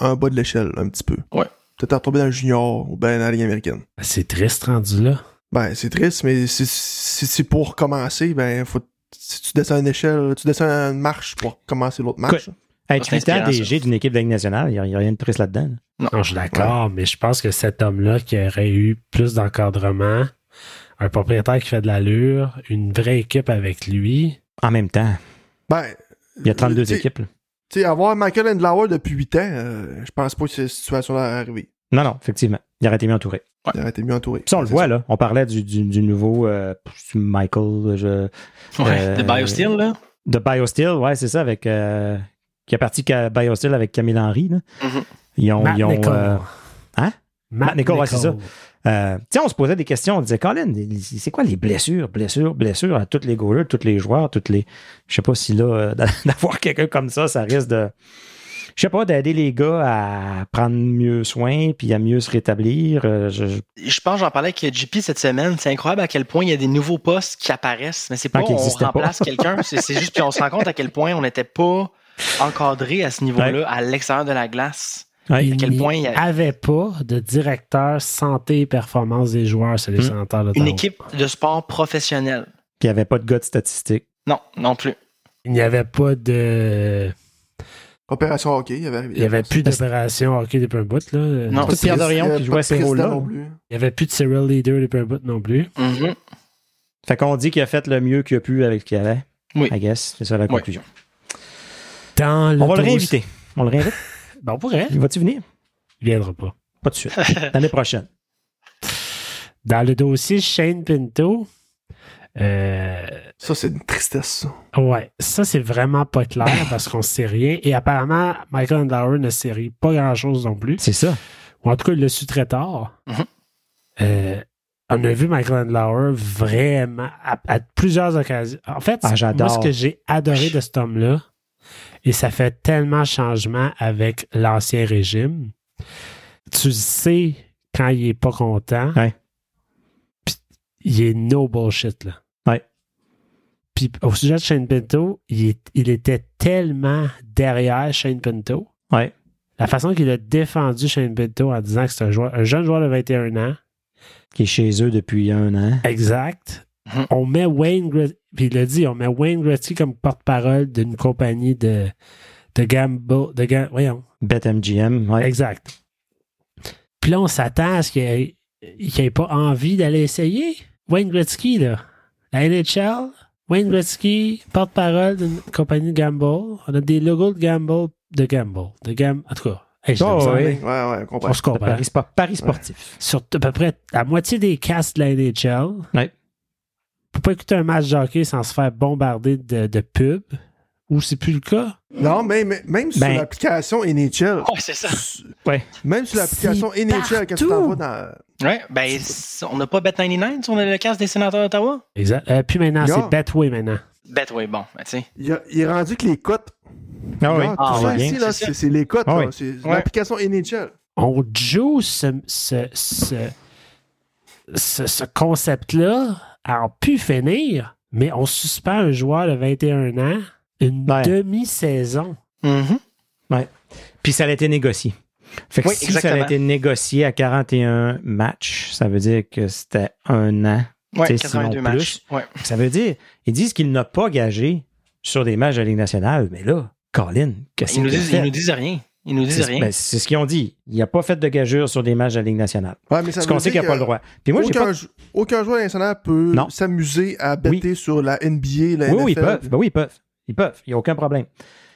[SPEAKER 2] en bas de l'échelle, un petit peu.
[SPEAKER 4] Ouais.
[SPEAKER 2] Peut-être retomber dans le junior ou bien dans la Ligue américaine.
[SPEAKER 1] C'est triste rendu là.
[SPEAKER 2] Ben, c'est triste, mais si si- si pour commencer, ben, faut, si tu descends une échelle, tu descends une marche pour commencer l'autre marche.
[SPEAKER 3] Être
[SPEAKER 4] c'est
[SPEAKER 3] 8 ans
[SPEAKER 4] inspirant, ça.
[SPEAKER 3] DG d'une équipe de la Ligue nationale, il n'y a, il y a rien de triste là-dedans. là.
[SPEAKER 1] Non, je suis d'accord, mais je pense que cet homme-là qui aurait eu plus d'encadrement, un propriétaire qui fait de l'allure, une vraie équipe avec lui.
[SPEAKER 3] En même temps,
[SPEAKER 2] Ben,
[SPEAKER 3] il y a 32
[SPEAKER 2] tu sais-
[SPEAKER 3] équipes. là.
[SPEAKER 2] Tu sais, avoir Michael Endlauer depuis 8 ans, euh, je pense pas que cette situation-là est arrivée.
[SPEAKER 3] Non, non, effectivement. Il aurait été mieux entouré.
[SPEAKER 2] Il aurait été mieux entouré.
[SPEAKER 3] Ça, on le
[SPEAKER 2] C'est
[SPEAKER 3] voit,
[SPEAKER 2] ça.
[SPEAKER 3] là. On parlait du, du- du nouveau euh, Michael je-
[SPEAKER 4] Ouais.
[SPEAKER 3] Euh,
[SPEAKER 4] De BioSteel, là.
[SPEAKER 3] de BioSteel. Ouais, c'est ça, avec euh, qui est parti qu'à BioSteel avec Camille Henry. là.
[SPEAKER 2] Mm-hmm.
[SPEAKER 4] Mhm.
[SPEAKER 3] Ils ont.
[SPEAKER 1] Matt
[SPEAKER 3] ils ont,
[SPEAKER 1] Nichol.
[SPEAKER 3] euh, hein?
[SPEAKER 1] Matt,
[SPEAKER 3] Matt Nichol, ouais, c'est
[SPEAKER 1] Nichol.
[SPEAKER 3] Euh, tu sais, on se posait des questions. On disait, Colin, c'est quoi les blessures, blessures, blessures à tous les goalers, tous les joueurs, toutes les. Je sais pas si là, euh, d'a- d'avoir quelqu'un comme ça, ça risque de. Je sais pas, d'aider les gars à prendre mieux soin puis à mieux se rétablir. Euh, je- je-
[SPEAKER 4] Je pense, j'en parlais avec JP cette semaine. C'est incroyable à quel point il y a des nouveaux postes qui apparaissent, mais c'est pas
[SPEAKER 3] Ah, qui
[SPEAKER 4] on
[SPEAKER 3] existaient pas.
[SPEAKER 4] remplace quelqu'un. C'est c'est juste, puis on se rend compte à quel point on n'était pas encadré à ce niveau-là,
[SPEAKER 3] Ouais.
[SPEAKER 4] à l'extérieur de la glace.
[SPEAKER 3] Ouais.
[SPEAKER 1] Il
[SPEAKER 4] À quel
[SPEAKER 1] n'y
[SPEAKER 4] point euh, il y a
[SPEAKER 1] avait pas de directeur santé et performance des joueurs, c'est les
[SPEAKER 3] Hmm.
[SPEAKER 1] sénateurs de
[SPEAKER 4] une
[SPEAKER 1] Toronto.
[SPEAKER 4] équipe de sport professionnelle.
[SPEAKER 3] Puis il n'y avait pas de gars de statistiques.
[SPEAKER 4] Non, non plus.
[SPEAKER 1] Il n'y avait pas de.
[SPEAKER 2] Opération hockey, il y avait arrivé.
[SPEAKER 1] Il n'y avait plus d'opération hockey depuis un bout. Là.
[SPEAKER 4] Non.
[SPEAKER 2] Pas de
[SPEAKER 3] Pierre
[SPEAKER 2] Chris- il y
[SPEAKER 3] Dorion qui
[SPEAKER 2] avait euh,
[SPEAKER 3] jouait
[SPEAKER 2] pas de
[SPEAKER 3] ces
[SPEAKER 2] Chris
[SPEAKER 3] rôles-là.
[SPEAKER 2] Dan non plus.
[SPEAKER 1] Il n'y avait plus de serial leader depuis un bout non plus.
[SPEAKER 3] Mm-hmm.
[SPEAKER 4] Mhm.
[SPEAKER 3] Fait qu'on dit qu'il a fait le mieux qu'il a pu avec ce qu'il y avait.
[SPEAKER 4] Oui.
[SPEAKER 3] I guess. C'est ça la
[SPEAKER 4] Oui.
[SPEAKER 3] conclusion.
[SPEAKER 1] Dans le
[SPEAKER 3] On va le
[SPEAKER 1] dossier-
[SPEAKER 3] réinviter. On le réinvite.
[SPEAKER 1] Ben, on pourrait.
[SPEAKER 3] Il Va-tu venir?
[SPEAKER 1] Il viendra pas.
[SPEAKER 3] Pas de suite. L'année prochaine.
[SPEAKER 1] Dans le dossier Shane Pinto, euh,
[SPEAKER 2] Ça, c'est une tristesse, ça.
[SPEAKER 1] Ouais, ça c'est vraiment pas clair parce qu'on sait rien. Et apparemment, Michael Andauer ne sait ri- pas grand chose non plus.
[SPEAKER 3] C'est ça.
[SPEAKER 1] Ou en tout cas, il l'a su très tard.
[SPEAKER 4] Mhm.
[SPEAKER 1] euh, on a vu Michael Landauer vraiment à, à plusieurs occasions. En fait,
[SPEAKER 3] Ah, j'adore.
[SPEAKER 1] moi, ce que j'ai adoré de cet homme-là, et ça fait tellement changement avec l'ancien régime, tu sais quand il est pas content,
[SPEAKER 3] Ouais.
[SPEAKER 1] puis il est no bullshit, là.
[SPEAKER 3] Ouais.
[SPEAKER 1] Puis au sujet de Shane Pinto, il, est- il était tellement derrière Shane Pinto.
[SPEAKER 3] Ouais.
[SPEAKER 1] La façon qu'il a défendu Shane Pinto en disant que c'est un, joueur, un jeune joueur de 21 ans,
[SPEAKER 3] Qui est chez eux depuis un an.
[SPEAKER 1] Exact.
[SPEAKER 4] Mhm.
[SPEAKER 1] On met Wayne Gretzky, puis il l'a dit, on met Wayne Gretzky comme porte-parole d'une compagnie de, de gamble, de ga- voyons,
[SPEAKER 3] BetMGM. Ouais.
[SPEAKER 1] exact. Puis là, on s'attend à ce qu'il ait- qu'il ait pas envie d'aller essayer. Wayne Gretzky, là, la NHL, Wayne Gretzky, porte-parole d'une compagnie de gamble. On a des logos de gamble, de gamble, de gamble, en tout cas. Hey, j'ai de la
[SPEAKER 3] Oh,
[SPEAKER 1] misère.
[SPEAKER 3] oui.
[SPEAKER 2] Ouais, ouais, on comprend.
[SPEAKER 1] On se
[SPEAKER 3] Le
[SPEAKER 1] comprend.
[SPEAKER 3] Paris, spo- Paris sportif.
[SPEAKER 1] sur à peu près la moitié des castes de la NHL.
[SPEAKER 3] Ouais.
[SPEAKER 1] On peut pas écouter un match de hockey sans se faire bombarder de, de pubs. Ou c'est plus le cas.
[SPEAKER 2] Non, mais, mais- même sur
[SPEAKER 3] Ben. Oh!
[SPEAKER 2] l'application NHL,
[SPEAKER 4] Ouais, c'est ça.
[SPEAKER 2] su-
[SPEAKER 3] Ouais.
[SPEAKER 2] même sur l'application
[SPEAKER 1] C'est
[SPEAKER 2] NHL, quand tu t'en vas
[SPEAKER 1] partout.
[SPEAKER 2] dans.
[SPEAKER 4] Ouais, ben, c- on n'a pas Bet99 sur le casque des sénateurs d'Ottawa?
[SPEAKER 1] Exact. Euh, puis maintenant,
[SPEAKER 2] Yeah.
[SPEAKER 1] c'est Betway maintenant.
[SPEAKER 4] Betway, bon, ben, tu sais.
[SPEAKER 2] Il, a- il est rendu que les cotes.
[SPEAKER 3] Ah oui.
[SPEAKER 2] Regarde,
[SPEAKER 4] Ah,
[SPEAKER 2] tout ça
[SPEAKER 4] ouais,
[SPEAKER 2] ici,
[SPEAKER 4] bien.
[SPEAKER 2] là,
[SPEAKER 4] C'est
[SPEAKER 2] c'est c'est les cotes.
[SPEAKER 3] Ah,
[SPEAKER 2] là.
[SPEAKER 3] oui.
[SPEAKER 2] C'est
[SPEAKER 4] Ouais.
[SPEAKER 2] l'application NHL.
[SPEAKER 1] On joue ce, ce, ce, ce- ce concept-là à en pu finir, mais on suspend un joueur de 21 ans une
[SPEAKER 3] Ouais.
[SPEAKER 1] demi-saison.
[SPEAKER 4] Mhm.
[SPEAKER 3] Mm-hmm. Puis ça a été négocié. Fait que
[SPEAKER 4] Oui,
[SPEAKER 3] si ça
[SPEAKER 4] exactement.
[SPEAKER 3] a été négocié à 41 matchs, ça veut dire que c'était un an.
[SPEAKER 4] Ouais,
[SPEAKER 3] Tu sais, sinon
[SPEAKER 4] 82 matchs. Ouais.
[SPEAKER 3] Ça veut dire, ils disent qu'il n'a pas gagé sur des matchs de la Ligue nationale. Mais là, Colin, qu'est-ce
[SPEAKER 4] Ils nous,
[SPEAKER 3] qu'il a Ben,
[SPEAKER 4] disent,
[SPEAKER 3] fait?
[SPEAKER 4] ils nous disent rien. Ils nous disent
[SPEAKER 3] C'est
[SPEAKER 4] rien.
[SPEAKER 3] ben, c'est ce qu'ils ont dit. Il n'a pas fait de gageure sur des matchs de la Ligue nationale.
[SPEAKER 2] Ouais, mais ça
[SPEAKER 3] Parce
[SPEAKER 2] veut
[SPEAKER 3] qu'on sait
[SPEAKER 2] dire
[SPEAKER 3] qu'il n'a pas
[SPEAKER 2] que
[SPEAKER 3] le droit. Puis moi, j'ai
[SPEAKER 2] aucun,
[SPEAKER 3] pas...
[SPEAKER 2] jou- aucun joueur national peut
[SPEAKER 3] Non.
[SPEAKER 2] s'amuser à bêter sur la NBA, la
[SPEAKER 3] Oui, oui, ils
[SPEAKER 2] NFL.
[SPEAKER 3] peuvent. Ben oui, ils peuvent. Ils peuvent. Il n'y a aucun problème.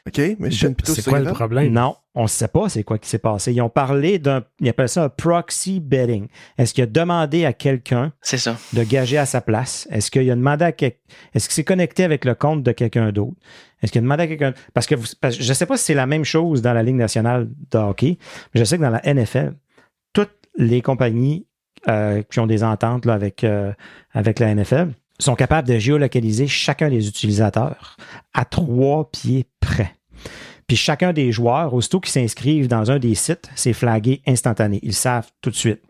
[SPEAKER 2] OK, mais Shane Pito,
[SPEAKER 1] C'est quoi le
[SPEAKER 2] Ben
[SPEAKER 1] problème?
[SPEAKER 3] Non, on ne sait pas c'est quoi qui s'est passé. Ils ont parlé d'un, ils appellent ça un proxy betting. Est-ce qu'il a demandé à quelqu'un
[SPEAKER 4] C'est ça.
[SPEAKER 3] de gager à sa place? Est-ce qu'il a demandé à quel- est-ce qu'il s'est connecté avec le compte de quelqu'un d'autre? Est-ce qu'il a demandé à quelqu'un, parce que vous- parce que je ne sais pas si c'est la même chose dans la Ligue nationale de hockey, mais je sais que dans la NFL, toutes les compagnies euh, qui ont des ententes là, avec, euh, avec la NFL sont capables de géolocaliser chacun des utilisateurs à trois pieds près. Puis chacun des joueurs, aussitôt qu'ils s'inscrivent dans un des sites, c'est flagué instantané. Ils le savent tout de suite.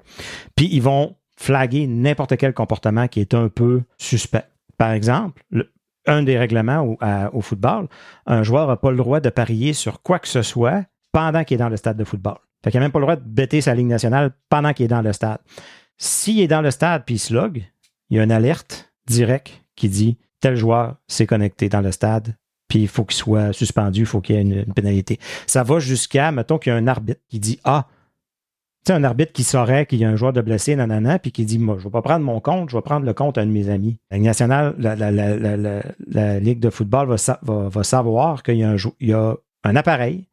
[SPEAKER 3] Puis ils vont flaguer n'importe quel comportement qui est un peu suspect. Par exemple, le- un des règlements au, à- au football, un joueur n'a pas le droit de parier sur quoi que ce soit pendant qu'il est dans le stade de football. Fait qu'il n'a même pas le droit de bêter sa ligne nationale pendant qu'il est dans le stade. S'il est dans le stade puis il se log, il y a une alerte directe qui dit tel joueur s'est connecté dans le stade, puis il faut qu'il soit suspendu, il faut qu'il y ait une, une pénalité. Ça va jusqu'à, mettons qu'il y a un arbitre qui dit Ah, tu sais, un arbitre qui saurait qu'il y a un joueur de blessé, nanana, puis qui dit Moi, je ne vais pas prendre mon compte, je vais prendre le compte à un de mes amis. La Ligue nationale, la, la- la- la- la- la Ligue de football va, sa- va- va savoir qu'il y, a un jou- il y a un appareil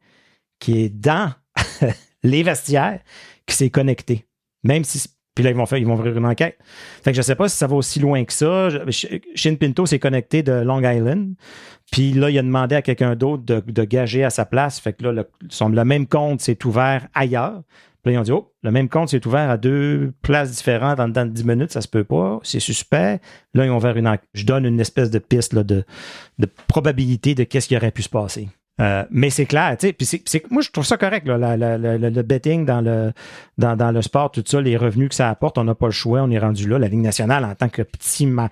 [SPEAKER 3] qui est dans les vestiaires qui s'est connecté. Même si. Puis là, ils vont, faire, ils vont ouvrir une enquête. Fait que je sais pas si ça va aussi loin que ça. Je- Sh- Shin Pinto s'est connecté de Long Island. Puis là, il a demandé à quelqu'un d'autre de, de gager à sa place. Fait que là, le, son- le même compte s'est ouvert ailleurs. Puis là, ils ont dit, oh, le même compte s'est ouvert à deux places différentes en dedans de 10 minutes, ça se peut pas, c'est suspect. Là, ils ont ouvert une enquête. Je donne une espèce de piste là, de, de probabilité de qu'est-ce qui aurait pu se passer. Euh, mais c'est clair, tu sais, puis c'est- c'est- moi je trouve ça correct, là, la- la- la- le, le betting dans le, dans, dans le sport, tout ça, les revenus que ça apporte, on n'a pas le choix, on est rendu là. La Ligue nationale, en tant que petit, ma-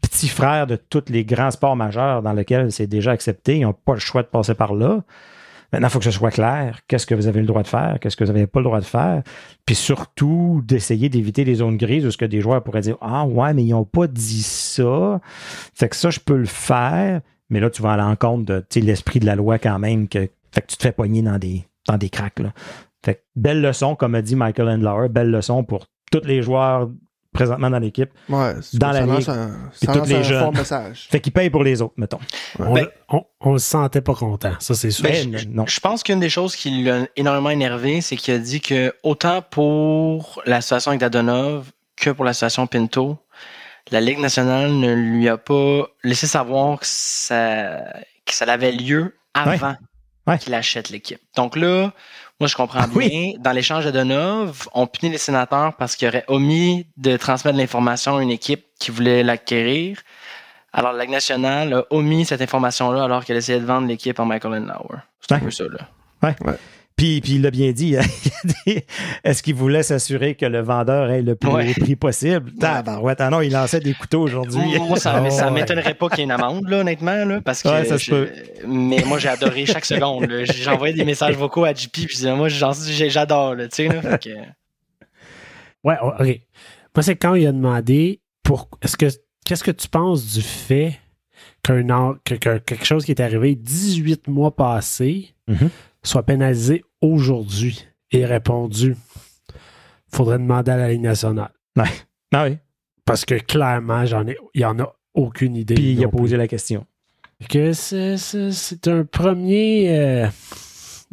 [SPEAKER 3] petit frère de tous les grands sports majeurs dans lesquels c'est déjà accepté, ils n'ont pas le choix de passer par là. Maintenant, il faut que ce soit clair. Qu'est-ce que vous avez le droit de faire? Qu'est-ce que vous n'avez pas le droit de faire? Puis surtout, d'essayer d'éviter les zones grises où ce que des joueurs pourraient dire Ah ouais, mais ils n'ont pas dit ça. Fait que ça, je peux le faire. Mais là, tu vas à l'encontre de tu sais, l'esprit de la loi quand même. Que, fait que tu te fais pogner dans des, dans des cracks. Là. Fait que belle leçon, comme a dit Michael Handler, belle leçon pour tous les joueurs présentement dans l'équipe.
[SPEAKER 2] Ouais, c'est-
[SPEAKER 3] Dans
[SPEAKER 2] ça
[SPEAKER 3] la
[SPEAKER 2] lance
[SPEAKER 3] ligue.
[SPEAKER 2] un-
[SPEAKER 3] Puis
[SPEAKER 2] Ça
[SPEAKER 3] tous
[SPEAKER 2] lance
[SPEAKER 3] les
[SPEAKER 2] un
[SPEAKER 3] jeunes.
[SPEAKER 2] fort message.
[SPEAKER 3] Fait qu'ils payent pour les autres, mettons.
[SPEAKER 1] On,
[SPEAKER 4] Ben-
[SPEAKER 1] on, on le sentait pas content, ça c'est sûr.
[SPEAKER 4] Ben,
[SPEAKER 3] Ben, non.
[SPEAKER 4] Je pense qu'une des choses qui l'a énormément énervé, c'est qu'il a dit que autant pour la situation avec Dadonov que pour la situation Pinto, la Ligue nationale ne lui a pas laissé savoir que ça, que ça avait lieu avant
[SPEAKER 3] Ouais.
[SPEAKER 4] qu'il achète l'équipe. Donc là, moi, je comprends
[SPEAKER 3] Ah oui.
[SPEAKER 4] bien. Dans l'échange de Donov, on punit les sénateurs parce qu'ils auraient omis de transmettre l'information à une équipe qui voulait l'acquérir. Alors, la Ligue nationale a omis cette information-là alors qu'elle essayait de vendre l'équipe à Michael Enlauer. C'est un
[SPEAKER 3] Ouais.
[SPEAKER 4] peu ça, là.
[SPEAKER 3] Puis, puis il l'a bien dit. hein. il a dit, Est-ce qu'il voulait s'assurer que le vendeur ait le plus
[SPEAKER 4] Ouais.
[SPEAKER 3] haut prix possible? Tabarouette. Ah non, il lançait des couteaux aujourd'hui.
[SPEAKER 4] Moi, moi, ça,
[SPEAKER 3] Oh,
[SPEAKER 4] ça
[SPEAKER 3] ouais.
[SPEAKER 4] m'étonnerait pas qu'il y ait une amende, là, honnêtement, là, parce que.
[SPEAKER 3] Ouais, ça se
[SPEAKER 4] je-
[SPEAKER 3] peut.
[SPEAKER 4] Mais moi, j'ai adoré chaque seconde. là. J'ai envoyé des messages vocaux à JP, puis je disais, moi, j'en- j'ai- j'adore, là, tu sais, là. Fait que-
[SPEAKER 1] Ouais, o- OK. Moi, c'est quand il a demandé pour est-ce que qu'est-ce que tu penses du fait qu'un or- que, que- quelque chose qui est arrivé 18 mois passés
[SPEAKER 3] Mhm.
[SPEAKER 1] soit pénalisé aujourd'hui? Et il a répondu Faudrait demander à la Ligue nationale.
[SPEAKER 3] Ah oui.
[SPEAKER 1] Parce que clairement, j'en ai il y en a aucune idée.
[SPEAKER 3] Puis il a
[SPEAKER 1] non plus.
[SPEAKER 3] posé la question.
[SPEAKER 1] que c'est- c'est c'est un premier. euh,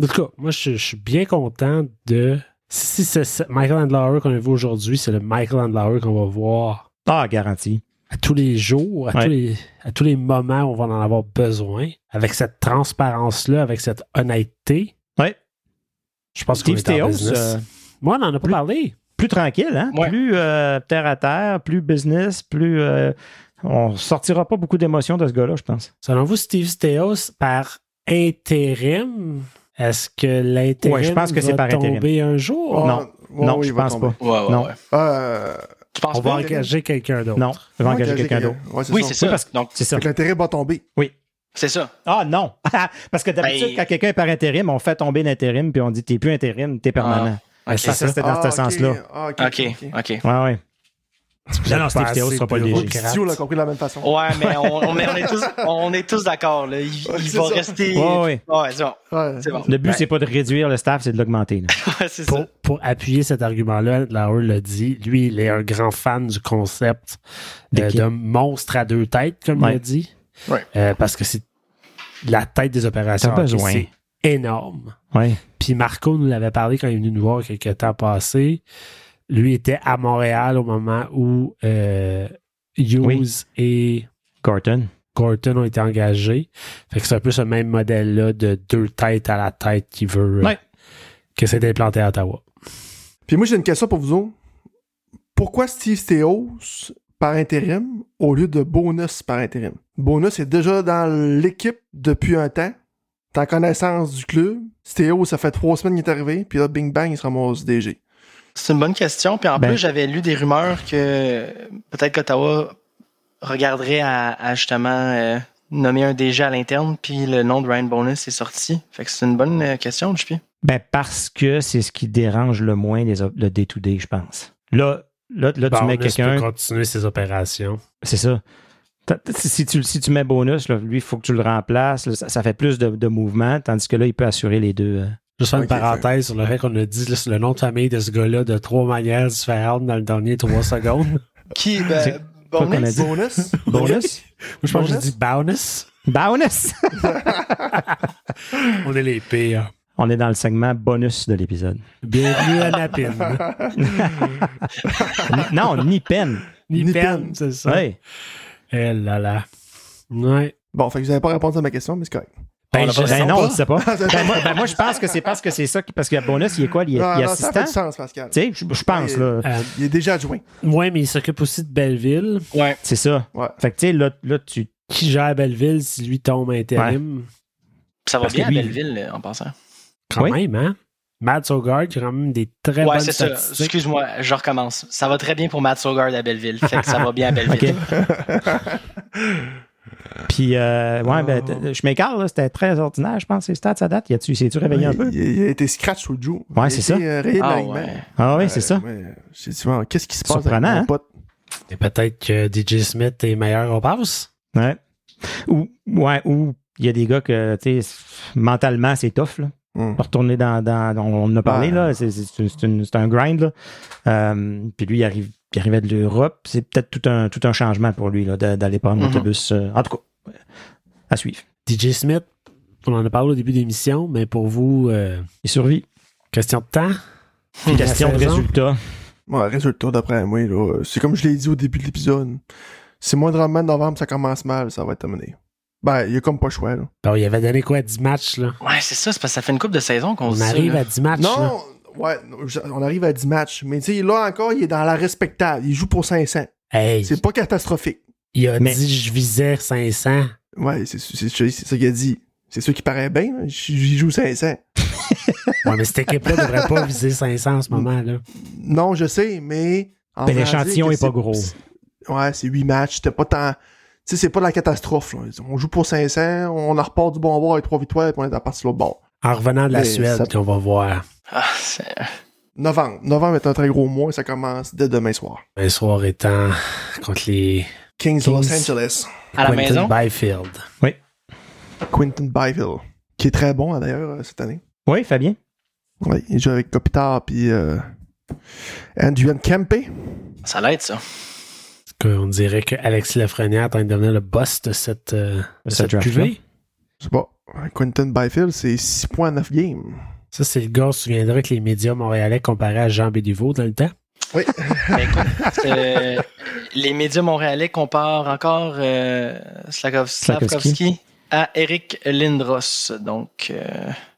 [SPEAKER 1] En tout cas, moi, je, je suis bien content de. Si c'est ce- Michael Andlauer qu'on a vu aujourd'hui, c'est le Michael Andlauer qu'on va voir
[SPEAKER 3] Ah, garanti.
[SPEAKER 1] à tous les jours, à,
[SPEAKER 3] Ouais.
[SPEAKER 1] tous les, à tous les moments où on va en avoir besoin, avec cette transparence-là, avec cette honnêteté.
[SPEAKER 3] Ouais.
[SPEAKER 1] Je pense qu'on
[SPEAKER 3] Steve
[SPEAKER 1] est en
[SPEAKER 3] Théos,
[SPEAKER 1] business.
[SPEAKER 3] euh,
[SPEAKER 1] Moi, on n'en a pas parlé.
[SPEAKER 3] plus tranquille, hein?
[SPEAKER 4] Ouais.
[SPEAKER 3] plus euh, terre à terre, plus business, plus. euh, on sortira pas beaucoup d'émotions de ce gars-là, je pense.
[SPEAKER 1] Selon vous, Steve Steos, par intérim, est-ce que l'intérim
[SPEAKER 3] Ouais, je pense que c'est
[SPEAKER 1] va
[SPEAKER 3] par intérim.
[SPEAKER 1] tomber un jour?
[SPEAKER 2] Oh,
[SPEAKER 3] Non.
[SPEAKER 2] ouais,
[SPEAKER 3] non,
[SPEAKER 2] oui,
[SPEAKER 3] je
[SPEAKER 2] il va
[SPEAKER 3] pense
[SPEAKER 2] tomber.
[SPEAKER 3] pas.
[SPEAKER 4] Ouais, ouais,
[SPEAKER 3] Non.
[SPEAKER 4] ouais.
[SPEAKER 2] Euh,
[SPEAKER 4] Tu penses
[SPEAKER 1] On va
[SPEAKER 4] pas?
[SPEAKER 2] que-
[SPEAKER 1] engager quelqu'un d'autre.
[SPEAKER 3] Non, je vais engager quelqu'un d'autre.
[SPEAKER 2] Ouais, hein. c'est
[SPEAKER 4] Oui,
[SPEAKER 2] ça.
[SPEAKER 4] c'est ça.
[SPEAKER 3] parce
[SPEAKER 4] Donc,
[SPEAKER 3] C'est ça.
[SPEAKER 2] Fait que l'intérêt va tomber.
[SPEAKER 4] c'est ça.
[SPEAKER 3] Ah non! Parce que d'habitude,
[SPEAKER 4] Ben-
[SPEAKER 3] quand quelqu'un est par intérim, on fait tomber l'intérim puis on dit t'es plus intérim, t'es permanent.
[SPEAKER 4] Ok,
[SPEAKER 3] Ça, ça, c'était dans
[SPEAKER 2] Ah,
[SPEAKER 3] ce
[SPEAKER 2] ok.
[SPEAKER 3] sens-là.
[SPEAKER 2] Ah, ok.
[SPEAKER 4] OK,
[SPEAKER 2] ok.
[SPEAKER 4] OK.
[SPEAKER 3] Ouais, ouais.
[SPEAKER 1] Vous êtes
[SPEAKER 3] Non, Steve
[SPEAKER 1] pas
[SPEAKER 3] Théo
[SPEAKER 1] assez
[SPEAKER 3] sera pas le DG.
[SPEAKER 1] bureaucrate.
[SPEAKER 2] Studio l'a compris de la même façon.
[SPEAKER 4] Ouais, mais on, on- mais on est tous, on est tous d'accord. là. Il,
[SPEAKER 2] Ouais,
[SPEAKER 4] il
[SPEAKER 2] c'est
[SPEAKER 4] va
[SPEAKER 2] ça.
[SPEAKER 4] rester.
[SPEAKER 3] Ouais, ouais.
[SPEAKER 4] c'est bon.
[SPEAKER 2] Ouais.
[SPEAKER 4] C'est bon. Ben,
[SPEAKER 3] Le but, c'est pas de réduire le staff, c'est de l'augmenter. là.
[SPEAKER 4] Ouais, c'est ça.
[SPEAKER 1] Pour, pour appuyer cet argument-là, Lauer l'a dit, lui, il est un grand fan du concept euh,
[SPEAKER 3] D'équipe.
[SPEAKER 1] de monstre à deux têtes, comme
[SPEAKER 3] Ouais.
[SPEAKER 1] il a dit.
[SPEAKER 2] Ouais.
[SPEAKER 1] Euh, parce que c'est la tête des opérations.
[SPEAKER 3] T'as
[SPEAKER 1] hockey,
[SPEAKER 3] besoin.
[SPEAKER 1] C'est énorme.
[SPEAKER 3] Ouais.
[SPEAKER 1] Puis Marco nous l'avait parlé quand il est venu nous voir quelques temps passé. Lui était à Montréal au moment où euh, Hughes
[SPEAKER 3] Oui.
[SPEAKER 1] et
[SPEAKER 3] Gorton.
[SPEAKER 1] Gorton ont été engagés. Fait que c'est un peu ce même modèle-là de deux têtes à la tête qui veut euh,
[SPEAKER 3] Ouais.
[SPEAKER 1] que c'est implanté à Ottawa.
[SPEAKER 2] Puis moi, j'ai une question pour vous autres. Pourquoi Steve Stéos par intérim au lieu de bonus par intérim? Bonus est déjà dans l'équipe depuis un temps. T'as la connaissance du club. Stéos, ça fait trois semaines qu'il est arrivé. Puis là, bing bang, il se ramasse DG.
[SPEAKER 4] C'est une bonne question. Puis en
[SPEAKER 3] Ben-
[SPEAKER 4] plus, j'avais lu des rumeurs que peut-être qu'Ottawa regarderait à, à justement euh, nommer un DG à l'interne, puis le nom de Ryan Bonus est sorti. Fait que c'est une bonne euh, question, JP.
[SPEAKER 3] Ben, parce que c'est ce qui dérange le moins les op- le day-to-day, je pense. Là, là, là tu
[SPEAKER 1] Barnes
[SPEAKER 3] mets quelqu'un.
[SPEAKER 1] peut continuer ses opérations.
[SPEAKER 3] C'est ça. T'as- t'as- Si si tu, si tu mets bonus, là, lui, il faut que tu le remplaces. là, ça, ça fait plus de, de mouvements, tandis que là, il peut assurer les deux. euh.
[SPEAKER 1] Juste faire
[SPEAKER 2] Ok,
[SPEAKER 1] une parenthèse sur le fait qu'on a dit là, sur le nom de famille de ce gars-là de trois manières différentes dans le dernier trois secondes. Moi,
[SPEAKER 4] Qui?
[SPEAKER 3] C'est-
[SPEAKER 4] Ben,
[SPEAKER 3] quoi qu'on a
[SPEAKER 4] Bonus?
[SPEAKER 3] dit?
[SPEAKER 2] Bonus?
[SPEAKER 3] Bonus?
[SPEAKER 1] je pense que j'ai
[SPEAKER 2] Bonus?
[SPEAKER 1] dit bonus.
[SPEAKER 3] bonus!
[SPEAKER 1] On est les pires.
[SPEAKER 3] On est dans le segment bonus de l'épisode.
[SPEAKER 1] Bienvenue à Napine.
[SPEAKER 3] Ni- non, ni peine.
[SPEAKER 1] Ni
[SPEAKER 2] Ni
[SPEAKER 1] peine,
[SPEAKER 2] peine.
[SPEAKER 1] c'est ça.
[SPEAKER 3] Ouais.
[SPEAKER 1] Eh là là. Ouais.
[SPEAKER 2] Bon, fait que vous n'avez pas répondu à ma question, mais c'est correct.
[SPEAKER 1] Ben,
[SPEAKER 4] On l'a
[SPEAKER 1] je
[SPEAKER 4] pas-
[SPEAKER 1] sais
[SPEAKER 3] Ben non,
[SPEAKER 1] pas.
[SPEAKER 3] on ne sait pas.
[SPEAKER 2] Ça fait-
[SPEAKER 3] Ben, moi, ben, moi, je pense que c'est parce que c'est ça. qui- Parce que bonus, il est quoi? Il est,
[SPEAKER 2] Non,
[SPEAKER 3] il est
[SPEAKER 2] Ah, non, ça fait
[SPEAKER 3] assistant?
[SPEAKER 2] du
[SPEAKER 3] Tu
[SPEAKER 2] sens, Pascal.
[SPEAKER 3] sais, je, je pense, là.
[SPEAKER 1] Euh,
[SPEAKER 2] Il est déjà adjoint.
[SPEAKER 1] ouais, mais il s'occupe aussi de Belleville.
[SPEAKER 4] Ouais.
[SPEAKER 3] C'est ça.
[SPEAKER 2] Ouais.
[SPEAKER 3] Fait que, tu sais, là, là, tu.
[SPEAKER 1] Qui gère Belleville si lui tombe intérim?
[SPEAKER 4] Ça va
[SPEAKER 3] Parce que
[SPEAKER 4] bien
[SPEAKER 3] lui-
[SPEAKER 4] à Belleville, euh, en passant.
[SPEAKER 1] Quand
[SPEAKER 3] Oui.
[SPEAKER 1] même, hein? Matt Sogard qui a quand même des très
[SPEAKER 4] Ouais,
[SPEAKER 1] bonnes
[SPEAKER 4] c'est ça.
[SPEAKER 1] statistiques.
[SPEAKER 4] Excuse-moi, je recommence. Ça va très bien pour Matt Sogard à Belleville. Fait que ça va bien à Belleville.
[SPEAKER 3] Puis, euh, ouais, ben,
[SPEAKER 2] Oh.
[SPEAKER 3] t- je m'écarte, là. C'était très ordinaire, je pense, ces stats à date. Y a-tu, s'est-tu réveillé un peu?
[SPEAKER 2] Il, il a été scratch sur le jour.
[SPEAKER 3] Ouais, c'est ça.
[SPEAKER 2] Il a été euh, rayé de
[SPEAKER 4] Ah
[SPEAKER 2] l'alignement.
[SPEAKER 4] ouais.
[SPEAKER 3] Ah oui, c'est ça.
[SPEAKER 2] Ouais, J'ai dit, bon, qu'est-ce qui se passe
[SPEAKER 3] Surprenant,
[SPEAKER 2] avec mon
[SPEAKER 3] hein?
[SPEAKER 2] pote?
[SPEAKER 1] Et peut-être que DJ Smith est meilleur au passe.
[SPEAKER 3] Ouais. Ou, ouais, ou il y a des gars que, tu sais, mentalement, c'est tough, là.
[SPEAKER 2] Hum.
[SPEAKER 3] Retourner dans, dans on on en a parlé,
[SPEAKER 2] Ouais.
[SPEAKER 3] là. C'est, c'est- c'est une- c'est un grind, là. Euh, puis lui, il arrive, il arrivait de l'Europe. C'est peut-être tout un, tout un changement pour lui, là, d'a- d'aller prendre
[SPEAKER 4] Mhm.
[SPEAKER 3] l'autobus. euh, en tout cas, ouais. à suivre.
[SPEAKER 1] DJ Smith, on en a parlé au début de l'émission, mais pour vous, euh,
[SPEAKER 3] Il survit.
[SPEAKER 1] question de temps. Puis la
[SPEAKER 3] Question de
[SPEAKER 1] saison.
[SPEAKER 3] résultat.
[SPEAKER 2] Ouais, résultat d'après moi, là, c'est comme je l'ai dit au début de l'épisode. C'est moindrement de novembre, ça commence mal, ça va être terminé. Ben, il y a comme pas le choix, là.
[SPEAKER 1] Bon, il avait donné quoi, 10 matchs, là?
[SPEAKER 4] Ouais, c'est ça, c'est parce que ça fait une coupe de saison qu'on
[SPEAKER 1] On
[SPEAKER 4] se dit ça,
[SPEAKER 1] arrive
[SPEAKER 4] là.
[SPEAKER 1] à 10 matchs, là.
[SPEAKER 2] Non, ouais, on arrive à 10 matchs. Mais tu sais, là encore, il est dans la respectable. Il joue pour 500.
[SPEAKER 1] Hey,
[SPEAKER 2] C'est pas catastrophique.
[SPEAKER 1] il a
[SPEAKER 3] Mais-
[SPEAKER 1] dit je visais 500.
[SPEAKER 2] Ouais, c'est c'est- c'est ça qu'il a dit. C'est ça qui paraît bien. hein. là. J- J'y joue 500.
[SPEAKER 1] Ouais, mais cette équipe-là devrait pas viser 500 en ce moment, là.
[SPEAKER 2] Non, je sais, mais. en
[SPEAKER 3] Mais
[SPEAKER 2] voulant
[SPEAKER 3] l'échantillon
[SPEAKER 2] dire
[SPEAKER 3] est
[SPEAKER 2] que
[SPEAKER 3] pas gros.
[SPEAKER 2] Ouais, c'est 8 matchs. C'était pas tant. Tu sais, c'est pas de la catastrophe. là. On joue pour 500, on en repart du bon bord avec 3 victoires, et puis on est à partir de l'autre bord.
[SPEAKER 1] En revenant de la
[SPEAKER 2] Mais
[SPEAKER 1] Suède,
[SPEAKER 2] ça-
[SPEAKER 1] puis on va voir.
[SPEAKER 4] Ah, c'est-
[SPEAKER 2] Novembre. Novembre est un très gros mois et ça commence dès demain soir.
[SPEAKER 1] Un soir étant contre les
[SPEAKER 2] Kings, de
[SPEAKER 1] Kings.
[SPEAKER 2] Los Angeles.
[SPEAKER 4] à la
[SPEAKER 1] Quentin
[SPEAKER 4] maison.
[SPEAKER 1] Byfield.
[SPEAKER 2] Quinton Byville, qui est très bon hein, d'ailleurs euh, cette année.
[SPEAKER 3] Oui, Fabien.
[SPEAKER 2] Oui, il joue avec Kopitar puis euh, Andrian Kempe.
[SPEAKER 4] Ça l'aide, ça.
[SPEAKER 1] On dirait que Alexis Lafrenière est en train de devenir le boss de cette, euh, de
[SPEAKER 3] ce
[SPEAKER 1] cette
[SPEAKER 3] draft-là.
[SPEAKER 1] cuvée.
[SPEAKER 2] Je sais pas. Quinton Byfield, c'est 6 points 9 games.
[SPEAKER 1] Ça, c'est le gars, tu te souviendras que les médias montréalais comparaient à Jean Béliveau dans le temps.
[SPEAKER 2] Oui.
[SPEAKER 4] Mais Ben, écoute, euh, les médias montréalais comparent encore euh, Slakov- Slavkovski à Eric Lindros. Donc, euh,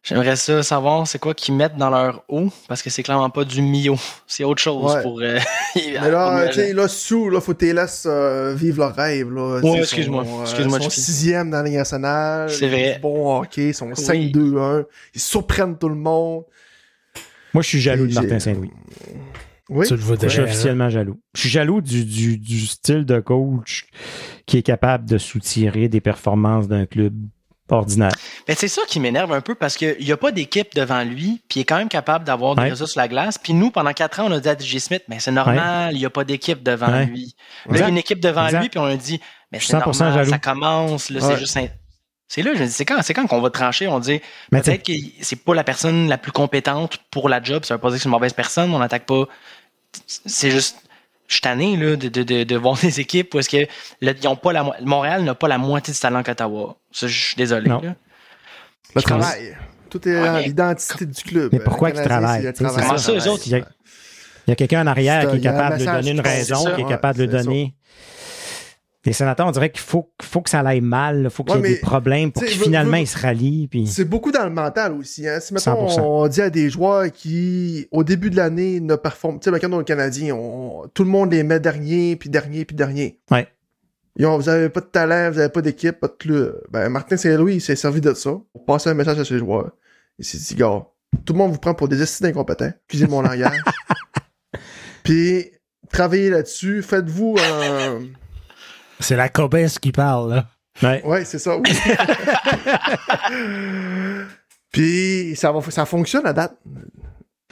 [SPEAKER 4] j'aimerais ça savoir c'est quoi qu'ils mettent dans leur eau, parce que c'est clairement pas du Mio. C'est autre chose
[SPEAKER 2] Ouais.
[SPEAKER 4] pour. euh,
[SPEAKER 2] Mais là,
[SPEAKER 4] pour-
[SPEAKER 2] tu sais, là, sous, là, faut que tu les laisses euh, vivre leur rêve, là. Tu sais,
[SPEAKER 4] excuse-moi.
[SPEAKER 2] sont,
[SPEAKER 4] Excuse-moi,
[SPEAKER 2] Ils sont
[SPEAKER 4] Chiqui.
[SPEAKER 2] sixième dans la Ligue nationale.
[SPEAKER 4] C'est vrai.
[SPEAKER 2] Ils jouent Bon hockey, ils sont
[SPEAKER 4] Oui.
[SPEAKER 2] 5-2-1. Ils surprennent tout le monde.
[SPEAKER 3] Moi, je suis jaloux de
[SPEAKER 2] J'ai-
[SPEAKER 3] Martin Saint-Louis.
[SPEAKER 2] Oui.
[SPEAKER 1] Tu le vois
[SPEAKER 3] Je suis
[SPEAKER 1] déjà. hein?
[SPEAKER 3] officiellement jaloux. Je suis jaloux du, du- du style de coach qui est capable de soutirer des performances d'un club ordinaire.
[SPEAKER 4] Mais Ben, c'est ça qui m'énerve un peu parce qu'il n'y a pas d'équipe devant lui, puis il est quand même capable d'avoir des
[SPEAKER 3] Ouais.
[SPEAKER 4] résultats sur la glace. Puis nous, pendant quatre ans, on a dit à DJ Smith, mais c'est normal, il n'y a pas d'équipe devant
[SPEAKER 3] Ouais.
[SPEAKER 4] lui. Là, il y a
[SPEAKER 3] Exact.
[SPEAKER 4] une équipe devant
[SPEAKER 3] Exact.
[SPEAKER 4] lui, puis on a dit, mais
[SPEAKER 3] Je suis
[SPEAKER 4] c'est
[SPEAKER 3] 100%
[SPEAKER 4] normal,
[SPEAKER 3] jaloux.
[SPEAKER 4] ça commence, là,
[SPEAKER 2] Ouais.
[SPEAKER 4] c'est juste. un- C'est là, je me dis, c'est quand, c'est quand qu'on va trancher, on dit,
[SPEAKER 3] Mais tu sais,
[SPEAKER 4] peut-être que c'est pas la personne la plus compétente pour la job, ça veut pas dire que c'est une mauvaise personne, on n'attaque pas. C'est juste. Je suis tanné là, de, de, de, de voir des équipes où est-ce que le- ils ont pas la, mo- Montréal n'a pas la moitié du talent qu'Ottawa. Ça, je suis désolé.
[SPEAKER 3] Non.
[SPEAKER 4] là.
[SPEAKER 2] Le
[SPEAKER 3] je pense-
[SPEAKER 2] travail. Tout est
[SPEAKER 4] Ouais,
[SPEAKER 2] dans
[SPEAKER 4] mais-
[SPEAKER 2] l'identité du club.
[SPEAKER 3] Mais pourquoi qu'ils travaillent, tu sais, c'est
[SPEAKER 4] Comment ça, eux autres,
[SPEAKER 3] il y a- il y a quelqu'un en
[SPEAKER 2] C'est
[SPEAKER 3] arrière qui
[SPEAKER 2] un-
[SPEAKER 3] est
[SPEAKER 2] il y a un
[SPEAKER 3] capable de
[SPEAKER 2] message
[SPEAKER 3] donner une
[SPEAKER 2] qui
[SPEAKER 3] raison,
[SPEAKER 4] compte,
[SPEAKER 3] qui est
[SPEAKER 2] c'est
[SPEAKER 3] capable de
[SPEAKER 2] ça.
[SPEAKER 3] donner. Les sénateurs, on dirait qu'il faut, faut que ça aille mal, il faut qu'il
[SPEAKER 2] Ouais,
[SPEAKER 3] y ait
[SPEAKER 2] mais,
[SPEAKER 3] des problèmes pour
[SPEAKER 2] tu sais,
[SPEAKER 3] qu'ils
[SPEAKER 2] veux-
[SPEAKER 3] finalement
[SPEAKER 2] veux-
[SPEAKER 3] ils se rallient. Puis...
[SPEAKER 2] C'est beaucoup dans le mental aussi. Hein. Si mettons,
[SPEAKER 3] 100%.
[SPEAKER 2] on dit à des joueurs qui, au début de l'année, ne performent. Tu sais, ben, quand on est Canadien, on- tout le monde les met dernier, puis dernier, puis dernier.
[SPEAKER 3] Ouais.
[SPEAKER 2] Ils ont, vous avez pas de talent, vous avez pas d'équipe, pas de club. Ben, Martin Saint-Louis, il s'est servi de ça pour passer un message à ses joueurs. Il s'est dit, gars, tout le monde vous prend pour des estis incompétents. Excusez mon langage. puis, travaillez là-dessus. Faites-vous un.
[SPEAKER 1] C'est la Cobesse qui parle, là.
[SPEAKER 3] Ouais.
[SPEAKER 2] Ouais, c'est ça, oui. puis ça, va, ça fonctionne à date.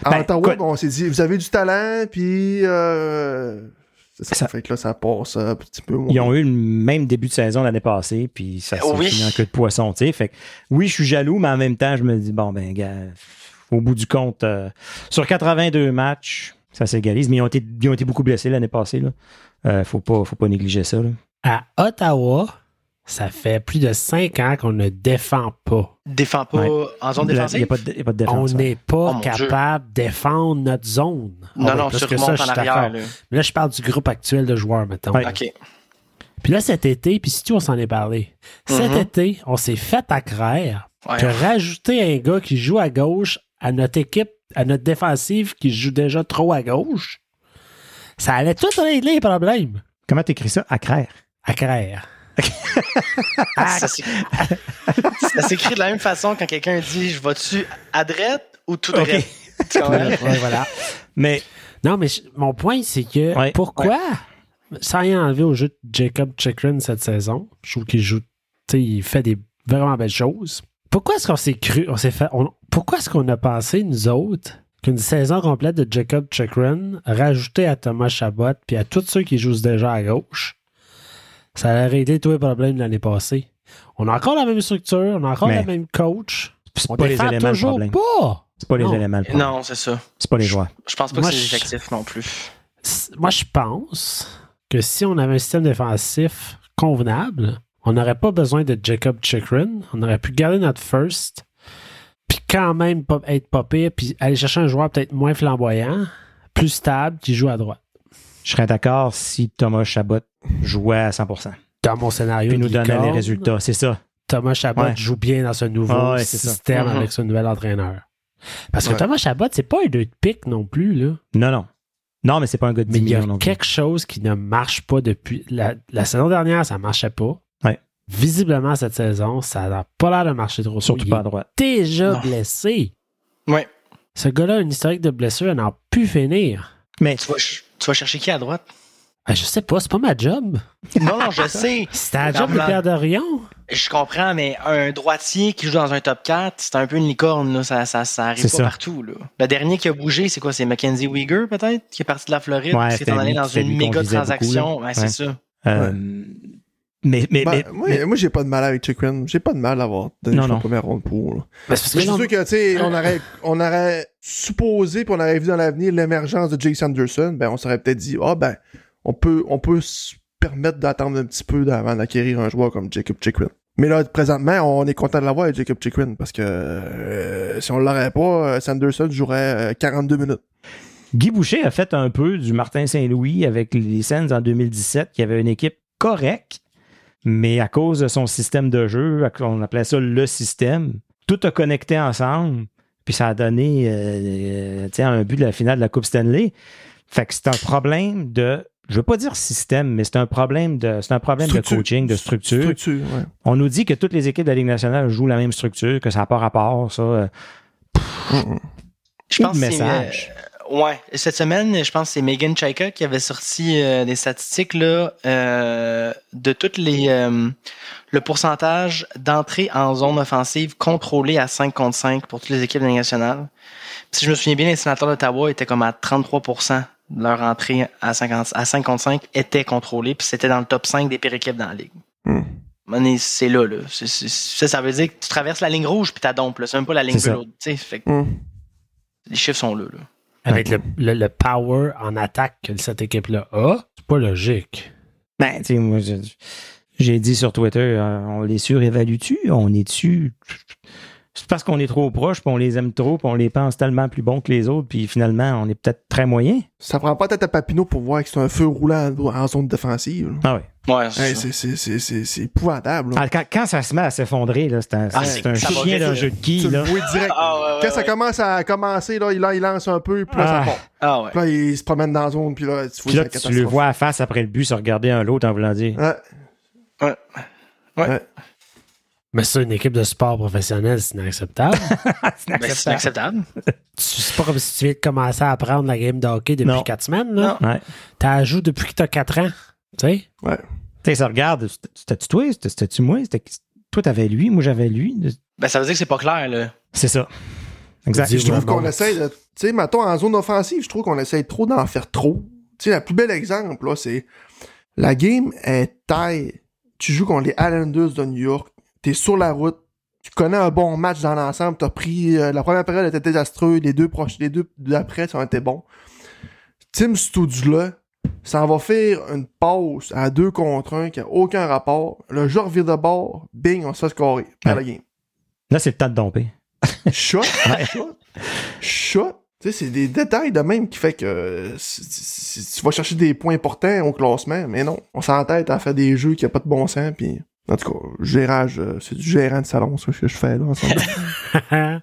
[SPEAKER 2] À
[SPEAKER 3] Ben,
[SPEAKER 2] Ottawa,
[SPEAKER 3] écoute-
[SPEAKER 2] bon, on s'est dit, vous avez du talent, puis... Euh, c'est ça,
[SPEAKER 3] Ça-
[SPEAKER 2] fait que là, ça passe un petit peu. moins.
[SPEAKER 3] Ils ont eu le même début de saison l'année passée, puis ça s'est
[SPEAKER 4] Oui.
[SPEAKER 3] fini en queue de poisson, tu sais. Fait que, oui, je suis jaloux, mais en même temps, je me dis, bon, ben, gars, au bout du compte, euh, sur 82 matchs, ça s'égalise, mais ils ont été, ils ont été beaucoup blessés l'année passée, là. Euh, faut pas, faut pas négliger ça, là.
[SPEAKER 1] À Ottawa, ça fait plus de 5 ans qu'on ne défend pas.
[SPEAKER 4] défend pas
[SPEAKER 3] Ouais.
[SPEAKER 4] en zone
[SPEAKER 3] La- Il n'y
[SPEAKER 4] défensive.
[SPEAKER 3] a, pas de- il y a pas de
[SPEAKER 1] On
[SPEAKER 3] défense. hein. ouais.
[SPEAKER 1] n'est pas
[SPEAKER 4] Oh, mon Dieu.
[SPEAKER 1] capable de défendre notre zone.
[SPEAKER 4] Non,
[SPEAKER 1] Ah ouais,
[SPEAKER 4] non,
[SPEAKER 1] parce
[SPEAKER 4] tu
[SPEAKER 1] que ça,
[SPEAKER 4] remontes
[SPEAKER 1] je
[SPEAKER 4] en
[SPEAKER 1] suis
[SPEAKER 4] arrière.
[SPEAKER 1] d'accord. Mais là, je parle du groupe actuel de joueurs, mettons.
[SPEAKER 3] Ouais.
[SPEAKER 4] là. OK.
[SPEAKER 1] Puis là, cet été, puis si tu, on s'en est parlé. Cet
[SPEAKER 4] Mhm.
[SPEAKER 1] été, on s'est fait accraire
[SPEAKER 4] Ouais.
[SPEAKER 1] que rajouter un gars qui joue à gauche à notre équipe, à notre défensive qui joue déjà trop à gauche, ça allait tout régler les problèmes.
[SPEAKER 3] Comment t'écris ça? À Craire.
[SPEAKER 1] Accraire.
[SPEAKER 4] Ça s'é- ça s'écrit de la même façon quand quelqu'un dit je vais-tu à droite ou tout droit.
[SPEAKER 3] Ok.
[SPEAKER 4] Tu comprends?
[SPEAKER 1] Ouais, voilà.
[SPEAKER 3] Mais,
[SPEAKER 1] Non, mais je- mon point, c'est que
[SPEAKER 3] Ouais,
[SPEAKER 1] pourquoi, sans rien enlever au jeu de Jacob Chikrin cette saison, je trouve qu'il joue, tu sais, il fait des vraiment belles choses. Pourquoi est-ce qu'on s'est cru, on s'est fait, on- pourquoi est-ce qu'on a pensé, nous autres, qu'une saison complète de Jacob Chikrin, rajoutée à Thomas Chabot puis à tous ceux qui jouent déjà à gauche, ça allait régler tous les problèmes de l'année passée? On a encore la même structure, on a encore
[SPEAKER 3] Mais-
[SPEAKER 1] le même coach.
[SPEAKER 3] c'est
[SPEAKER 1] On
[SPEAKER 3] pas les
[SPEAKER 1] défend
[SPEAKER 3] éléments le
[SPEAKER 1] toujours
[SPEAKER 3] problème.
[SPEAKER 1] pas.
[SPEAKER 3] C'est pas les
[SPEAKER 1] Non.
[SPEAKER 3] éléments le problème.
[SPEAKER 4] Non, c'est ça.
[SPEAKER 3] C'est pas les joueurs.
[SPEAKER 4] Je pense pas
[SPEAKER 1] Moi,
[SPEAKER 4] que c'est
[SPEAKER 1] je-
[SPEAKER 4] effectif non plus.
[SPEAKER 1] S- Moi, je pense que si on avait un système défensif convenable, on n'aurait pas besoin de Jacob Chikrin. On aurait pu garder notre first, puis quand même pas- être pas pire, puis aller chercher un joueur peut-être moins flamboyant, plus stable, qui joue à droite.
[SPEAKER 3] Je serais d'accord si Thomas Chabot jouait à 100
[SPEAKER 1] dans mon scénario,
[SPEAKER 3] Puis nous
[SPEAKER 1] de
[SPEAKER 3] donner
[SPEAKER 1] licorne,
[SPEAKER 3] les résultats, c'est ça.
[SPEAKER 1] Thomas Chabot
[SPEAKER 3] Ouais.
[SPEAKER 1] joue bien dans ce nouveau
[SPEAKER 3] Ah ouais, c'est ça.
[SPEAKER 1] système
[SPEAKER 4] Mhm.
[SPEAKER 1] avec ce nouvel entraîneur. Parce que
[SPEAKER 2] Ouais.
[SPEAKER 1] Thomas Chabot, c'est pas un deux de pique non plus, là.
[SPEAKER 3] Non, non. Non, mais c'est pas un gars de
[SPEAKER 1] Mais
[SPEAKER 3] 10
[SPEAKER 1] il y a
[SPEAKER 3] millions non plus.
[SPEAKER 1] quelque chose qui ne marche pas depuis. La, la saison dernière, ça marchait pas.
[SPEAKER 3] Ouais.
[SPEAKER 1] Visiblement, cette saison, ça n'a pas l'air de marcher trop
[SPEAKER 3] Surtout
[SPEAKER 1] Il
[SPEAKER 3] pas à droite.
[SPEAKER 1] est déjà
[SPEAKER 4] Non.
[SPEAKER 1] blessé.
[SPEAKER 4] Ouais.
[SPEAKER 1] Ce gars-là a une historique de blessure, elle n'en pu finir.
[SPEAKER 3] Mais
[SPEAKER 4] Tu vas, ch- tu vas chercher qui à droite?
[SPEAKER 1] Ah, je sais pas, c'est pas ma job.
[SPEAKER 4] Non, non, je sais.
[SPEAKER 1] C'était la
[SPEAKER 4] Dans
[SPEAKER 1] job de
[SPEAKER 4] la-
[SPEAKER 1] Pierre Dorion.
[SPEAKER 4] Je comprends, mais un droitier qui joue dans un top 4, c'est un peu une licorne, là. Ça, ça, ça arrive
[SPEAKER 3] C'est
[SPEAKER 4] pas
[SPEAKER 3] ça.
[SPEAKER 4] partout, là. Le dernier qui a bougé, c'est quoi? C'est Mackenzie Weger, peut-être? Qui est parti de la Floride,
[SPEAKER 3] Ouais,
[SPEAKER 4] qui s'est en
[SPEAKER 3] c'était
[SPEAKER 4] allé
[SPEAKER 3] lui-
[SPEAKER 4] dans
[SPEAKER 3] c'était
[SPEAKER 4] une
[SPEAKER 3] lui qu'on
[SPEAKER 4] méga
[SPEAKER 3] visait beaucoup,
[SPEAKER 4] transaction.
[SPEAKER 3] là.
[SPEAKER 4] Ouais, c'est
[SPEAKER 3] Ouais.
[SPEAKER 4] ça.
[SPEAKER 3] euh, mais, mais,
[SPEAKER 2] Ben,
[SPEAKER 3] mais-
[SPEAKER 2] moi,
[SPEAKER 3] mais-
[SPEAKER 2] moi, j'ai pas de mal avec Chikrin. J'ai pas de mal à avoir donné
[SPEAKER 3] Non,
[SPEAKER 2] son
[SPEAKER 3] non.
[SPEAKER 2] premier round pour. là.
[SPEAKER 1] Mais c'est parce que
[SPEAKER 2] Mais je suis
[SPEAKER 1] là,
[SPEAKER 2] sûr que, tu sais, on aurait, on aurait supposé, puis on aurait vu dans l'avenir l'émergence de Jake Sanderson, ben, on s'aurait peut-être dit, ah, ben, on peut, on peut se permettre d'attendre un petit peu avant d'acquérir un joueur comme Jacob Chikrin. Mais là, présentement, on est content de l'avoir, Jacob Chikrin, parce que euh, si on l'aurait pas, euh, Sanderson jouerait euh, 42 minutes.
[SPEAKER 3] Guy Boucher a fait un peu du Martin Saint-Louis avec les Sens en 2017, qui avait une équipe correcte, mais à cause de son système de jeu, on appelait ça le système, tout a connecté ensemble, puis ça a donné euh, tu sais, un but de la finale de la Coupe Stanley. Fait que c'est un problème de, je veux pas dire système, mais c'est un problème de, c'est un problème de
[SPEAKER 2] Structure.
[SPEAKER 3] coaching, de structure.
[SPEAKER 2] Structure, ouais.
[SPEAKER 3] On nous dit que toutes les équipes de la Ligue nationale jouent la même structure, que ça n'a pas rapport, ça. euh,
[SPEAKER 2] Mm, mm.
[SPEAKER 4] Je pense
[SPEAKER 3] Ou de
[SPEAKER 4] que c'est,
[SPEAKER 3] message.
[SPEAKER 4] euh, ouais. Cette semaine, je pense que c'est Megan Chaika qui avait sorti euh, des statistiques là, euh, de toutes les euh, le pourcentage d'entrée en zone offensive contrôlée à 5 contre 5 pour toutes les équipes de la Ligue nationale. Puis si je me souviens bien, les sénateurs d'Ottawa étaient comme à 33 de leur entrée à 50 à 5 contre 5 était contrôlée, puis c'était dans le top 5 des pires équipes dans la Ligue.
[SPEAKER 2] Hmm.
[SPEAKER 4] On est- C'est là, là. C'est- c'est- ça, ça veut dire que tu traverses la ligne rouge puis t'as dompe, là. C'est même pas la ligne
[SPEAKER 3] C'est ça.
[SPEAKER 4] bleue. tu sais. Fait que
[SPEAKER 2] Mm.
[SPEAKER 4] les chiffres sont là, là.
[SPEAKER 1] avec le, le- le power en attaque que cette équipe-là a, c'est pas logique.
[SPEAKER 3] Ben, tu sais, moi, je- j'ai dit sur Twitter, euh, on les surévalue-tu? On est-tu. C'est parce qu'on est trop proche, puis on les aime trop, puis on les pense tellement plus bons que les autres, puis finalement, on est peut-être très moyen.
[SPEAKER 2] Ça prend pas tête à Papineau pour voir que c'est un feu roulant en, en zone défensive. là.
[SPEAKER 3] Ah oui.
[SPEAKER 4] Ouais, c'est
[SPEAKER 2] Hey,
[SPEAKER 4] ça.
[SPEAKER 2] c'est- c'est c'est- c'est- c'est épouvantable. là.
[SPEAKER 3] Ah, quand, quand ça se met à s'effondrer, là, c'est un,
[SPEAKER 4] Ah,
[SPEAKER 3] c'est
[SPEAKER 4] c'est-
[SPEAKER 3] un
[SPEAKER 4] ça va
[SPEAKER 3] chien
[SPEAKER 4] vite,
[SPEAKER 3] d'un
[SPEAKER 4] là.
[SPEAKER 3] jeu de quilles,
[SPEAKER 2] Tu le
[SPEAKER 3] là.
[SPEAKER 2] vois direct.
[SPEAKER 4] Ah, ouais, ouais,
[SPEAKER 2] Quand ça
[SPEAKER 4] ouais.
[SPEAKER 2] commence à commencer, là, il, là, il lance un peu, puis là,
[SPEAKER 3] Ah.
[SPEAKER 2] ça part.
[SPEAKER 4] Ah ouais.
[SPEAKER 2] Puis là, il se promène dans la zone, puis là, tu vois
[SPEAKER 3] Puis là,
[SPEAKER 2] c'est la
[SPEAKER 3] tu le
[SPEAKER 2] catastrophe.
[SPEAKER 3] vois à face après le but se regarder un l'autre en voulant dire.
[SPEAKER 2] Ouais.
[SPEAKER 4] Ouais.
[SPEAKER 2] Ouais.
[SPEAKER 1] Mais ça, une équipe de sport professionnel, c'est inacceptable.
[SPEAKER 4] Ben, c'est inacceptable.
[SPEAKER 1] Tu- c'est pas comme si tu viens de commencer à apprendre la game de hockey depuis
[SPEAKER 3] Non.
[SPEAKER 1] 4 semaines. Là.
[SPEAKER 4] Ah.
[SPEAKER 3] Ouais.
[SPEAKER 1] T'as joué depuis que t'as 4 ans. Tu sais?
[SPEAKER 2] Ouais.
[SPEAKER 3] Tu sais, ça regarde, c'était-tu toi? C'était- C'était-tu moi? C'était- Toi, t'avais lui, moi, j'avais lui.
[SPEAKER 4] Ben, ça veut dire que c'est pas clair, là.
[SPEAKER 3] C'est ça. Exact.
[SPEAKER 1] Dis-
[SPEAKER 2] Je trouve
[SPEAKER 1] Vraiment.
[SPEAKER 2] qu'on essaye de. Tu sais, mettons, en zone offensive, je trouve qu'on essaye trop d'en faire trop. Tu sais, la plus belle exemple, là, c'est. La game est taille. Tu joues contre les Islanders de New York. T'es sur la route. Tu connais un bon match dans l'ensemble. T'as pris. euh, la première période était désastreuse. Les deux proches, les deux d'après, ça a été bon. Tim Stoudula, ça va faire une pause à deux contre un qui a aucun rapport. Le joueur vire de bord. Bing, on se fait scorer. Pas la game.
[SPEAKER 3] Là, c'est le temps de domper.
[SPEAKER 2] Shot, shot, shot. Tu sais, c'est des détails de même qui fait que euh, si- si- si tu vas chercher des points importants au classement, mais non, on s'entête à faire des jeux qui n'ont pas de bon sens, puis... En tout cas, gérage, euh, c'est du gérant de salon, ça, que je fais, là, ensemble.
[SPEAKER 1] Euh,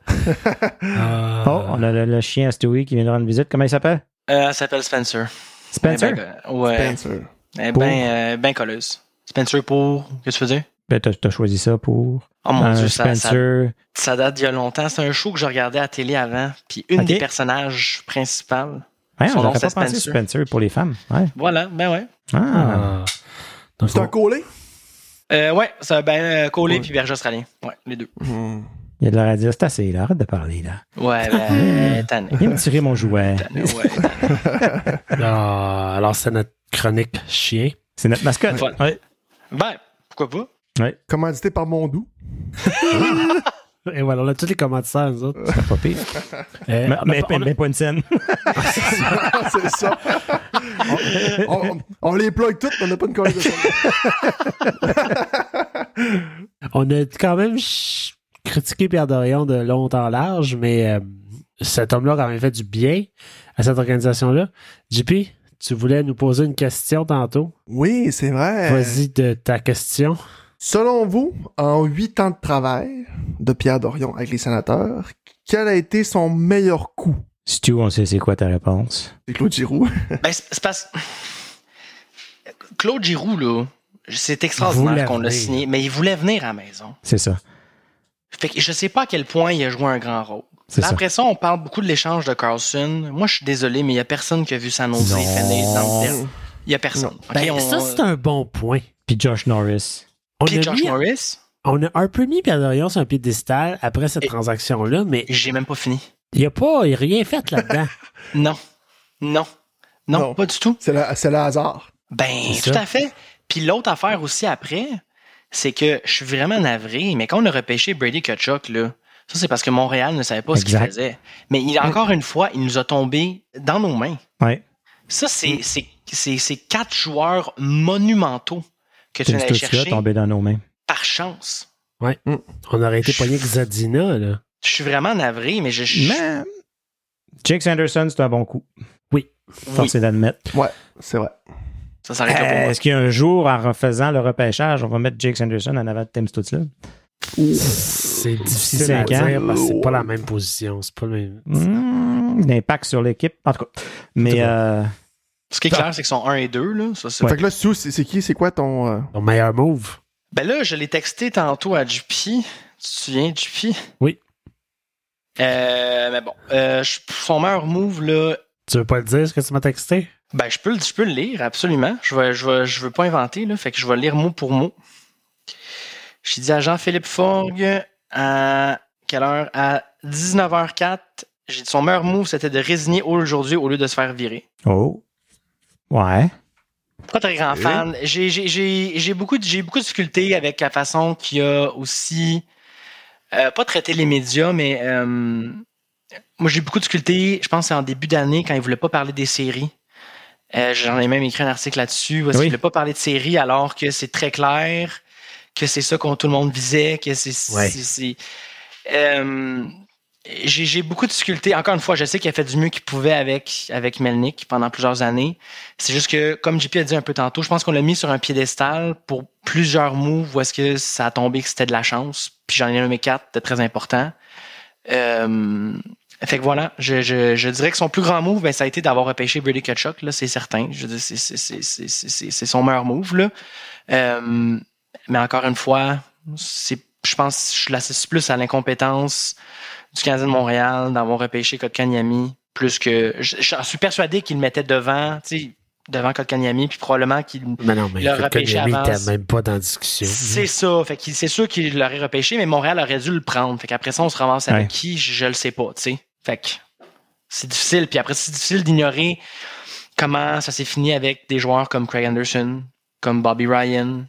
[SPEAKER 3] Oh,
[SPEAKER 4] Ah.
[SPEAKER 3] on a le, le chien à Stewie qui vient de rendre visite. Comment il s'appelle?
[SPEAKER 4] Euh, elle s'appelle Spencer.
[SPEAKER 3] Spencer?
[SPEAKER 4] Eh ben, euh, ouais.
[SPEAKER 2] Ben, sûr.
[SPEAKER 4] Elle est
[SPEAKER 3] Pour-
[SPEAKER 4] ben, euh, ben colleuse. Spencer pour. Qu'est-ce que tu veux dire?
[SPEAKER 3] Ben, t'as, t'as choisi ça pour
[SPEAKER 4] Oh mon
[SPEAKER 3] un
[SPEAKER 4] dieu, ça, ça,
[SPEAKER 3] Euh, Spencer.
[SPEAKER 4] ça date d'il y a longtemps. C'est un show que je regardais à la télé avant. Puis une
[SPEAKER 3] Ok.
[SPEAKER 4] des personnages principales.
[SPEAKER 3] Ouais,
[SPEAKER 4] Son
[SPEAKER 3] on
[SPEAKER 4] nom,
[SPEAKER 3] n'aurait pas
[SPEAKER 4] c'est
[SPEAKER 3] pensé
[SPEAKER 4] Spencer.
[SPEAKER 3] Spencer pour les femmes. Ouais.
[SPEAKER 4] Voilà, ben ouais.
[SPEAKER 3] Ah.
[SPEAKER 1] Ah. Donc,
[SPEAKER 2] C'est un collé?
[SPEAKER 4] Euh, ouais, ça, ben, euh, Coley
[SPEAKER 2] Ouais.
[SPEAKER 4] puis Berger Australien. Ouais, les deux.
[SPEAKER 2] Hmm.
[SPEAKER 3] Il y a de la radio, c'est assez, là. Arrête de parler, là.
[SPEAKER 4] Ouais, ben, tanné.
[SPEAKER 3] Viens me tirer mon jouet.
[SPEAKER 4] Tanné, ouais.
[SPEAKER 1] ah, alors, c'est notre chronique chien.
[SPEAKER 3] C'est notre mascotte.
[SPEAKER 4] Ouais.
[SPEAKER 3] Ouais.
[SPEAKER 4] Ben, pourquoi pas?
[SPEAKER 2] Commandité par Mondou.
[SPEAKER 1] Et voilà, on a tous les commanditaires, nous autres.
[SPEAKER 3] C'est pas pire.
[SPEAKER 1] Euh,
[SPEAKER 3] Mais,
[SPEAKER 1] on a-
[SPEAKER 3] mais-
[SPEAKER 1] on a-
[SPEAKER 3] mais pas une scène.
[SPEAKER 2] Ah, c'est ça. on, on- on les plug toutes, mais on n'a pas une collée de salon.
[SPEAKER 1] On a quand même ch- critiqué Pierre Dorion de long en large, mais euh, cet homme-là a quand même fait du bien à cette organisation-là. JP, tu voulais nous poser une question tantôt.
[SPEAKER 2] Oui, c'est vrai.
[SPEAKER 1] Vas-y de ta question.
[SPEAKER 2] Selon vous, en huit ans de travail de Pierre Dorion avec les sénateurs, quel a été son meilleur coup?
[SPEAKER 3] Stu, on sait c'est quoi ta réponse.
[SPEAKER 2] C'est Claude Giroux.
[SPEAKER 4] Ben, c'est c'est parce. Claude Giroux, là, c'est
[SPEAKER 1] Voulait
[SPEAKER 4] extraordinaire qu'on l'a
[SPEAKER 1] venir.
[SPEAKER 4] signé, mais il voulait venir à la maison.
[SPEAKER 3] C'est ça.
[SPEAKER 4] Fait que je sais pas à quel point il a joué un grand rôle.
[SPEAKER 3] C'est
[SPEAKER 4] Là,
[SPEAKER 3] ça.
[SPEAKER 4] Après ça, on parle beaucoup de l'échange de Carlson. Moi, je suis désolé, mais il n'y a personne qui a vu San Jose
[SPEAKER 3] Non.
[SPEAKER 4] finir dans le
[SPEAKER 2] Ah.
[SPEAKER 4] dernier. Il n'y a personne. OK,
[SPEAKER 1] Ben,
[SPEAKER 4] on-
[SPEAKER 1] ça, c'est un bon point.
[SPEAKER 3] Puis Josh Norris.
[SPEAKER 1] On
[SPEAKER 4] Puis
[SPEAKER 1] a,
[SPEAKER 4] Josh
[SPEAKER 1] mis-
[SPEAKER 4] Norris,
[SPEAKER 1] on a un peu mis Pierre Dorion sur un piédestal après cette
[SPEAKER 4] Et-
[SPEAKER 1] transaction-là, mais
[SPEAKER 4] j'ai même pas fini.
[SPEAKER 1] il a pas il a rien fait là-dedans.
[SPEAKER 4] Non. Non. Non,
[SPEAKER 2] Non.
[SPEAKER 4] pas du tout.
[SPEAKER 2] C'est le, c'est le hasard.
[SPEAKER 4] Ben,
[SPEAKER 1] C'est
[SPEAKER 4] tout
[SPEAKER 1] ça.
[SPEAKER 4] à fait. Puis l'autre affaire aussi après, c'est que je suis vraiment navré, mais quand on a repêché Brady Kachuk, là, ça c'est parce que Montréal ne savait pas ce qu'il
[SPEAKER 3] Exact.
[SPEAKER 4] faisait. Mais il, encore une fois, il nous a tombé dans nos mains.
[SPEAKER 3] Ouais.
[SPEAKER 4] Ça, c'est
[SPEAKER 3] Mm.
[SPEAKER 4] c'est- c'est- c'est quatre joueurs monumentaux que tu
[SPEAKER 3] Tim
[SPEAKER 4] viens d'aller
[SPEAKER 3] Stutzla
[SPEAKER 4] chercher
[SPEAKER 3] tombé dans nos mains.
[SPEAKER 4] par chance.
[SPEAKER 1] on aurait été pogné avec Zadina, là.
[SPEAKER 4] Je suis vraiment navré, mais je. je-
[SPEAKER 3] Mais Jake Sanderson, c'est un bon coup.
[SPEAKER 4] oui,
[SPEAKER 3] Force est d'admettre.
[SPEAKER 2] C'est vrai.
[SPEAKER 4] ça s'arrête là pour
[SPEAKER 3] Euh,
[SPEAKER 4] moi.
[SPEAKER 3] Est-ce qu'il y a un jour, en refaisant le repêchage, on va mettre Jake Sanderson en avant de Tim Stutzla?
[SPEAKER 1] C'est difficile à
[SPEAKER 3] cinq ans.
[SPEAKER 1] dire parce que c'est pas la même position. C'est pas le même.
[SPEAKER 3] Mmh, L'impact sur l'équipe. En tout cas. Mais euh,
[SPEAKER 4] Ce qui est clair, c'est qu'ils sont 1 et 2. Là. Ça, c'est-
[SPEAKER 2] Fait que là, Stu, c'est c'est qui? C'est quoi ton... euh,
[SPEAKER 1] Ton meilleur move.
[SPEAKER 4] Ben là, je l'ai texté tantôt à JP. Tu te souviens, JP?
[SPEAKER 1] Oui.
[SPEAKER 4] Euh, mais bon, euh, je- son meilleur move, là,
[SPEAKER 1] Tu veux pas le dire ce que tu m'as texté?
[SPEAKER 4] ben je peux, le- je peux le lire, absolument. Je ne je vais- je veux pas inventer, là, fait que je vais le lire mot pour mot. J'ai dit à Jean-Philippe Forgue à quelle heure? À 19h04. J'ai dit son meilleur move, c'était de résigner aujourd'hui au lieu de se faire virer.
[SPEAKER 3] Oh. Ouais.
[SPEAKER 4] Pas très grand
[SPEAKER 2] Ok.
[SPEAKER 4] fan. J'ai- J'ai j'ai- j'ai beaucoup, de- j'ai beaucoup de difficultés avec la façon qu'il a aussi euh, pas traité les médias, mais euh, moi j'ai beaucoup de difficultés. Je pense que c'est en début d'année quand il voulait pas parler des séries. Euh, J'en ai même écrit un article là-dessus. Parce
[SPEAKER 3] Oui.
[SPEAKER 4] qu'il voulait pas parler de séries alors que c'est très clair que c'est ça qu'on tout le monde visait, que c'est
[SPEAKER 1] Ouais.
[SPEAKER 4] c'est- c'est- euh, j'ai j'ai beaucoup de difficultés. Encore une fois, je sais qu'il a fait du mieux qu'il pouvait avec, avec Melnick pendant plusieurs années. C'est juste que, comme JP a dit un peu tantôt, je pense qu'on l'a mis sur un piédestal pour plusieurs moves où est-ce que ça a tombé que c'était de la chance. Puis j'en ai nommé quatre de très important. Euh, fait que voilà, je, je, je dirais que son plus grand move, ben, ça a été d'avoir repêché Brady Kachuk, là, c'est certain. Je veux dire, c'est- c'est- c'est- c'est c'est- c'est- c'est son meilleur move, là. Euh, mais encore une fois, c'est, je pense, que je l'associe plus à l'incompétence du Canadien de Montréal d'avoir repêché Kotkaniemi, plus que, je- j'en suis persuadé qu'il le mettait devant, tu sais, devant Kotkaniemi, puis probablement qu'il
[SPEAKER 1] Mais non, mais
[SPEAKER 4] Le
[SPEAKER 1] le
[SPEAKER 4] repêché
[SPEAKER 1] Konami
[SPEAKER 4] avance.
[SPEAKER 1] était même pas dans la discussion.
[SPEAKER 4] c'est
[SPEAKER 3] hein.
[SPEAKER 4] ça. Fait qu'il- c'est sûr qu'il l'aurait repêché, mais Montréal aurait dû le prendre. Fait qu'après ça, on se ramasse avec
[SPEAKER 3] Ouais.
[SPEAKER 4] qui, je, je le sais pas, tu sais. Fait que c'est difficile. Puis après, c'est difficile d'ignorer comment ça s'est fini avec des joueurs comme Craig Anderson, comme Bobby Ryan.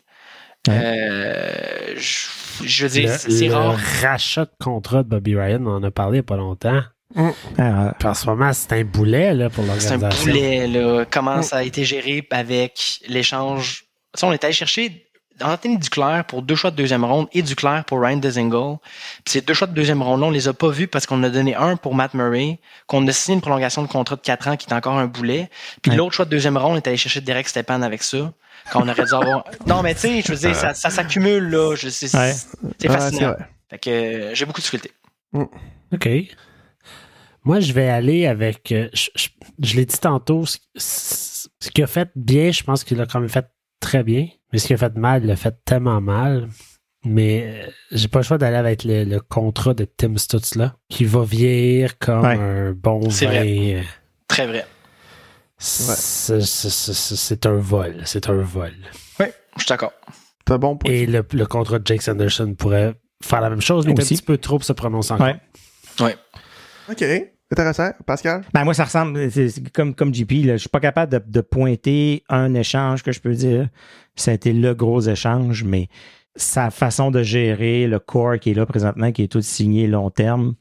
[SPEAKER 3] Ouais.
[SPEAKER 4] Euh, je, je veux dire, c'est-
[SPEAKER 1] Le,
[SPEAKER 4] c'est
[SPEAKER 1] le
[SPEAKER 4] rare.
[SPEAKER 1] rachat de contrat de Bobby Ryan, on en a parlé il y a pas longtemps.
[SPEAKER 3] Ah,
[SPEAKER 1] Puis en ce moment, c'est un boulet là, pour
[SPEAKER 4] C'est un
[SPEAKER 1] l'organisation.
[SPEAKER 4] boulet, là. Comment
[SPEAKER 2] Mm.
[SPEAKER 4] ça a été géré avec l'échange. Tu sais, on est allé chercher Anthony Duclair pour deux choix de deuxième ronde et Duclair pour Ryan Dezingle. Puis ces deux choix de deuxième ronde, là, on les a pas vus parce qu'on a donné un pour Matt Murray, qu'on a signé une prolongation de contrat de quatre ans qui est encore un boulet. Puis
[SPEAKER 3] Ouais.
[SPEAKER 4] l'autre choix de deuxième ronde, on est allé chercher Derek Stepan avec ça. Quand on aurait dû avoir. Non, mais tu sais, je veux dire, ça, ça s'accumule, là. Je- C'est
[SPEAKER 3] Ouais.
[SPEAKER 4] c'est
[SPEAKER 2] Ah,
[SPEAKER 4] fascinant.
[SPEAKER 2] vrai.
[SPEAKER 4] Fait que euh, j'ai beaucoup de difficultés.
[SPEAKER 1] OK. Moi, je vais aller avec. euh, Je, je- je l'ai dit tantôt, ce, ce- ce qu'il a fait bien, je pense qu'il l'a quand même fait très bien. Mais ce qu'il a fait mal, il l'a fait tellement mal. Mais euh, j'ai pas le choix d'aller avec le, le contrat de Tim Stutzla, qui va vieillir comme
[SPEAKER 3] Ouais.
[SPEAKER 1] un bon euh,
[SPEAKER 4] C'est
[SPEAKER 1] vin.
[SPEAKER 4] vrai. Très vrai.
[SPEAKER 1] C'est c'est- c'est- c'est un vol. C'est un vol.
[SPEAKER 4] Oui, je suis d'accord.
[SPEAKER 2] C'est bon pour...
[SPEAKER 1] Et le, le contrat de Jake Sanderson pourrait faire la même chose, mais il est un
[SPEAKER 3] Aussi.
[SPEAKER 1] petit peu trop pour se prononcer encore.
[SPEAKER 3] Ouais.
[SPEAKER 2] OK. Intéressant. Pascal?
[SPEAKER 3] Ben moi, ça ressemble, c'est- c'est comme, comme JP, là, je suis pas capable de, de pointer un échange que je peux dire. Ça a été le gros échange, mais sa façon de gérer le corps qui est là présentement, qui est tout signé long terme.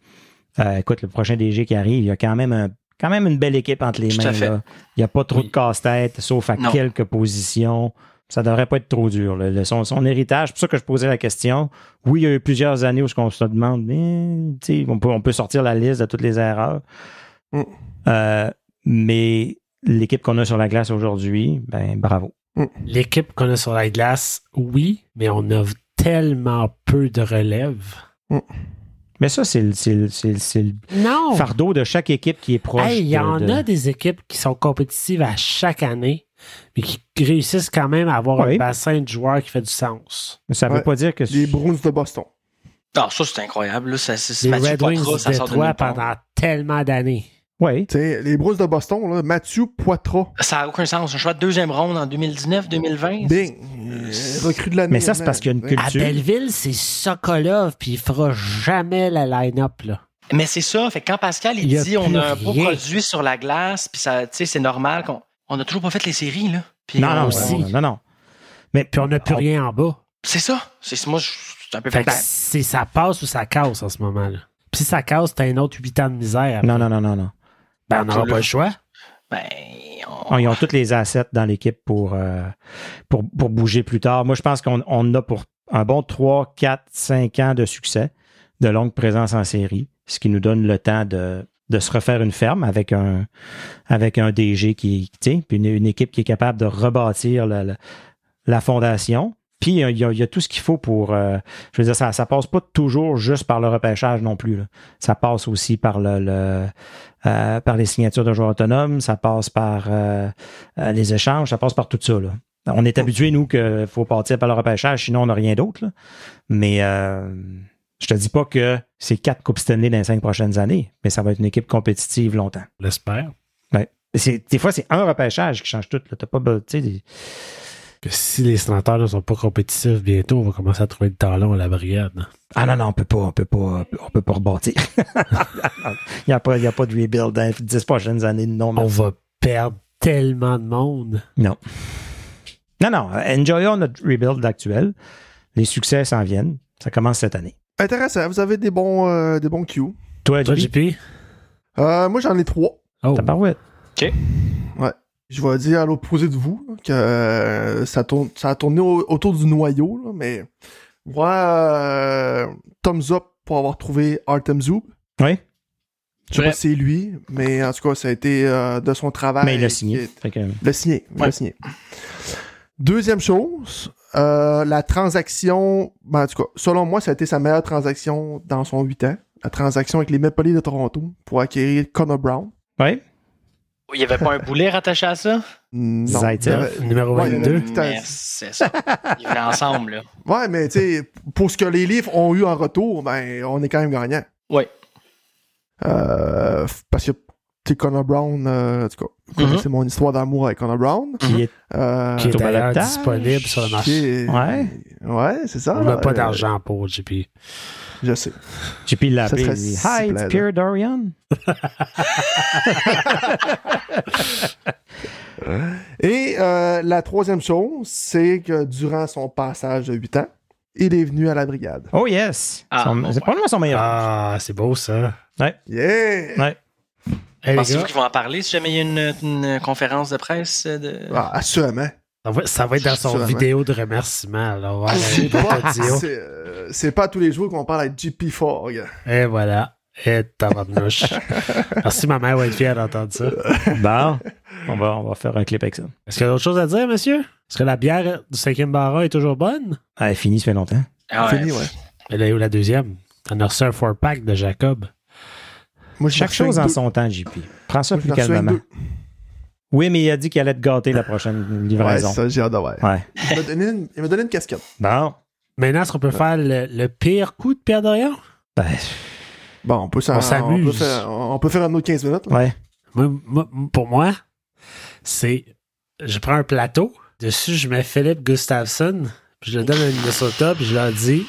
[SPEAKER 3] Euh, écoute, le prochain DG qui arrive, il y a quand même, un, quand même une belle équipe entre les
[SPEAKER 4] Tout à
[SPEAKER 3] mains.
[SPEAKER 4] fait.
[SPEAKER 3] là. Il n'y a pas trop
[SPEAKER 1] Oui.
[SPEAKER 3] de casse-tête, sauf à
[SPEAKER 4] Non.
[SPEAKER 3] quelques positions. Ça devrait pas être trop dur. là. Le- son, son héritage, c'est pour ça que je posais la question. Oui, il y a eu plusieurs années où ce qu'on se demande, mais, tu sais, on, peut, on peut sortir la liste de toutes les erreurs.
[SPEAKER 2] Mm.
[SPEAKER 3] Euh, mais l'équipe qu'on a sur la glace aujourd'hui, ben bravo.
[SPEAKER 1] L'équipe qu'on a sur la glace, oui, mais on a tellement peu de relève.
[SPEAKER 3] Mais ça, c'est le, c'est le- c'est le- c'est le
[SPEAKER 1] Non!
[SPEAKER 3] fardeau de chaque équipe qui est proche.
[SPEAKER 1] Oh. Hey, il y
[SPEAKER 3] de-
[SPEAKER 1] en
[SPEAKER 3] de-
[SPEAKER 1] a des équipes qui sont compétitives à chaque année, mais qui réussissent quand même à avoir
[SPEAKER 3] Ouais.
[SPEAKER 1] un bassin de joueurs qui fait du sens.
[SPEAKER 3] Ça ne veut
[SPEAKER 2] Ouais.
[SPEAKER 3] pas dire que.
[SPEAKER 2] Les Bruins de Boston.
[SPEAKER 4] Non, Ah, ça, c'est incroyable. Là, ça, c'est c'est
[SPEAKER 1] Les
[SPEAKER 4] Mathieu
[SPEAKER 1] Red Wings
[SPEAKER 4] Poitras, ça
[SPEAKER 1] de
[SPEAKER 4] sort de nulle
[SPEAKER 1] Détroit
[SPEAKER 4] part.
[SPEAKER 1] pendant tellement d'années.
[SPEAKER 3] Oui.
[SPEAKER 2] Tu sais, les Bruins de Boston, là, Mathieu Poitras.
[SPEAKER 4] Ça n'a aucun sens. Un choix de deuxième ronde en 2019, 2020.
[SPEAKER 2] Bing. Euh, Recrue de l'année.
[SPEAKER 3] Mais ça, c'est parce qu'il y a une
[SPEAKER 2] Bing.
[SPEAKER 3] culture.
[SPEAKER 1] À Belleville, c'est Sokolov, puis il fera jamais la line-up. là.
[SPEAKER 4] Mais c'est ça. Fait que quand Pascal, il,
[SPEAKER 1] Il y a
[SPEAKER 4] dit on
[SPEAKER 1] plus
[SPEAKER 4] a un beau
[SPEAKER 1] rien.
[SPEAKER 4] produit sur la glace, puis ça, tu sais, c'est normal qu'on. On n'a toujours pas fait les séries, là. Puis euh,
[SPEAKER 3] Non,
[SPEAKER 4] on-
[SPEAKER 3] non,
[SPEAKER 1] aussi.
[SPEAKER 3] non, non, non. Mais
[SPEAKER 1] Puis on n'a plus rien en bas.
[SPEAKER 4] C'est ça. C'est moi, je c'est un peu
[SPEAKER 1] Fait que
[SPEAKER 4] fait.
[SPEAKER 1] c'est ça passe ou ça casse en ce moment. là. Puis si ça casse, t'as un autre 8 ans de misère.
[SPEAKER 3] Non, non, non, non, non.
[SPEAKER 1] Ben, on n'aura pas le choix.
[SPEAKER 4] Ben,
[SPEAKER 3] Oh,
[SPEAKER 4] on-
[SPEAKER 3] Ils ont tous les assets dans l'équipe pour, euh, pour, pour bouger plus tard. Moi, je pense qu'on on a pour un bon 3, 4, 5 ans de succès, de longue présence en série, ce qui nous donne le temps de, de se refaire une ferme avec un, avec un DG qui, tu sais, puis une, une équipe qui est capable de rebâtir la, la- la fondation. Puis, euh, il y, a, il y a tout ce qu'il faut pour. euh, je veux dire, ça, ça passe pas toujours juste par le repêchage non plus. là. Ça passe aussi par le, le- euh, par les signatures de joueurs autonomes, ça passe par euh, euh, les échanges, ça passe par tout ça. là. On est habitué, nous, qu'il faut partir par le repêchage, sinon on n'a rien d'autre. là. Mais euh, je te dis pas que c'est quatre Coupes Stanley dans les cinq prochaines années, mais ça va être une équipe compétitive longtemps.
[SPEAKER 1] On l'espère.
[SPEAKER 3] C'est- Des fois, c'est un repêchage qui change tout. là. T'as pas, be- tu sais, des-
[SPEAKER 1] Que si les sénateurs ne sont pas compétitifs bientôt, on va commencer à trouver le talon à la brigade.
[SPEAKER 3] Ah non, non, on peut pas, on peut pas, on peut pas rebâtir. il n'y a, pas- il y a pas de rebuild dans les dix prochaines années, non.
[SPEAKER 1] On
[SPEAKER 3] merci.
[SPEAKER 1] va perdre tellement de monde.
[SPEAKER 3] Non. Non, non. euh, Enjoyons notre rebuild actuel. Les succès s'en viennent. Ça commence cette année.
[SPEAKER 2] Intéressant. Vous avez des bons, euh, des bons cues.
[SPEAKER 3] Toi,
[SPEAKER 1] Toi,
[SPEAKER 3] JP,
[SPEAKER 1] JP?
[SPEAKER 2] Euh, moi, j'en ai trois.
[SPEAKER 1] Oh.
[SPEAKER 3] ta barouette.
[SPEAKER 2] Je vais dire à l'opposé de vous là, que euh, ça, tourne, ça a tourné au- autour du noyau, là, mais moi, euh, thumbs up pour avoir trouvé Artem Zoub.
[SPEAKER 3] Oui.
[SPEAKER 2] Je sais
[SPEAKER 4] Ouais.
[SPEAKER 2] pas si c'est lui, mais en tout cas, ça a été euh, de son travail.
[SPEAKER 3] Mais il l'a
[SPEAKER 2] qui
[SPEAKER 3] signé.
[SPEAKER 2] est-
[SPEAKER 3] Fait que,
[SPEAKER 2] Il l'a signé. il l'a
[SPEAKER 4] Ouais.
[SPEAKER 2] signé. Deuxième chose, euh, la transaction, ben, en tout cas, selon moi, ça a été sa meilleure transaction dans son 8 ans. La transaction avec les Maple Leafs de Toronto pour acquérir Connor Brown.
[SPEAKER 3] ouais.
[SPEAKER 4] il n'y avait pas un boulet rattaché à ça?
[SPEAKER 2] Hmm, Non,
[SPEAKER 3] Zaitsev.
[SPEAKER 2] il y avait-
[SPEAKER 1] Numéro
[SPEAKER 2] Ouais, il y en a
[SPEAKER 1] 22.
[SPEAKER 2] eu.
[SPEAKER 4] Mais C'est ça. Ils venaient ensemble, là.
[SPEAKER 2] Ouais, mais tu sais, pour ce que les livres ont eu en retour, ben, on est quand même gagnant.
[SPEAKER 4] Ouais.
[SPEAKER 2] Euh, f- parce que, tu sais, Connor Brown, euh, en tout cas, vous connaissez mon histoire d'amour avec Connor Brown.
[SPEAKER 3] Qui est-
[SPEAKER 2] Euh,
[SPEAKER 1] Mm-hmm. Qui est
[SPEAKER 3] Au
[SPEAKER 1] d'ailleurs
[SPEAKER 3] balotage.
[SPEAKER 1] disponible sur le
[SPEAKER 2] qui
[SPEAKER 1] marché.
[SPEAKER 2] est-
[SPEAKER 3] Ouais.
[SPEAKER 2] Ouais, c'est ça.
[SPEAKER 1] On n'a pas
[SPEAKER 2] Euh,
[SPEAKER 1] d'argent pour JP.
[SPEAKER 2] Je sais.
[SPEAKER 3] JP l'a appelé.
[SPEAKER 2] serait
[SPEAKER 3] il dit,
[SPEAKER 2] si
[SPEAKER 3] Hi, it's
[SPEAKER 2] plaisant.
[SPEAKER 3] Pierre Dorian.
[SPEAKER 2] Et euh, la troisième chose, c'est que durant son passage de 8 ans, il est venu à la brigade.
[SPEAKER 3] Oh, yes.
[SPEAKER 4] Ah,
[SPEAKER 3] Son-
[SPEAKER 4] bon,
[SPEAKER 3] c'est
[SPEAKER 4] ouais.
[SPEAKER 3] probablement son meilleur.
[SPEAKER 1] Ah, c'est beau ça.
[SPEAKER 2] Yeah!
[SPEAKER 3] Ouais.
[SPEAKER 1] Hey, les
[SPEAKER 4] Pensez-vous
[SPEAKER 1] gars,
[SPEAKER 4] qu'ils vont en parler si jamais il y a une, une conférence de presse? euh, De...
[SPEAKER 2] Ah, assurément.
[SPEAKER 1] ça va, ça va être dans son
[SPEAKER 2] Sûrement. Ah,
[SPEAKER 1] vidéo de remerciement. Là. Ouais,
[SPEAKER 2] C'est
[SPEAKER 1] dans
[SPEAKER 2] pas,
[SPEAKER 1] l'audio.
[SPEAKER 2] c'est, euh, c'est pas tous les jours qu'on parle à JP Fogg.
[SPEAKER 1] Et voilà. Et tabarnouche. Merci, ma mère va être fière d'entendre ça.
[SPEAKER 3] Bon. On va, on va faire un clip avec ça.
[SPEAKER 1] Est-ce qu'il y a d'autres choses à dire, monsieur? Est-ce que la bière du cinquième barra est toujours bonne?
[SPEAKER 3] Ah, Elle est finie, ça fait longtemps.
[SPEAKER 4] Ah
[SPEAKER 2] Fini, ouais.
[SPEAKER 1] Elle est où la deuxième? T'en as reçu un four-pack de Jacob.
[SPEAKER 2] Moi, je
[SPEAKER 3] Chaque
[SPEAKER 2] me retiens
[SPEAKER 3] chose en
[SPEAKER 2] deux.
[SPEAKER 3] son temps, JP. Prends ça
[SPEAKER 2] Moi, je
[SPEAKER 3] plus
[SPEAKER 2] me retiens
[SPEAKER 3] calmement.
[SPEAKER 2] deux.
[SPEAKER 3] Oui, mais il a dit qu'il allait te gâter la prochaine
[SPEAKER 2] Ouais,
[SPEAKER 3] livraison.
[SPEAKER 2] ça, j'ai hâte de voir.
[SPEAKER 3] Ouais.
[SPEAKER 2] Il m'a donné une, il m'a donné une casquette.
[SPEAKER 3] Bon.
[SPEAKER 1] Maintenant, est-ce qu'on peut faire le, le pire coup de Pierre Dorian?
[SPEAKER 3] Ben,
[SPEAKER 2] Bon, on peut s'en-
[SPEAKER 1] On
[SPEAKER 2] On
[SPEAKER 1] s'amuse.
[SPEAKER 2] peut, faire, on peut faire un autre 15 minutes. là.
[SPEAKER 3] ouais.
[SPEAKER 1] Moi- moi- pour moi, c'est. Je prends un plateau, dessus, je mets Philippe Gustafsson, puis je le donne à Minnesota, puis je leur dis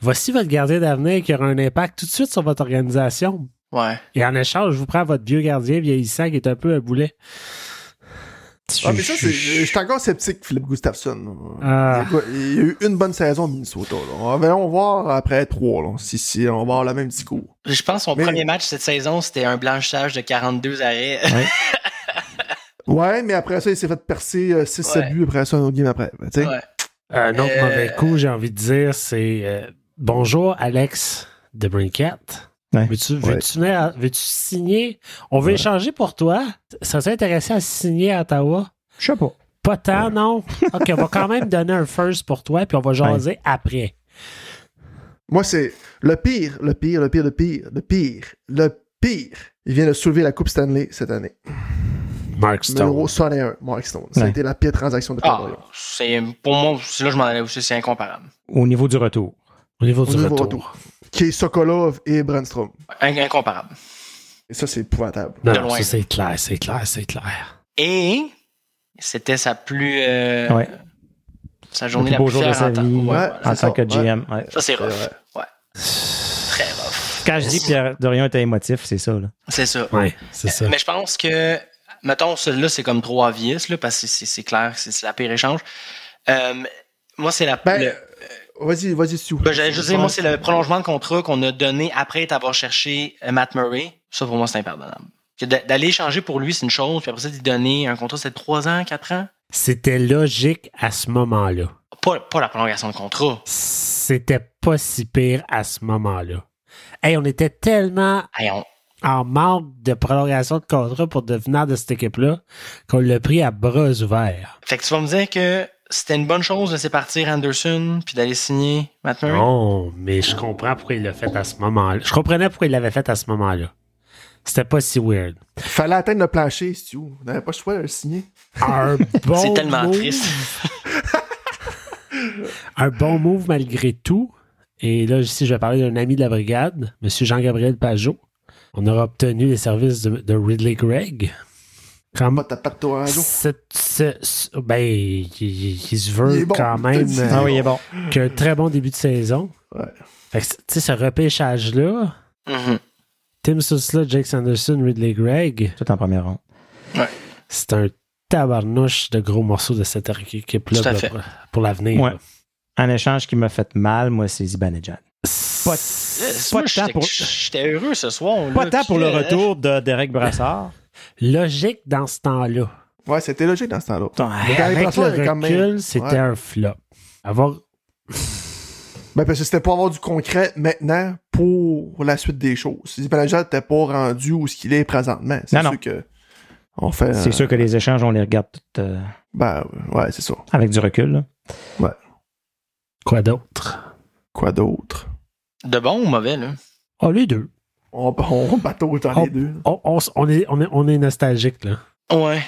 [SPEAKER 1] Voici votre gardien d'avenir qui aura un impact tout de suite sur votre organisation.
[SPEAKER 4] Ouais.
[SPEAKER 1] Et en échange, je vous prends votre vieux gardien vieillissant qui est un peu un boulet.
[SPEAKER 2] Ah, mais ça, c'est- je suis encore sceptique, Philippe Gustafsson.
[SPEAKER 1] Ah.
[SPEAKER 2] Il y a eu une bonne saison à Minnesota. Là. On va on va voir après trois. Là, si, si on va avoir le même discours.
[SPEAKER 4] Je pense que son
[SPEAKER 2] Mais-
[SPEAKER 4] premier match cette saison, c'était un blanchissage de 42 arrêts.
[SPEAKER 2] Ouais, mais après ça, il s'est fait percer 6-7
[SPEAKER 4] Ouais.
[SPEAKER 2] buts après ça, un autre game après. Ben, tu sais.
[SPEAKER 4] Ouais.
[SPEAKER 1] Un autre
[SPEAKER 4] Euh.
[SPEAKER 1] mauvais coup, j'ai envie de dire, c'est euh, Bonjour, Alex de Brincat.
[SPEAKER 3] Ouais.
[SPEAKER 1] Veux-tu
[SPEAKER 5] Ouais.
[SPEAKER 1] veux-tu venir à- veux-tu signer? On veut
[SPEAKER 5] Ouais.
[SPEAKER 1] échanger pour toi. Ça serait intéressant à signer à Ottawa?
[SPEAKER 3] Je sais pas.
[SPEAKER 1] Pas tant, non. OK, on va quand même donner un first pour toi, puis on va jaser après.
[SPEAKER 2] Moi, c'est le pire, le pire, le pire, le pire, le pire, le pire. Il vient de soulever la Coupe Stanley cette année.
[SPEAKER 1] Mark
[SPEAKER 2] Numéro 101, Mark Stone. Ça a
[SPEAKER 3] Ouais.
[SPEAKER 2] été la pire transaction de
[SPEAKER 4] Ah,
[SPEAKER 2] Port Royal.
[SPEAKER 4] c'est, pour moi, c'est là que je m'en allais aussi, c'est incomparable.
[SPEAKER 3] Au niveau du retour.
[SPEAKER 1] Au niveau du
[SPEAKER 2] Au niveau
[SPEAKER 1] retour.
[SPEAKER 2] retour. Qui est Sokolov et Brandstrom.
[SPEAKER 4] In- incomparable.
[SPEAKER 2] Et ça, c'est épouvantable.
[SPEAKER 1] Non,
[SPEAKER 4] De
[SPEAKER 1] non,
[SPEAKER 4] loin.
[SPEAKER 1] ça, c'est clair, c'est clair, c'est clair.
[SPEAKER 4] Et c'était sa plus. euh,
[SPEAKER 3] Ouais.
[SPEAKER 4] Sa
[SPEAKER 3] Le
[SPEAKER 4] journée
[SPEAKER 3] plus
[SPEAKER 4] la
[SPEAKER 3] beau
[SPEAKER 4] plus
[SPEAKER 3] jour de
[SPEAKER 4] fière
[SPEAKER 3] sa
[SPEAKER 4] en tant-
[SPEAKER 3] vie
[SPEAKER 4] Ouais,
[SPEAKER 2] Ouais.
[SPEAKER 4] voilà.
[SPEAKER 3] en
[SPEAKER 2] c'est ça,
[SPEAKER 3] tant que
[SPEAKER 2] ouais.
[SPEAKER 3] GM. ouais.
[SPEAKER 4] Ça, c'est
[SPEAKER 2] C'est
[SPEAKER 4] rough.
[SPEAKER 2] vrai.
[SPEAKER 4] Ouais. Très rough.
[SPEAKER 3] Quand je dis Pierre Dorion était émotif, c'est ça. Là.
[SPEAKER 4] C'est ça.
[SPEAKER 1] Ouais, c'est ça.
[SPEAKER 4] Mais je pense que, mettons, celui-là, c'est comme trop obvious, là, parce que c'est- c'est clair, que c'est c'est la pire échange. Euh, moi, c'est la.
[SPEAKER 2] Ben,
[SPEAKER 4] le-
[SPEAKER 2] Vas-y, vas-y, Stu.
[SPEAKER 4] ben, j'allais juste dire, moi, c'est le prolongement de contrat qu'on a donné après t'avoir cherché euh, Matt Murray. Ça, pour moi, c'est impardonnable. Que d'a- D'aller échanger pour lui, c'est une chose, puis après ça, d'y donner un contrat, c'est 3 ans, 4 ans.
[SPEAKER 1] C'était logique à ce moment-là.
[SPEAKER 4] Pas, pas la prolongation de contrat.
[SPEAKER 1] C'était pas si pire à ce moment-là. Hey, on était tellement
[SPEAKER 4] Hey, on-
[SPEAKER 1] en manque de prolongation de contrat pour devenir de cette équipe-là qu'on l'a pris à bras ouverts.
[SPEAKER 4] Fait que tu vas me dire que c'était une bonne chose de sépartir Anderson, puis d'aller signer Matt Murray.
[SPEAKER 1] Non, mais je comprends pourquoi il l'a fait à ce moment-là. Je comprenais pourquoi il l'avait fait à ce moment-là. C'était pas si weird.
[SPEAKER 2] Fallait atteindre le plancher, Stu. On n'avait pas le choix de le signer.
[SPEAKER 1] Un bon
[SPEAKER 4] c'est tellement
[SPEAKER 1] move,
[SPEAKER 4] triste.
[SPEAKER 1] Un bon move malgré tout. Et là, ici, je vais parler d'un ami de la brigade, M. Jean-Gabriel Pajot. On aura obtenu les services de, de Ridley Gregg. Quand
[SPEAKER 2] Pas ta patte toi un jour.
[SPEAKER 1] C'est- c'est- c'est- ben, il, il- il se
[SPEAKER 2] Il
[SPEAKER 1] veut
[SPEAKER 2] est bon,
[SPEAKER 1] quand
[SPEAKER 2] je te
[SPEAKER 1] même
[SPEAKER 2] dis.
[SPEAKER 1] euh,
[SPEAKER 2] Ah oui, il est
[SPEAKER 3] bon.
[SPEAKER 1] qu'il a un très bon début de saison.
[SPEAKER 2] Ouais.
[SPEAKER 1] Fait que, tu sais, ce repêchage-là,
[SPEAKER 4] Mhm.
[SPEAKER 1] Tim Sussler, Jake Sanderson, Ridley Gregg,
[SPEAKER 3] Tout en première ronde.
[SPEAKER 1] c'est un tabarnouche de gros morceaux de cette équipe-là
[SPEAKER 4] Tout à
[SPEAKER 1] là,
[SPEAKER 4] fait.
[SPEAKER 1] pour, pour l'avenir.
[SPEAKER 3] Ouais.
[SPEAKER 1] là.
[SPEAKER 3] Un échange qui m'a fait mal, moi, c'est Zibanejad.
[SPEAKER 4] Yes,
[SPEAKER 3] Pas
[SPEAKER 4] moi,
[SPEAKER 3] de
[SPEAKER 4] j'étais-
[SPEAKER 3] temps pour-
[SPEAKER 4] J'étais heureux ce soir.
[SPEAKER 3] Pas
[SPEAKER 4] là,
[SPEAKER 3] tant
[SPEAKER 4] puis euh,
[SPEAKER 3] pour le
[SPEAKER 4] là,
[SPEAKER 3] retour de Derek Brassard.
[SPEAKER 1] Logique dans ce temps-là.
[SPEAKER 2] Ouais, c'était logique dans ce temps-là.
[SPEAKER 3] Ouais.
[SPEAKER 2] Derek
[SPEAKER 1] Avec
[SPEAKER 2] Brassard est
[SPEAKER 1] le
[SPEAKER 2] quand même-
[SPEAKER 1] recul, c'était
[SPEAKER 2] Ouais.
[SPEAKER 1] un flop. Avoir
[SPEAKER 2] Ben, parce que c'était pour avoir du concret maintenant pour la suite des choses. Zibanejad n'était pas rendu où ce qu'il est présentement. C'est
[SPEAKER 3] Non,
[SPEAKER 2] sûr
[SPEAKER 3] non.
[SPEAKER 2] que. On fait. euh,
[SPEAKER 3] C'est sûr que les échanges, on les regarde tout, euh,
[SPEAKER 2] Ben, ouais, c'est ça.
[SPEAKER 3] avec du recul. là.
[SPEAKER 1] quoi d'autre?
[SPEAKER 2] Quoi d'autre?
[SPEAKER 4] De bon ou mauvais, là?
[SPEAKER 1] Oh, les deux.
[SPEAKER 2] On, on bateau dans
[SPEAKER 1] Oh.
[SPEAKER 2] les deux.
[SPEAKER 1] On, on s- on est, on, est, on est nostalgique, là.
[SPEAKER 4] Ouais.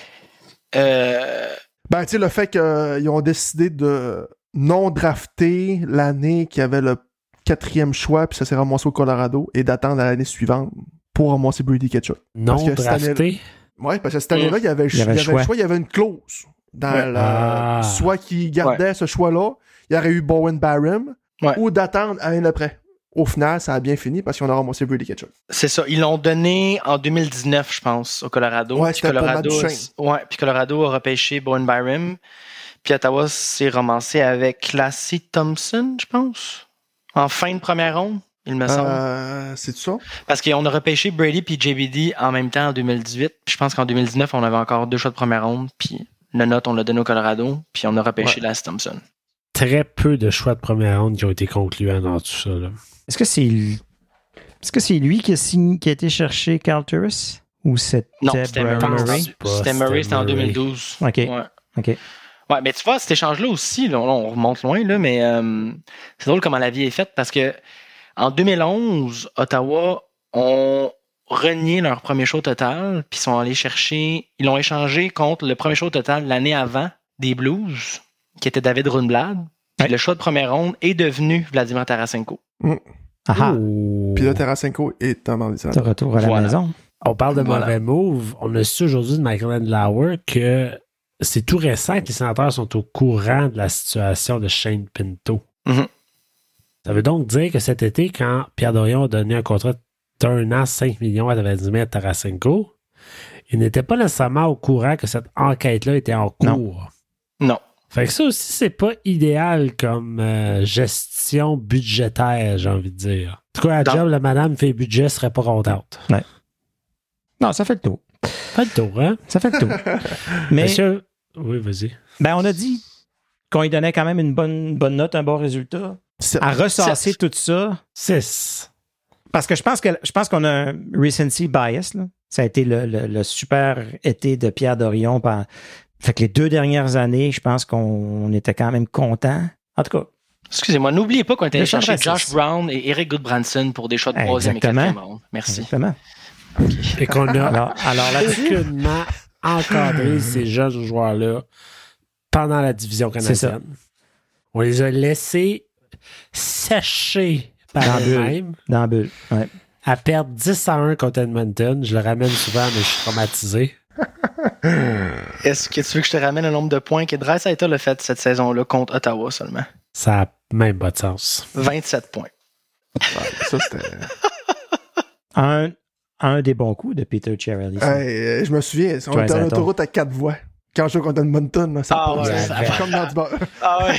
[SPEAKER 4] Euh,
[SPEAKER 2] Ben, tu sais, le fait qu'ils ont décidé de non drafter l'année qui avait le quatrième choix, puis ça s'est ramassé au Colorado, et d'attendre à l'année suivante pour ramasser Brady Ketchup.
[SPEAKER 1] Non
[SPEAKER 2] que cette année-là-
[SPEAKER 1] drafté.
[SPEAKER 2] Ouais, parce que cette année-là, il y avait le
[SPEAKER 3] Mm. Il y avait le choix.
[SPEAKER 2] choix, il y avait une clause. Dans
[SPEAKER 4] Ouais.
[SPEAKER 2] la...
[SPEAKER 1] Ah.
[SPEAKER 2] Soit qu'ils gardaient ce choix-là, il y aurait eu Bowen Barham,
[SPEAKER 4] Ouais.
[SPEAKER 2] ou d'attendre à l'année après. Au final, ça a bien fini parce qu'on a ramassé Brady Ketchup.
[SPEAKER 4] C'est ça. Ils l'ont donné en 2019, je pense, au Colorado.
[SPEAKER 2] Ouais,
[SPEAKER 4] Puis
[SPEAKER 2] c'était pas
[SPEAKER 4] Colorado,
[SPEAKER 2] Matt Duchesne.
[SPEAKER 4] ouais, puis Colorado a repêché Bowen Byram. Puis Ottawa s'est romancé avec Lassie Thompson, je pense. En fin de première ronde, il me semble.
[SPEAKER 2] Euh, C'est ça?
[SPEAKER 4] Parce qu'on a repêché Brady puis JBD en même temps en 2018. Puis je pense qu'en 2019, on avait encore deux choix de première ronde. Puis le note, on l'a donné au Colorado. Puis on a repêché Lassie Thompson.
[SPEAKER 1] Très peu de choix de première ronde qui ont été concluants dans tout ça, là.
[SPEAKER 3] Est-ce que c'est lui? Est-ce que c'est lui qui a, signé- qui a été chercher Carl Turris? Ou c'était
[SPEAKER 4] Non, c'était
[SPEAKER 3] Brad
[SPEAKER 1] Murray.
[SPEAKER 4] Murray.
[SPEAKER 1] Je pense pas,
[SPEAKER 4] C'était Murray,
[SPEAKER 1] c'était
[SPEAKER 4] c'était en
[SPEAKER 1] Murray.
[SPEAKER 4] 2012.
[SPEAKER 3] OK.
[SPEAKER 4] Ouais.
[SPEAKER 3] OK.
[SPEAKER 4] Ouais, mais tu vois, cet échange-là aussi, là, on- on remonte loin, là, mais euh, c'est drôle comment la vie est faite parce que en 2011, Ottawa ont renié leur premier show total, puis sont allés chercher, ils l'ont échangé contre le premier show total de l'année avant des Blues, qui était David Runblad. Puis
[SPEAKER 3] Ouais.
[SPEAKER 4] le choix de première ronde est devenu Vladimir Tarasenko.
[SPEAKER 3] Ah, ah,
[SPEAKER 1] Oh.
[SPEAKER 2] Puis là, Tarasenko est en dans
[SPEAKER 3] de retour à la
[SPEAKER 4] Voilà.
[SPEAKER 3] maison.
[SPEAKER 1] On parle de
[SPEAKER 4] Voilà.
[SPEAKER 1] mauvais move. On a su aujourd'hui de Michael Landauer que c'est tout récent que les sénateurs sont au courant de la situation de Shane Pinto.
[SPEAKER 4] Mhm.
[SPEAKER 1] Ça veut donc dire que cet été, quand Pierre Dorion a donné un contrat d'un an 5 millions à Vladimir Tarasenko, il n'était pas nécessairement au courant que cette enquête-là était en cours.
[SPEAKER 3] Non.
[SPEAKER 4] Non.
[SPEAKER 1] Fait que ça aussi, c'est pas idéal comme euh, gestion budgétaire, j'ai envie de dire. En tout cas, à
[SPEAKER 4] Dans-
[SPEAKER 1] job, la madame fait budget serait pas contente.
[SPEAKER 3] Non, ça fait le tour.
[SPEAKER 1] Pas le tour, hein?
[SPEAKER 3] Ça fait le tour. Mais
[SPEAKER 1] Monsieur, oui, vas-y.
[SPEAKER 3] ben, on a dit qu'on lui donnait quand même une bonne, bonne note, un bon résultat.
[SPEAKER 2] Sept.
[SPEAKER 3] À ressasser tout ça,
[SPEAKER 1] 6.
[SPEAKER 3] Parce que je pense que je pense qu'on a un recency bias. Là. Ça a été le, le- le super été de Pierre Dorion. par- Fait que les deux dernières années, je pense qu'on était quand même content. En tout cas,
[SPEAKER 4] Excusez-moi, n'oubliez pas qu'on était allé
[SPEAKER 3] Richard
[SPEAKER 4] chercher
[SPEAKER 3] Francis.
[SPEAKER 4] Josh Brown et Eric Goodbranson pour des choix de
[SPEAKER 3] Eh,
[SPEAKER 4] troisième et
[SPEAKER 3] exactement.
[SPEAKER 4] quatrième ronde. Merci.
[SPEAKER 3] exactement.
[SPEAKER 1] Et qu'on a
[SPEAKER 3] Alors, alors là-dessus,
[SPEAKER 1] aucunement encadré ces jeunes joueurs-là pendant la division
[SPEAKER 3] C'est ça.
[SPEAKER 1] canadienne. On les a laissés sécher
[SPEAKER 3] Dans
[SPEAKER 1] par
[SPEAKER 3] le-
[SPEAKER 1] eux-mêmes.
[SPEAKER 3] dans la bulle. Ouais.
[SPEAKER 1] à perdre 10 à 1 contre Edmonton. Je le ramène souvent, mais je suis traumatisé.
[SPEAKER 4] Est-ce que tu veux que je te ramène le nombre de points que Dreisaitl a fait cette saison-là contre Ottawa seulement?
[SPEAKER 1] Ça a même pas de sens.
[SPEAKER 4] 27 points.
[SPEAKER 2] Ça, c'était.
[SPEAKER 3] Un, un des bons coups de Peter Cherry.
[SPEAKER 2] Hey, euh, je me souviens, on
[SPEAKER 3] Toi,
[SPEAKER 2] était en
[SPEAKER 3] Zaton.
[SPEAKER 2] autoroute à quatre voies. Quand je jouais contre Edmonton, là, ça
[SPEAKER 4] Ah
[SPEAKER 2] passe.
[SPEAKER 4] ouais,
[SPEAKER 2] ça
[SPEAKER 4] ça
[SPEAKER 2] fait comme dans du bar.
[SPEAKER 4] Ah ouais.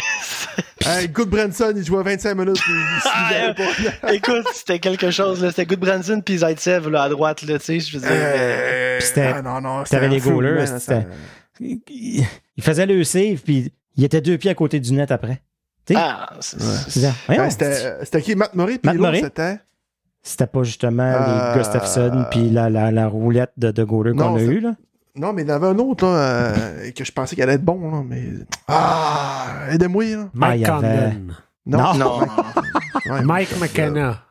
[SPEAKER 2] hey, Good Branson, il jouait 25 minutes. puis il se
[SPEAKER 4] Ah,
[SPEAKER 2] libérait pas.
[SPEAKER 4] Écoute, c'était quelque chose. là. C'était Goodbranson puis Zaitsev là, à droite. Là, tu sais, je veux dire, euh,
[SPEAKER 2] Euh,
[SPEAKER 3] c'était-
[SPEAKER 2] ah, non, non,
[SPEAKER 3] t'avais
[SPEAKER 2] c'était
[SPEAKER 3] les
[SPEAKER 2] un feu
[SPEAKER 3] goalers,
[SPEAKER 2] humain, là,
[SPEAKER 3] c'était-
[SPEAKER 2] ça-
[SPEAKER 3] Il, il faisait le save, puis il était deux pieds à côté du net après.
[SPEAKER 4] ah, c'est- c'est-
[SPEAKER 3] C'est ça. Voyons,
[SPEAKER 2] Ouais, C'était euh, c'était qui? Matt Murray? Puis
[SPEAKER 3] Hein? Matt
[SPEAKER 2] l'autre,
[SPEAKER 3] Murray?
[SPEAKER 2] c'était...
[SPEAKER 3] C'était pas justement
[SPEAKER 2] Euh,
[SPEAKER 3] les Gustafsson puis la, la, la roulette de, de goaler qu'on
[SPEAKER 2] Non,
[SPEAKER 3] a
[SPEAKER 2] c'est-
[SPEAKER 3] eue. Là.
[SPEAKER 2] Non, mais il y en avait un autre, là, euh, que je pensais qu'il allait être bon, là, mais... Ah! Aidez-moi, là.
[SPEAKER 1] Mike
[SPEAKER 3] Ah, il y avait-
[SPEAKER 1] Condon,
[SPEAKER 3] Non.
[SPEAKER 4] Non.
[SPEAKER 2] Ouais,
[SPEAKER 1] Mike
[SPEAKER 2] ouais,
[SPEAKER 1] McKenna,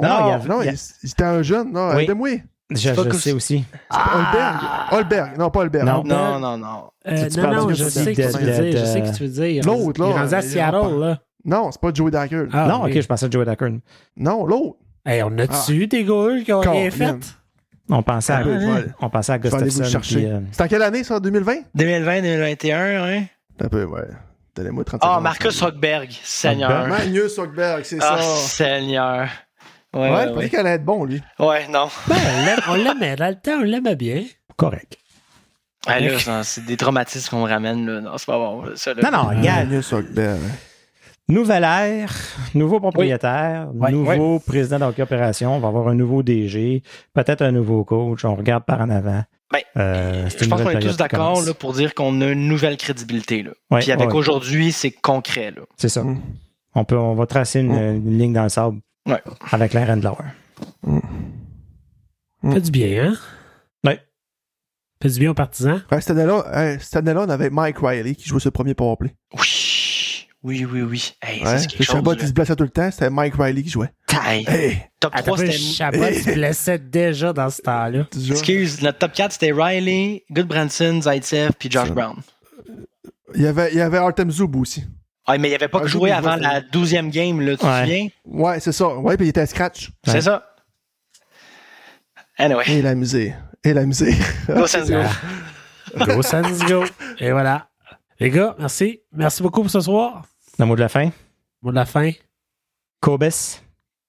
[SPEAKER 2] Non,
[SPEAKER 3] il y
[SPEAKER 2] non,
[SPEAKER 3] avait-
[SPEAKER 2] non,
[SPEAKER 3] il y a-
[SPEAKER 2] il il était un jeune, là.
[SPEAKER 3] Oui.
[SPEAKER 2] Aidez-moi.
[SPEAKER 3] je,
[SPEAKER 4] pas
[SPEAKER 3] je
[SPEAKER 4] que-
[SPEAKER 3] sais aussi.
[SPEAKER 4] Ah!
[SPEAKER 2] Holberg. Holberg. Non, pas Holberg.
[SPEAKER 3] Non.
[SPEAKER 4] Non, non, non.
[SPEAKER 1] Euh,
[SPEAKER 3] Tu
[SPEAKER 1] non,
[SPEAKER 3] parles
[SPEAKER 1] non,
[SPEAKER 3] du
[SPEAKER 1] je
[SPEAKER 3] gars
[SPEAKER 1] sais
[SPEAKER 3] de-
[SPEAKER 1] que tu veux
[SPEAKER 3] de-
[SPEAKER 1] dire. Je
[SPEAKER 3] de-
[SPEAKER 1] sais que tu veux dire. Il est rendu-
[SPEAKER 2] L'autre, là,
[SPEAKER 1] Il est rendu à
[SPEAKER 2] il est
[SPEAKER 1] Seattle,
[SPEAKER 2] en-
[SPEAKER 1] là.
[SPEAKER 2] Non, c'est pas Joey Dacker.
[SPEAKER 1] Ah,
[SPEAKER 3] non,
[SPEAKER 1] oui.
[SPEAKER 3] ok, je pensais à Joey Dackern.
[SPEAKER 2] Non, l'autre.
[SPEAKER 1] Hey, on a-tu eu des goals qui ont rien
[SPEAKER 2] Ah. Colin.
[SPEAKER 1] fait?
[SPEAKER 3] On pensait à,
[SPEAKER 2] Ah, ouais.
[SPEAKER 3] on pensait à
[SPEAKER 2] Je vais aller vous le
[SPEAKER 3] Gustafsson.
[SPEAKER 2] chercher.
[SPEAKER 3] puis, euh,
[SPEAKER 2] C'était en quelle année, ça, 2020?
[SPEAKER 4] 2020-2021, hein?
[SPEAKER 2] Un peu, ouais. Donnez-moi 30
[SPEAKER 4] Ah,
[SPEAKER 2] secondes.
[SPEAKER 4] Marcus Rockberg, Seigneur.
[SPEAKER 2] Magnus Zuckerberg, c'est
[SPEAKER 4] Ah,
[SPEAKER 2] ça.
[SPEAKER 4] Seigneur. Ouais,
[SPEAKER 2] Ouais,
[SPEAKER 4] ouais,
[SPEAKER 2] il pensait
[SPEAKER 4] ouais.
[SPEAKER 2] qu'elle allait être bon, lui.
[SPEAKER 4] Ouais, non.
[SPEAKER 1] Ben, on l'aime- on l'aimait. Dans le temps, on l'aimait bien.
[SPEAKER 3] correct.
[SPEAKER 4] Ah, là, ça, c'est des traumatismes qu'on me ramène, là. Non, c'est pas bon, là, ça, là.
[SPEAKER 3] Non, non,
[SPEAKER 2] Ah.
[SPEAKER 3] regarde.
[SPEAKER 2] Magnus Zuckerberg.
[SPEAKER 3] Nouvelle ère, nouveau propriétaire,
[SPEAKER 1] Ouais,
[SPEAKER 3] nouveau président de coopération. On va avoir un nouveau DG, peut-être un nouveau coach. On regarde par en avant.
[SPEAKER 4] Ben,
[SPEAKER 3] Euh, c'est
[SPEAKER 4] Je
[SPEAKER 3] une
[SPEAKER 4] pense qu'on
[SPEAKER 3] nouvelle
[SPEAKER 4] est
[SPEAKER 3] période qui
[SPEAKER 4] tous d'accord
[SPEAKER 3] commence.
[SPEAKER 4] là, pour dire qu'on a une nouvelle crédibilité. Là.
[SPEAKER 3] Ouais,
[SPEAKER 4] Puis avec
[SPEAKER 3] ouais,
[SPEAKER 4] aujourd'hui, c'est concret. Là.
[SPEAKER 3] C'est ça.
[SPEAKER 2] Mm.
[SPEAKER 3] On, peut, on va tracer une,
[SPEAKER 2] Mm.
[SPEAKER 3] une ligne dans le sable
[SPEAKER 4] Ouais.
[SPEAKER 3] avec l'air and lower.
[SPEAKER 2] Mm.
[SPEAKER 1] Fait du bien, hein?
[SPEAKER 3] Ouais.
[SPEAKER 1] Fait du bien aux partisans.
[SPEAKER 2] Ouais, cette année-là, hey, cette année-là, on avait Mike Riley qui jouait ce premier powerplay.
[SPEAKER 4] Oui, oui, oui, oui. Hey, ça,
[SPEAKER 2] Ouais.
[SPEAKER 4] c'est
[SPEAKER 2] Le
[SPEAKER 4] quelque chose.
[SPEAKER 2] Chabot,
[SPEAKER 4] là.
[SPEAKER 2] il se blessait tout le temps, c'était Mike Riley qui jouait.
[SPEAKER 4] Hey,
[SPEAKER 2] Hey!
[SPEAKER 4] top
[SPEAKER 1] À
[SPEAKER 4] 3,
[SPEAKER 1] peu
[SPEAKER 4] c'était.
[SPEAKER 1] Chabot se blessait déjà dans ce temps-là.
[SPEAKER 2] tu joues.
[SPEAKER 4] Excuse, notre top 4, c'était Riley, Goodbranson, Zaitsev, puis Josh
[SPEAKER 2] Ça-
[SPEAKER 4] Brown.
[SPEAKER 2] Il y avait, il y avait Artem Zub aussi.
[SPEAKER 4] Ah, mais il n'y avait pas
[SPEAKER 2] Ah,
[SPEAKER 4] que
[SPEAKER 2] je
[SPEAKER 4] joué
[SPEAKER 2] vois,
[SPEAKER 4] avant
[SPEAKER 2] c'est-
[SPEAKER 4] la 12e game, là, tu te
[SPEAKER 3] Ouais.
[SPEAKER 4] souviens?
[SPEAKER 2] Ouais, c'est ça. Ouais, puis il était à scratch.
[SPEAKER 3] Ouais.
[SPEAKER 4] C'est ça. Anyway,
[SPEAKER 2] Et la misère. Et la misère.
[SPEAKER 4] go Sens Go.
[SPEAKER 1] Go Suns, go. Et voilà. Les gars, merci. Merci beaucoup pour ce soir.
[SPEAKER 3] Le mot de la fin,
[SPEAKER 1] Mot de la fin.
[SPEAKER 3] Cobes.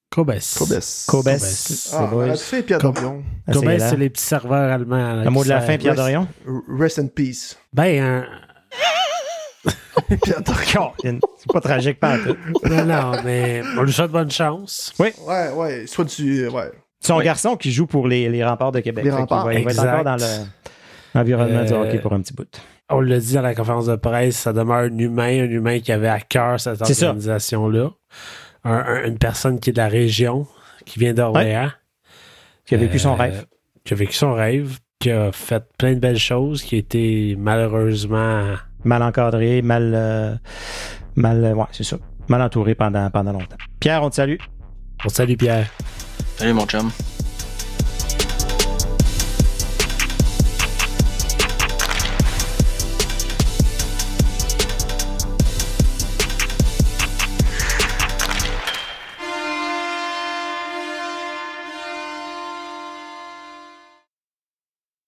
[SPEAKER 1] Kobes.
[SPEAKER 2] Kobes.
[SPEAKER 3] Cobes.
[SPEAKER 1] Cobes.
[SPEAKER 3] c'est
[SPEAKER 2] Ah,
[SPEAKER 3] beau.
[SPEAKER 2] on a tout fait Pierre
[SPEAKER 1] Comme-
[SPEAKER 2] Dorion.
[SPEAKER 1] Kobes,
[SPEAKER 3] Essayez-la.
[SPEAKER 1] c'est les petits serveurs allemands. là,
[SPEAKER 3] Le mot
[SPEAKER 1] qui
[SPEAKER 3] de la
[SPEAKER 1] servent.
[SPEAKER 3] fin, Pierre
[SPEAKER 2] Ouais.
[SPEAKER 3] Dorion.
[SPEAKER 2] R- Rest in peace.
[SPEAKER 1] Ben, un-
[SPEAKER 2] Pierre Dorion.
[SPEAKER 3] C'est pas tragique, pas en tout.
[SPEAKER 1] non, non, mais on lui souhaite bonne chance.
[SPEAKER 2] Ouais, ouais. Soit du. Ouais.
[SPEAKER 3] Son
[SPEAKER 4] Oui.
[SPEAKER 3] garçon qui joue pour les, les remparts de Québec.
[SPEAKER 2] Les
[SPEAKER 3] Fait qu'il
[SPEAKER 2] Remparts,
[SPEAKER 3] va- Il va, être
[SPEAKER 1] exact.
[SPEAKER 3] encore dans le- l'environnement du
[SPEAKER 1] Euh,
[SPEAKER 3] hockey pour un petit bout.
[SPEAKER 1] On l'a dit dans la conférence de presse, ça demeure un humain, un humain qui avait à cœur cette
[SPEAKER 3] C'est ça.
[SPEAKER 1] organisation-là. Un- un- une personne qui est de la région, qui vient d'Orléans.
[SPEAKER 3] Qui a vécu son
[SPEAKER 1] Euh,
[SPEAKER 3] rêve.
[SPEAKER 1] Qui a vécu son rêve, qui a fait plein de belles choses, qui a été malheureusement
[SPEAKER 3] Mal encadré, mal. euh, mal euh, ouais, c'est ça. Mal entouré pendant, pendant longtemps. Pierre, on te salue.
[SPEAKER 1] On salue Pierre.
[SPEAKER 4] Salut, mon chum.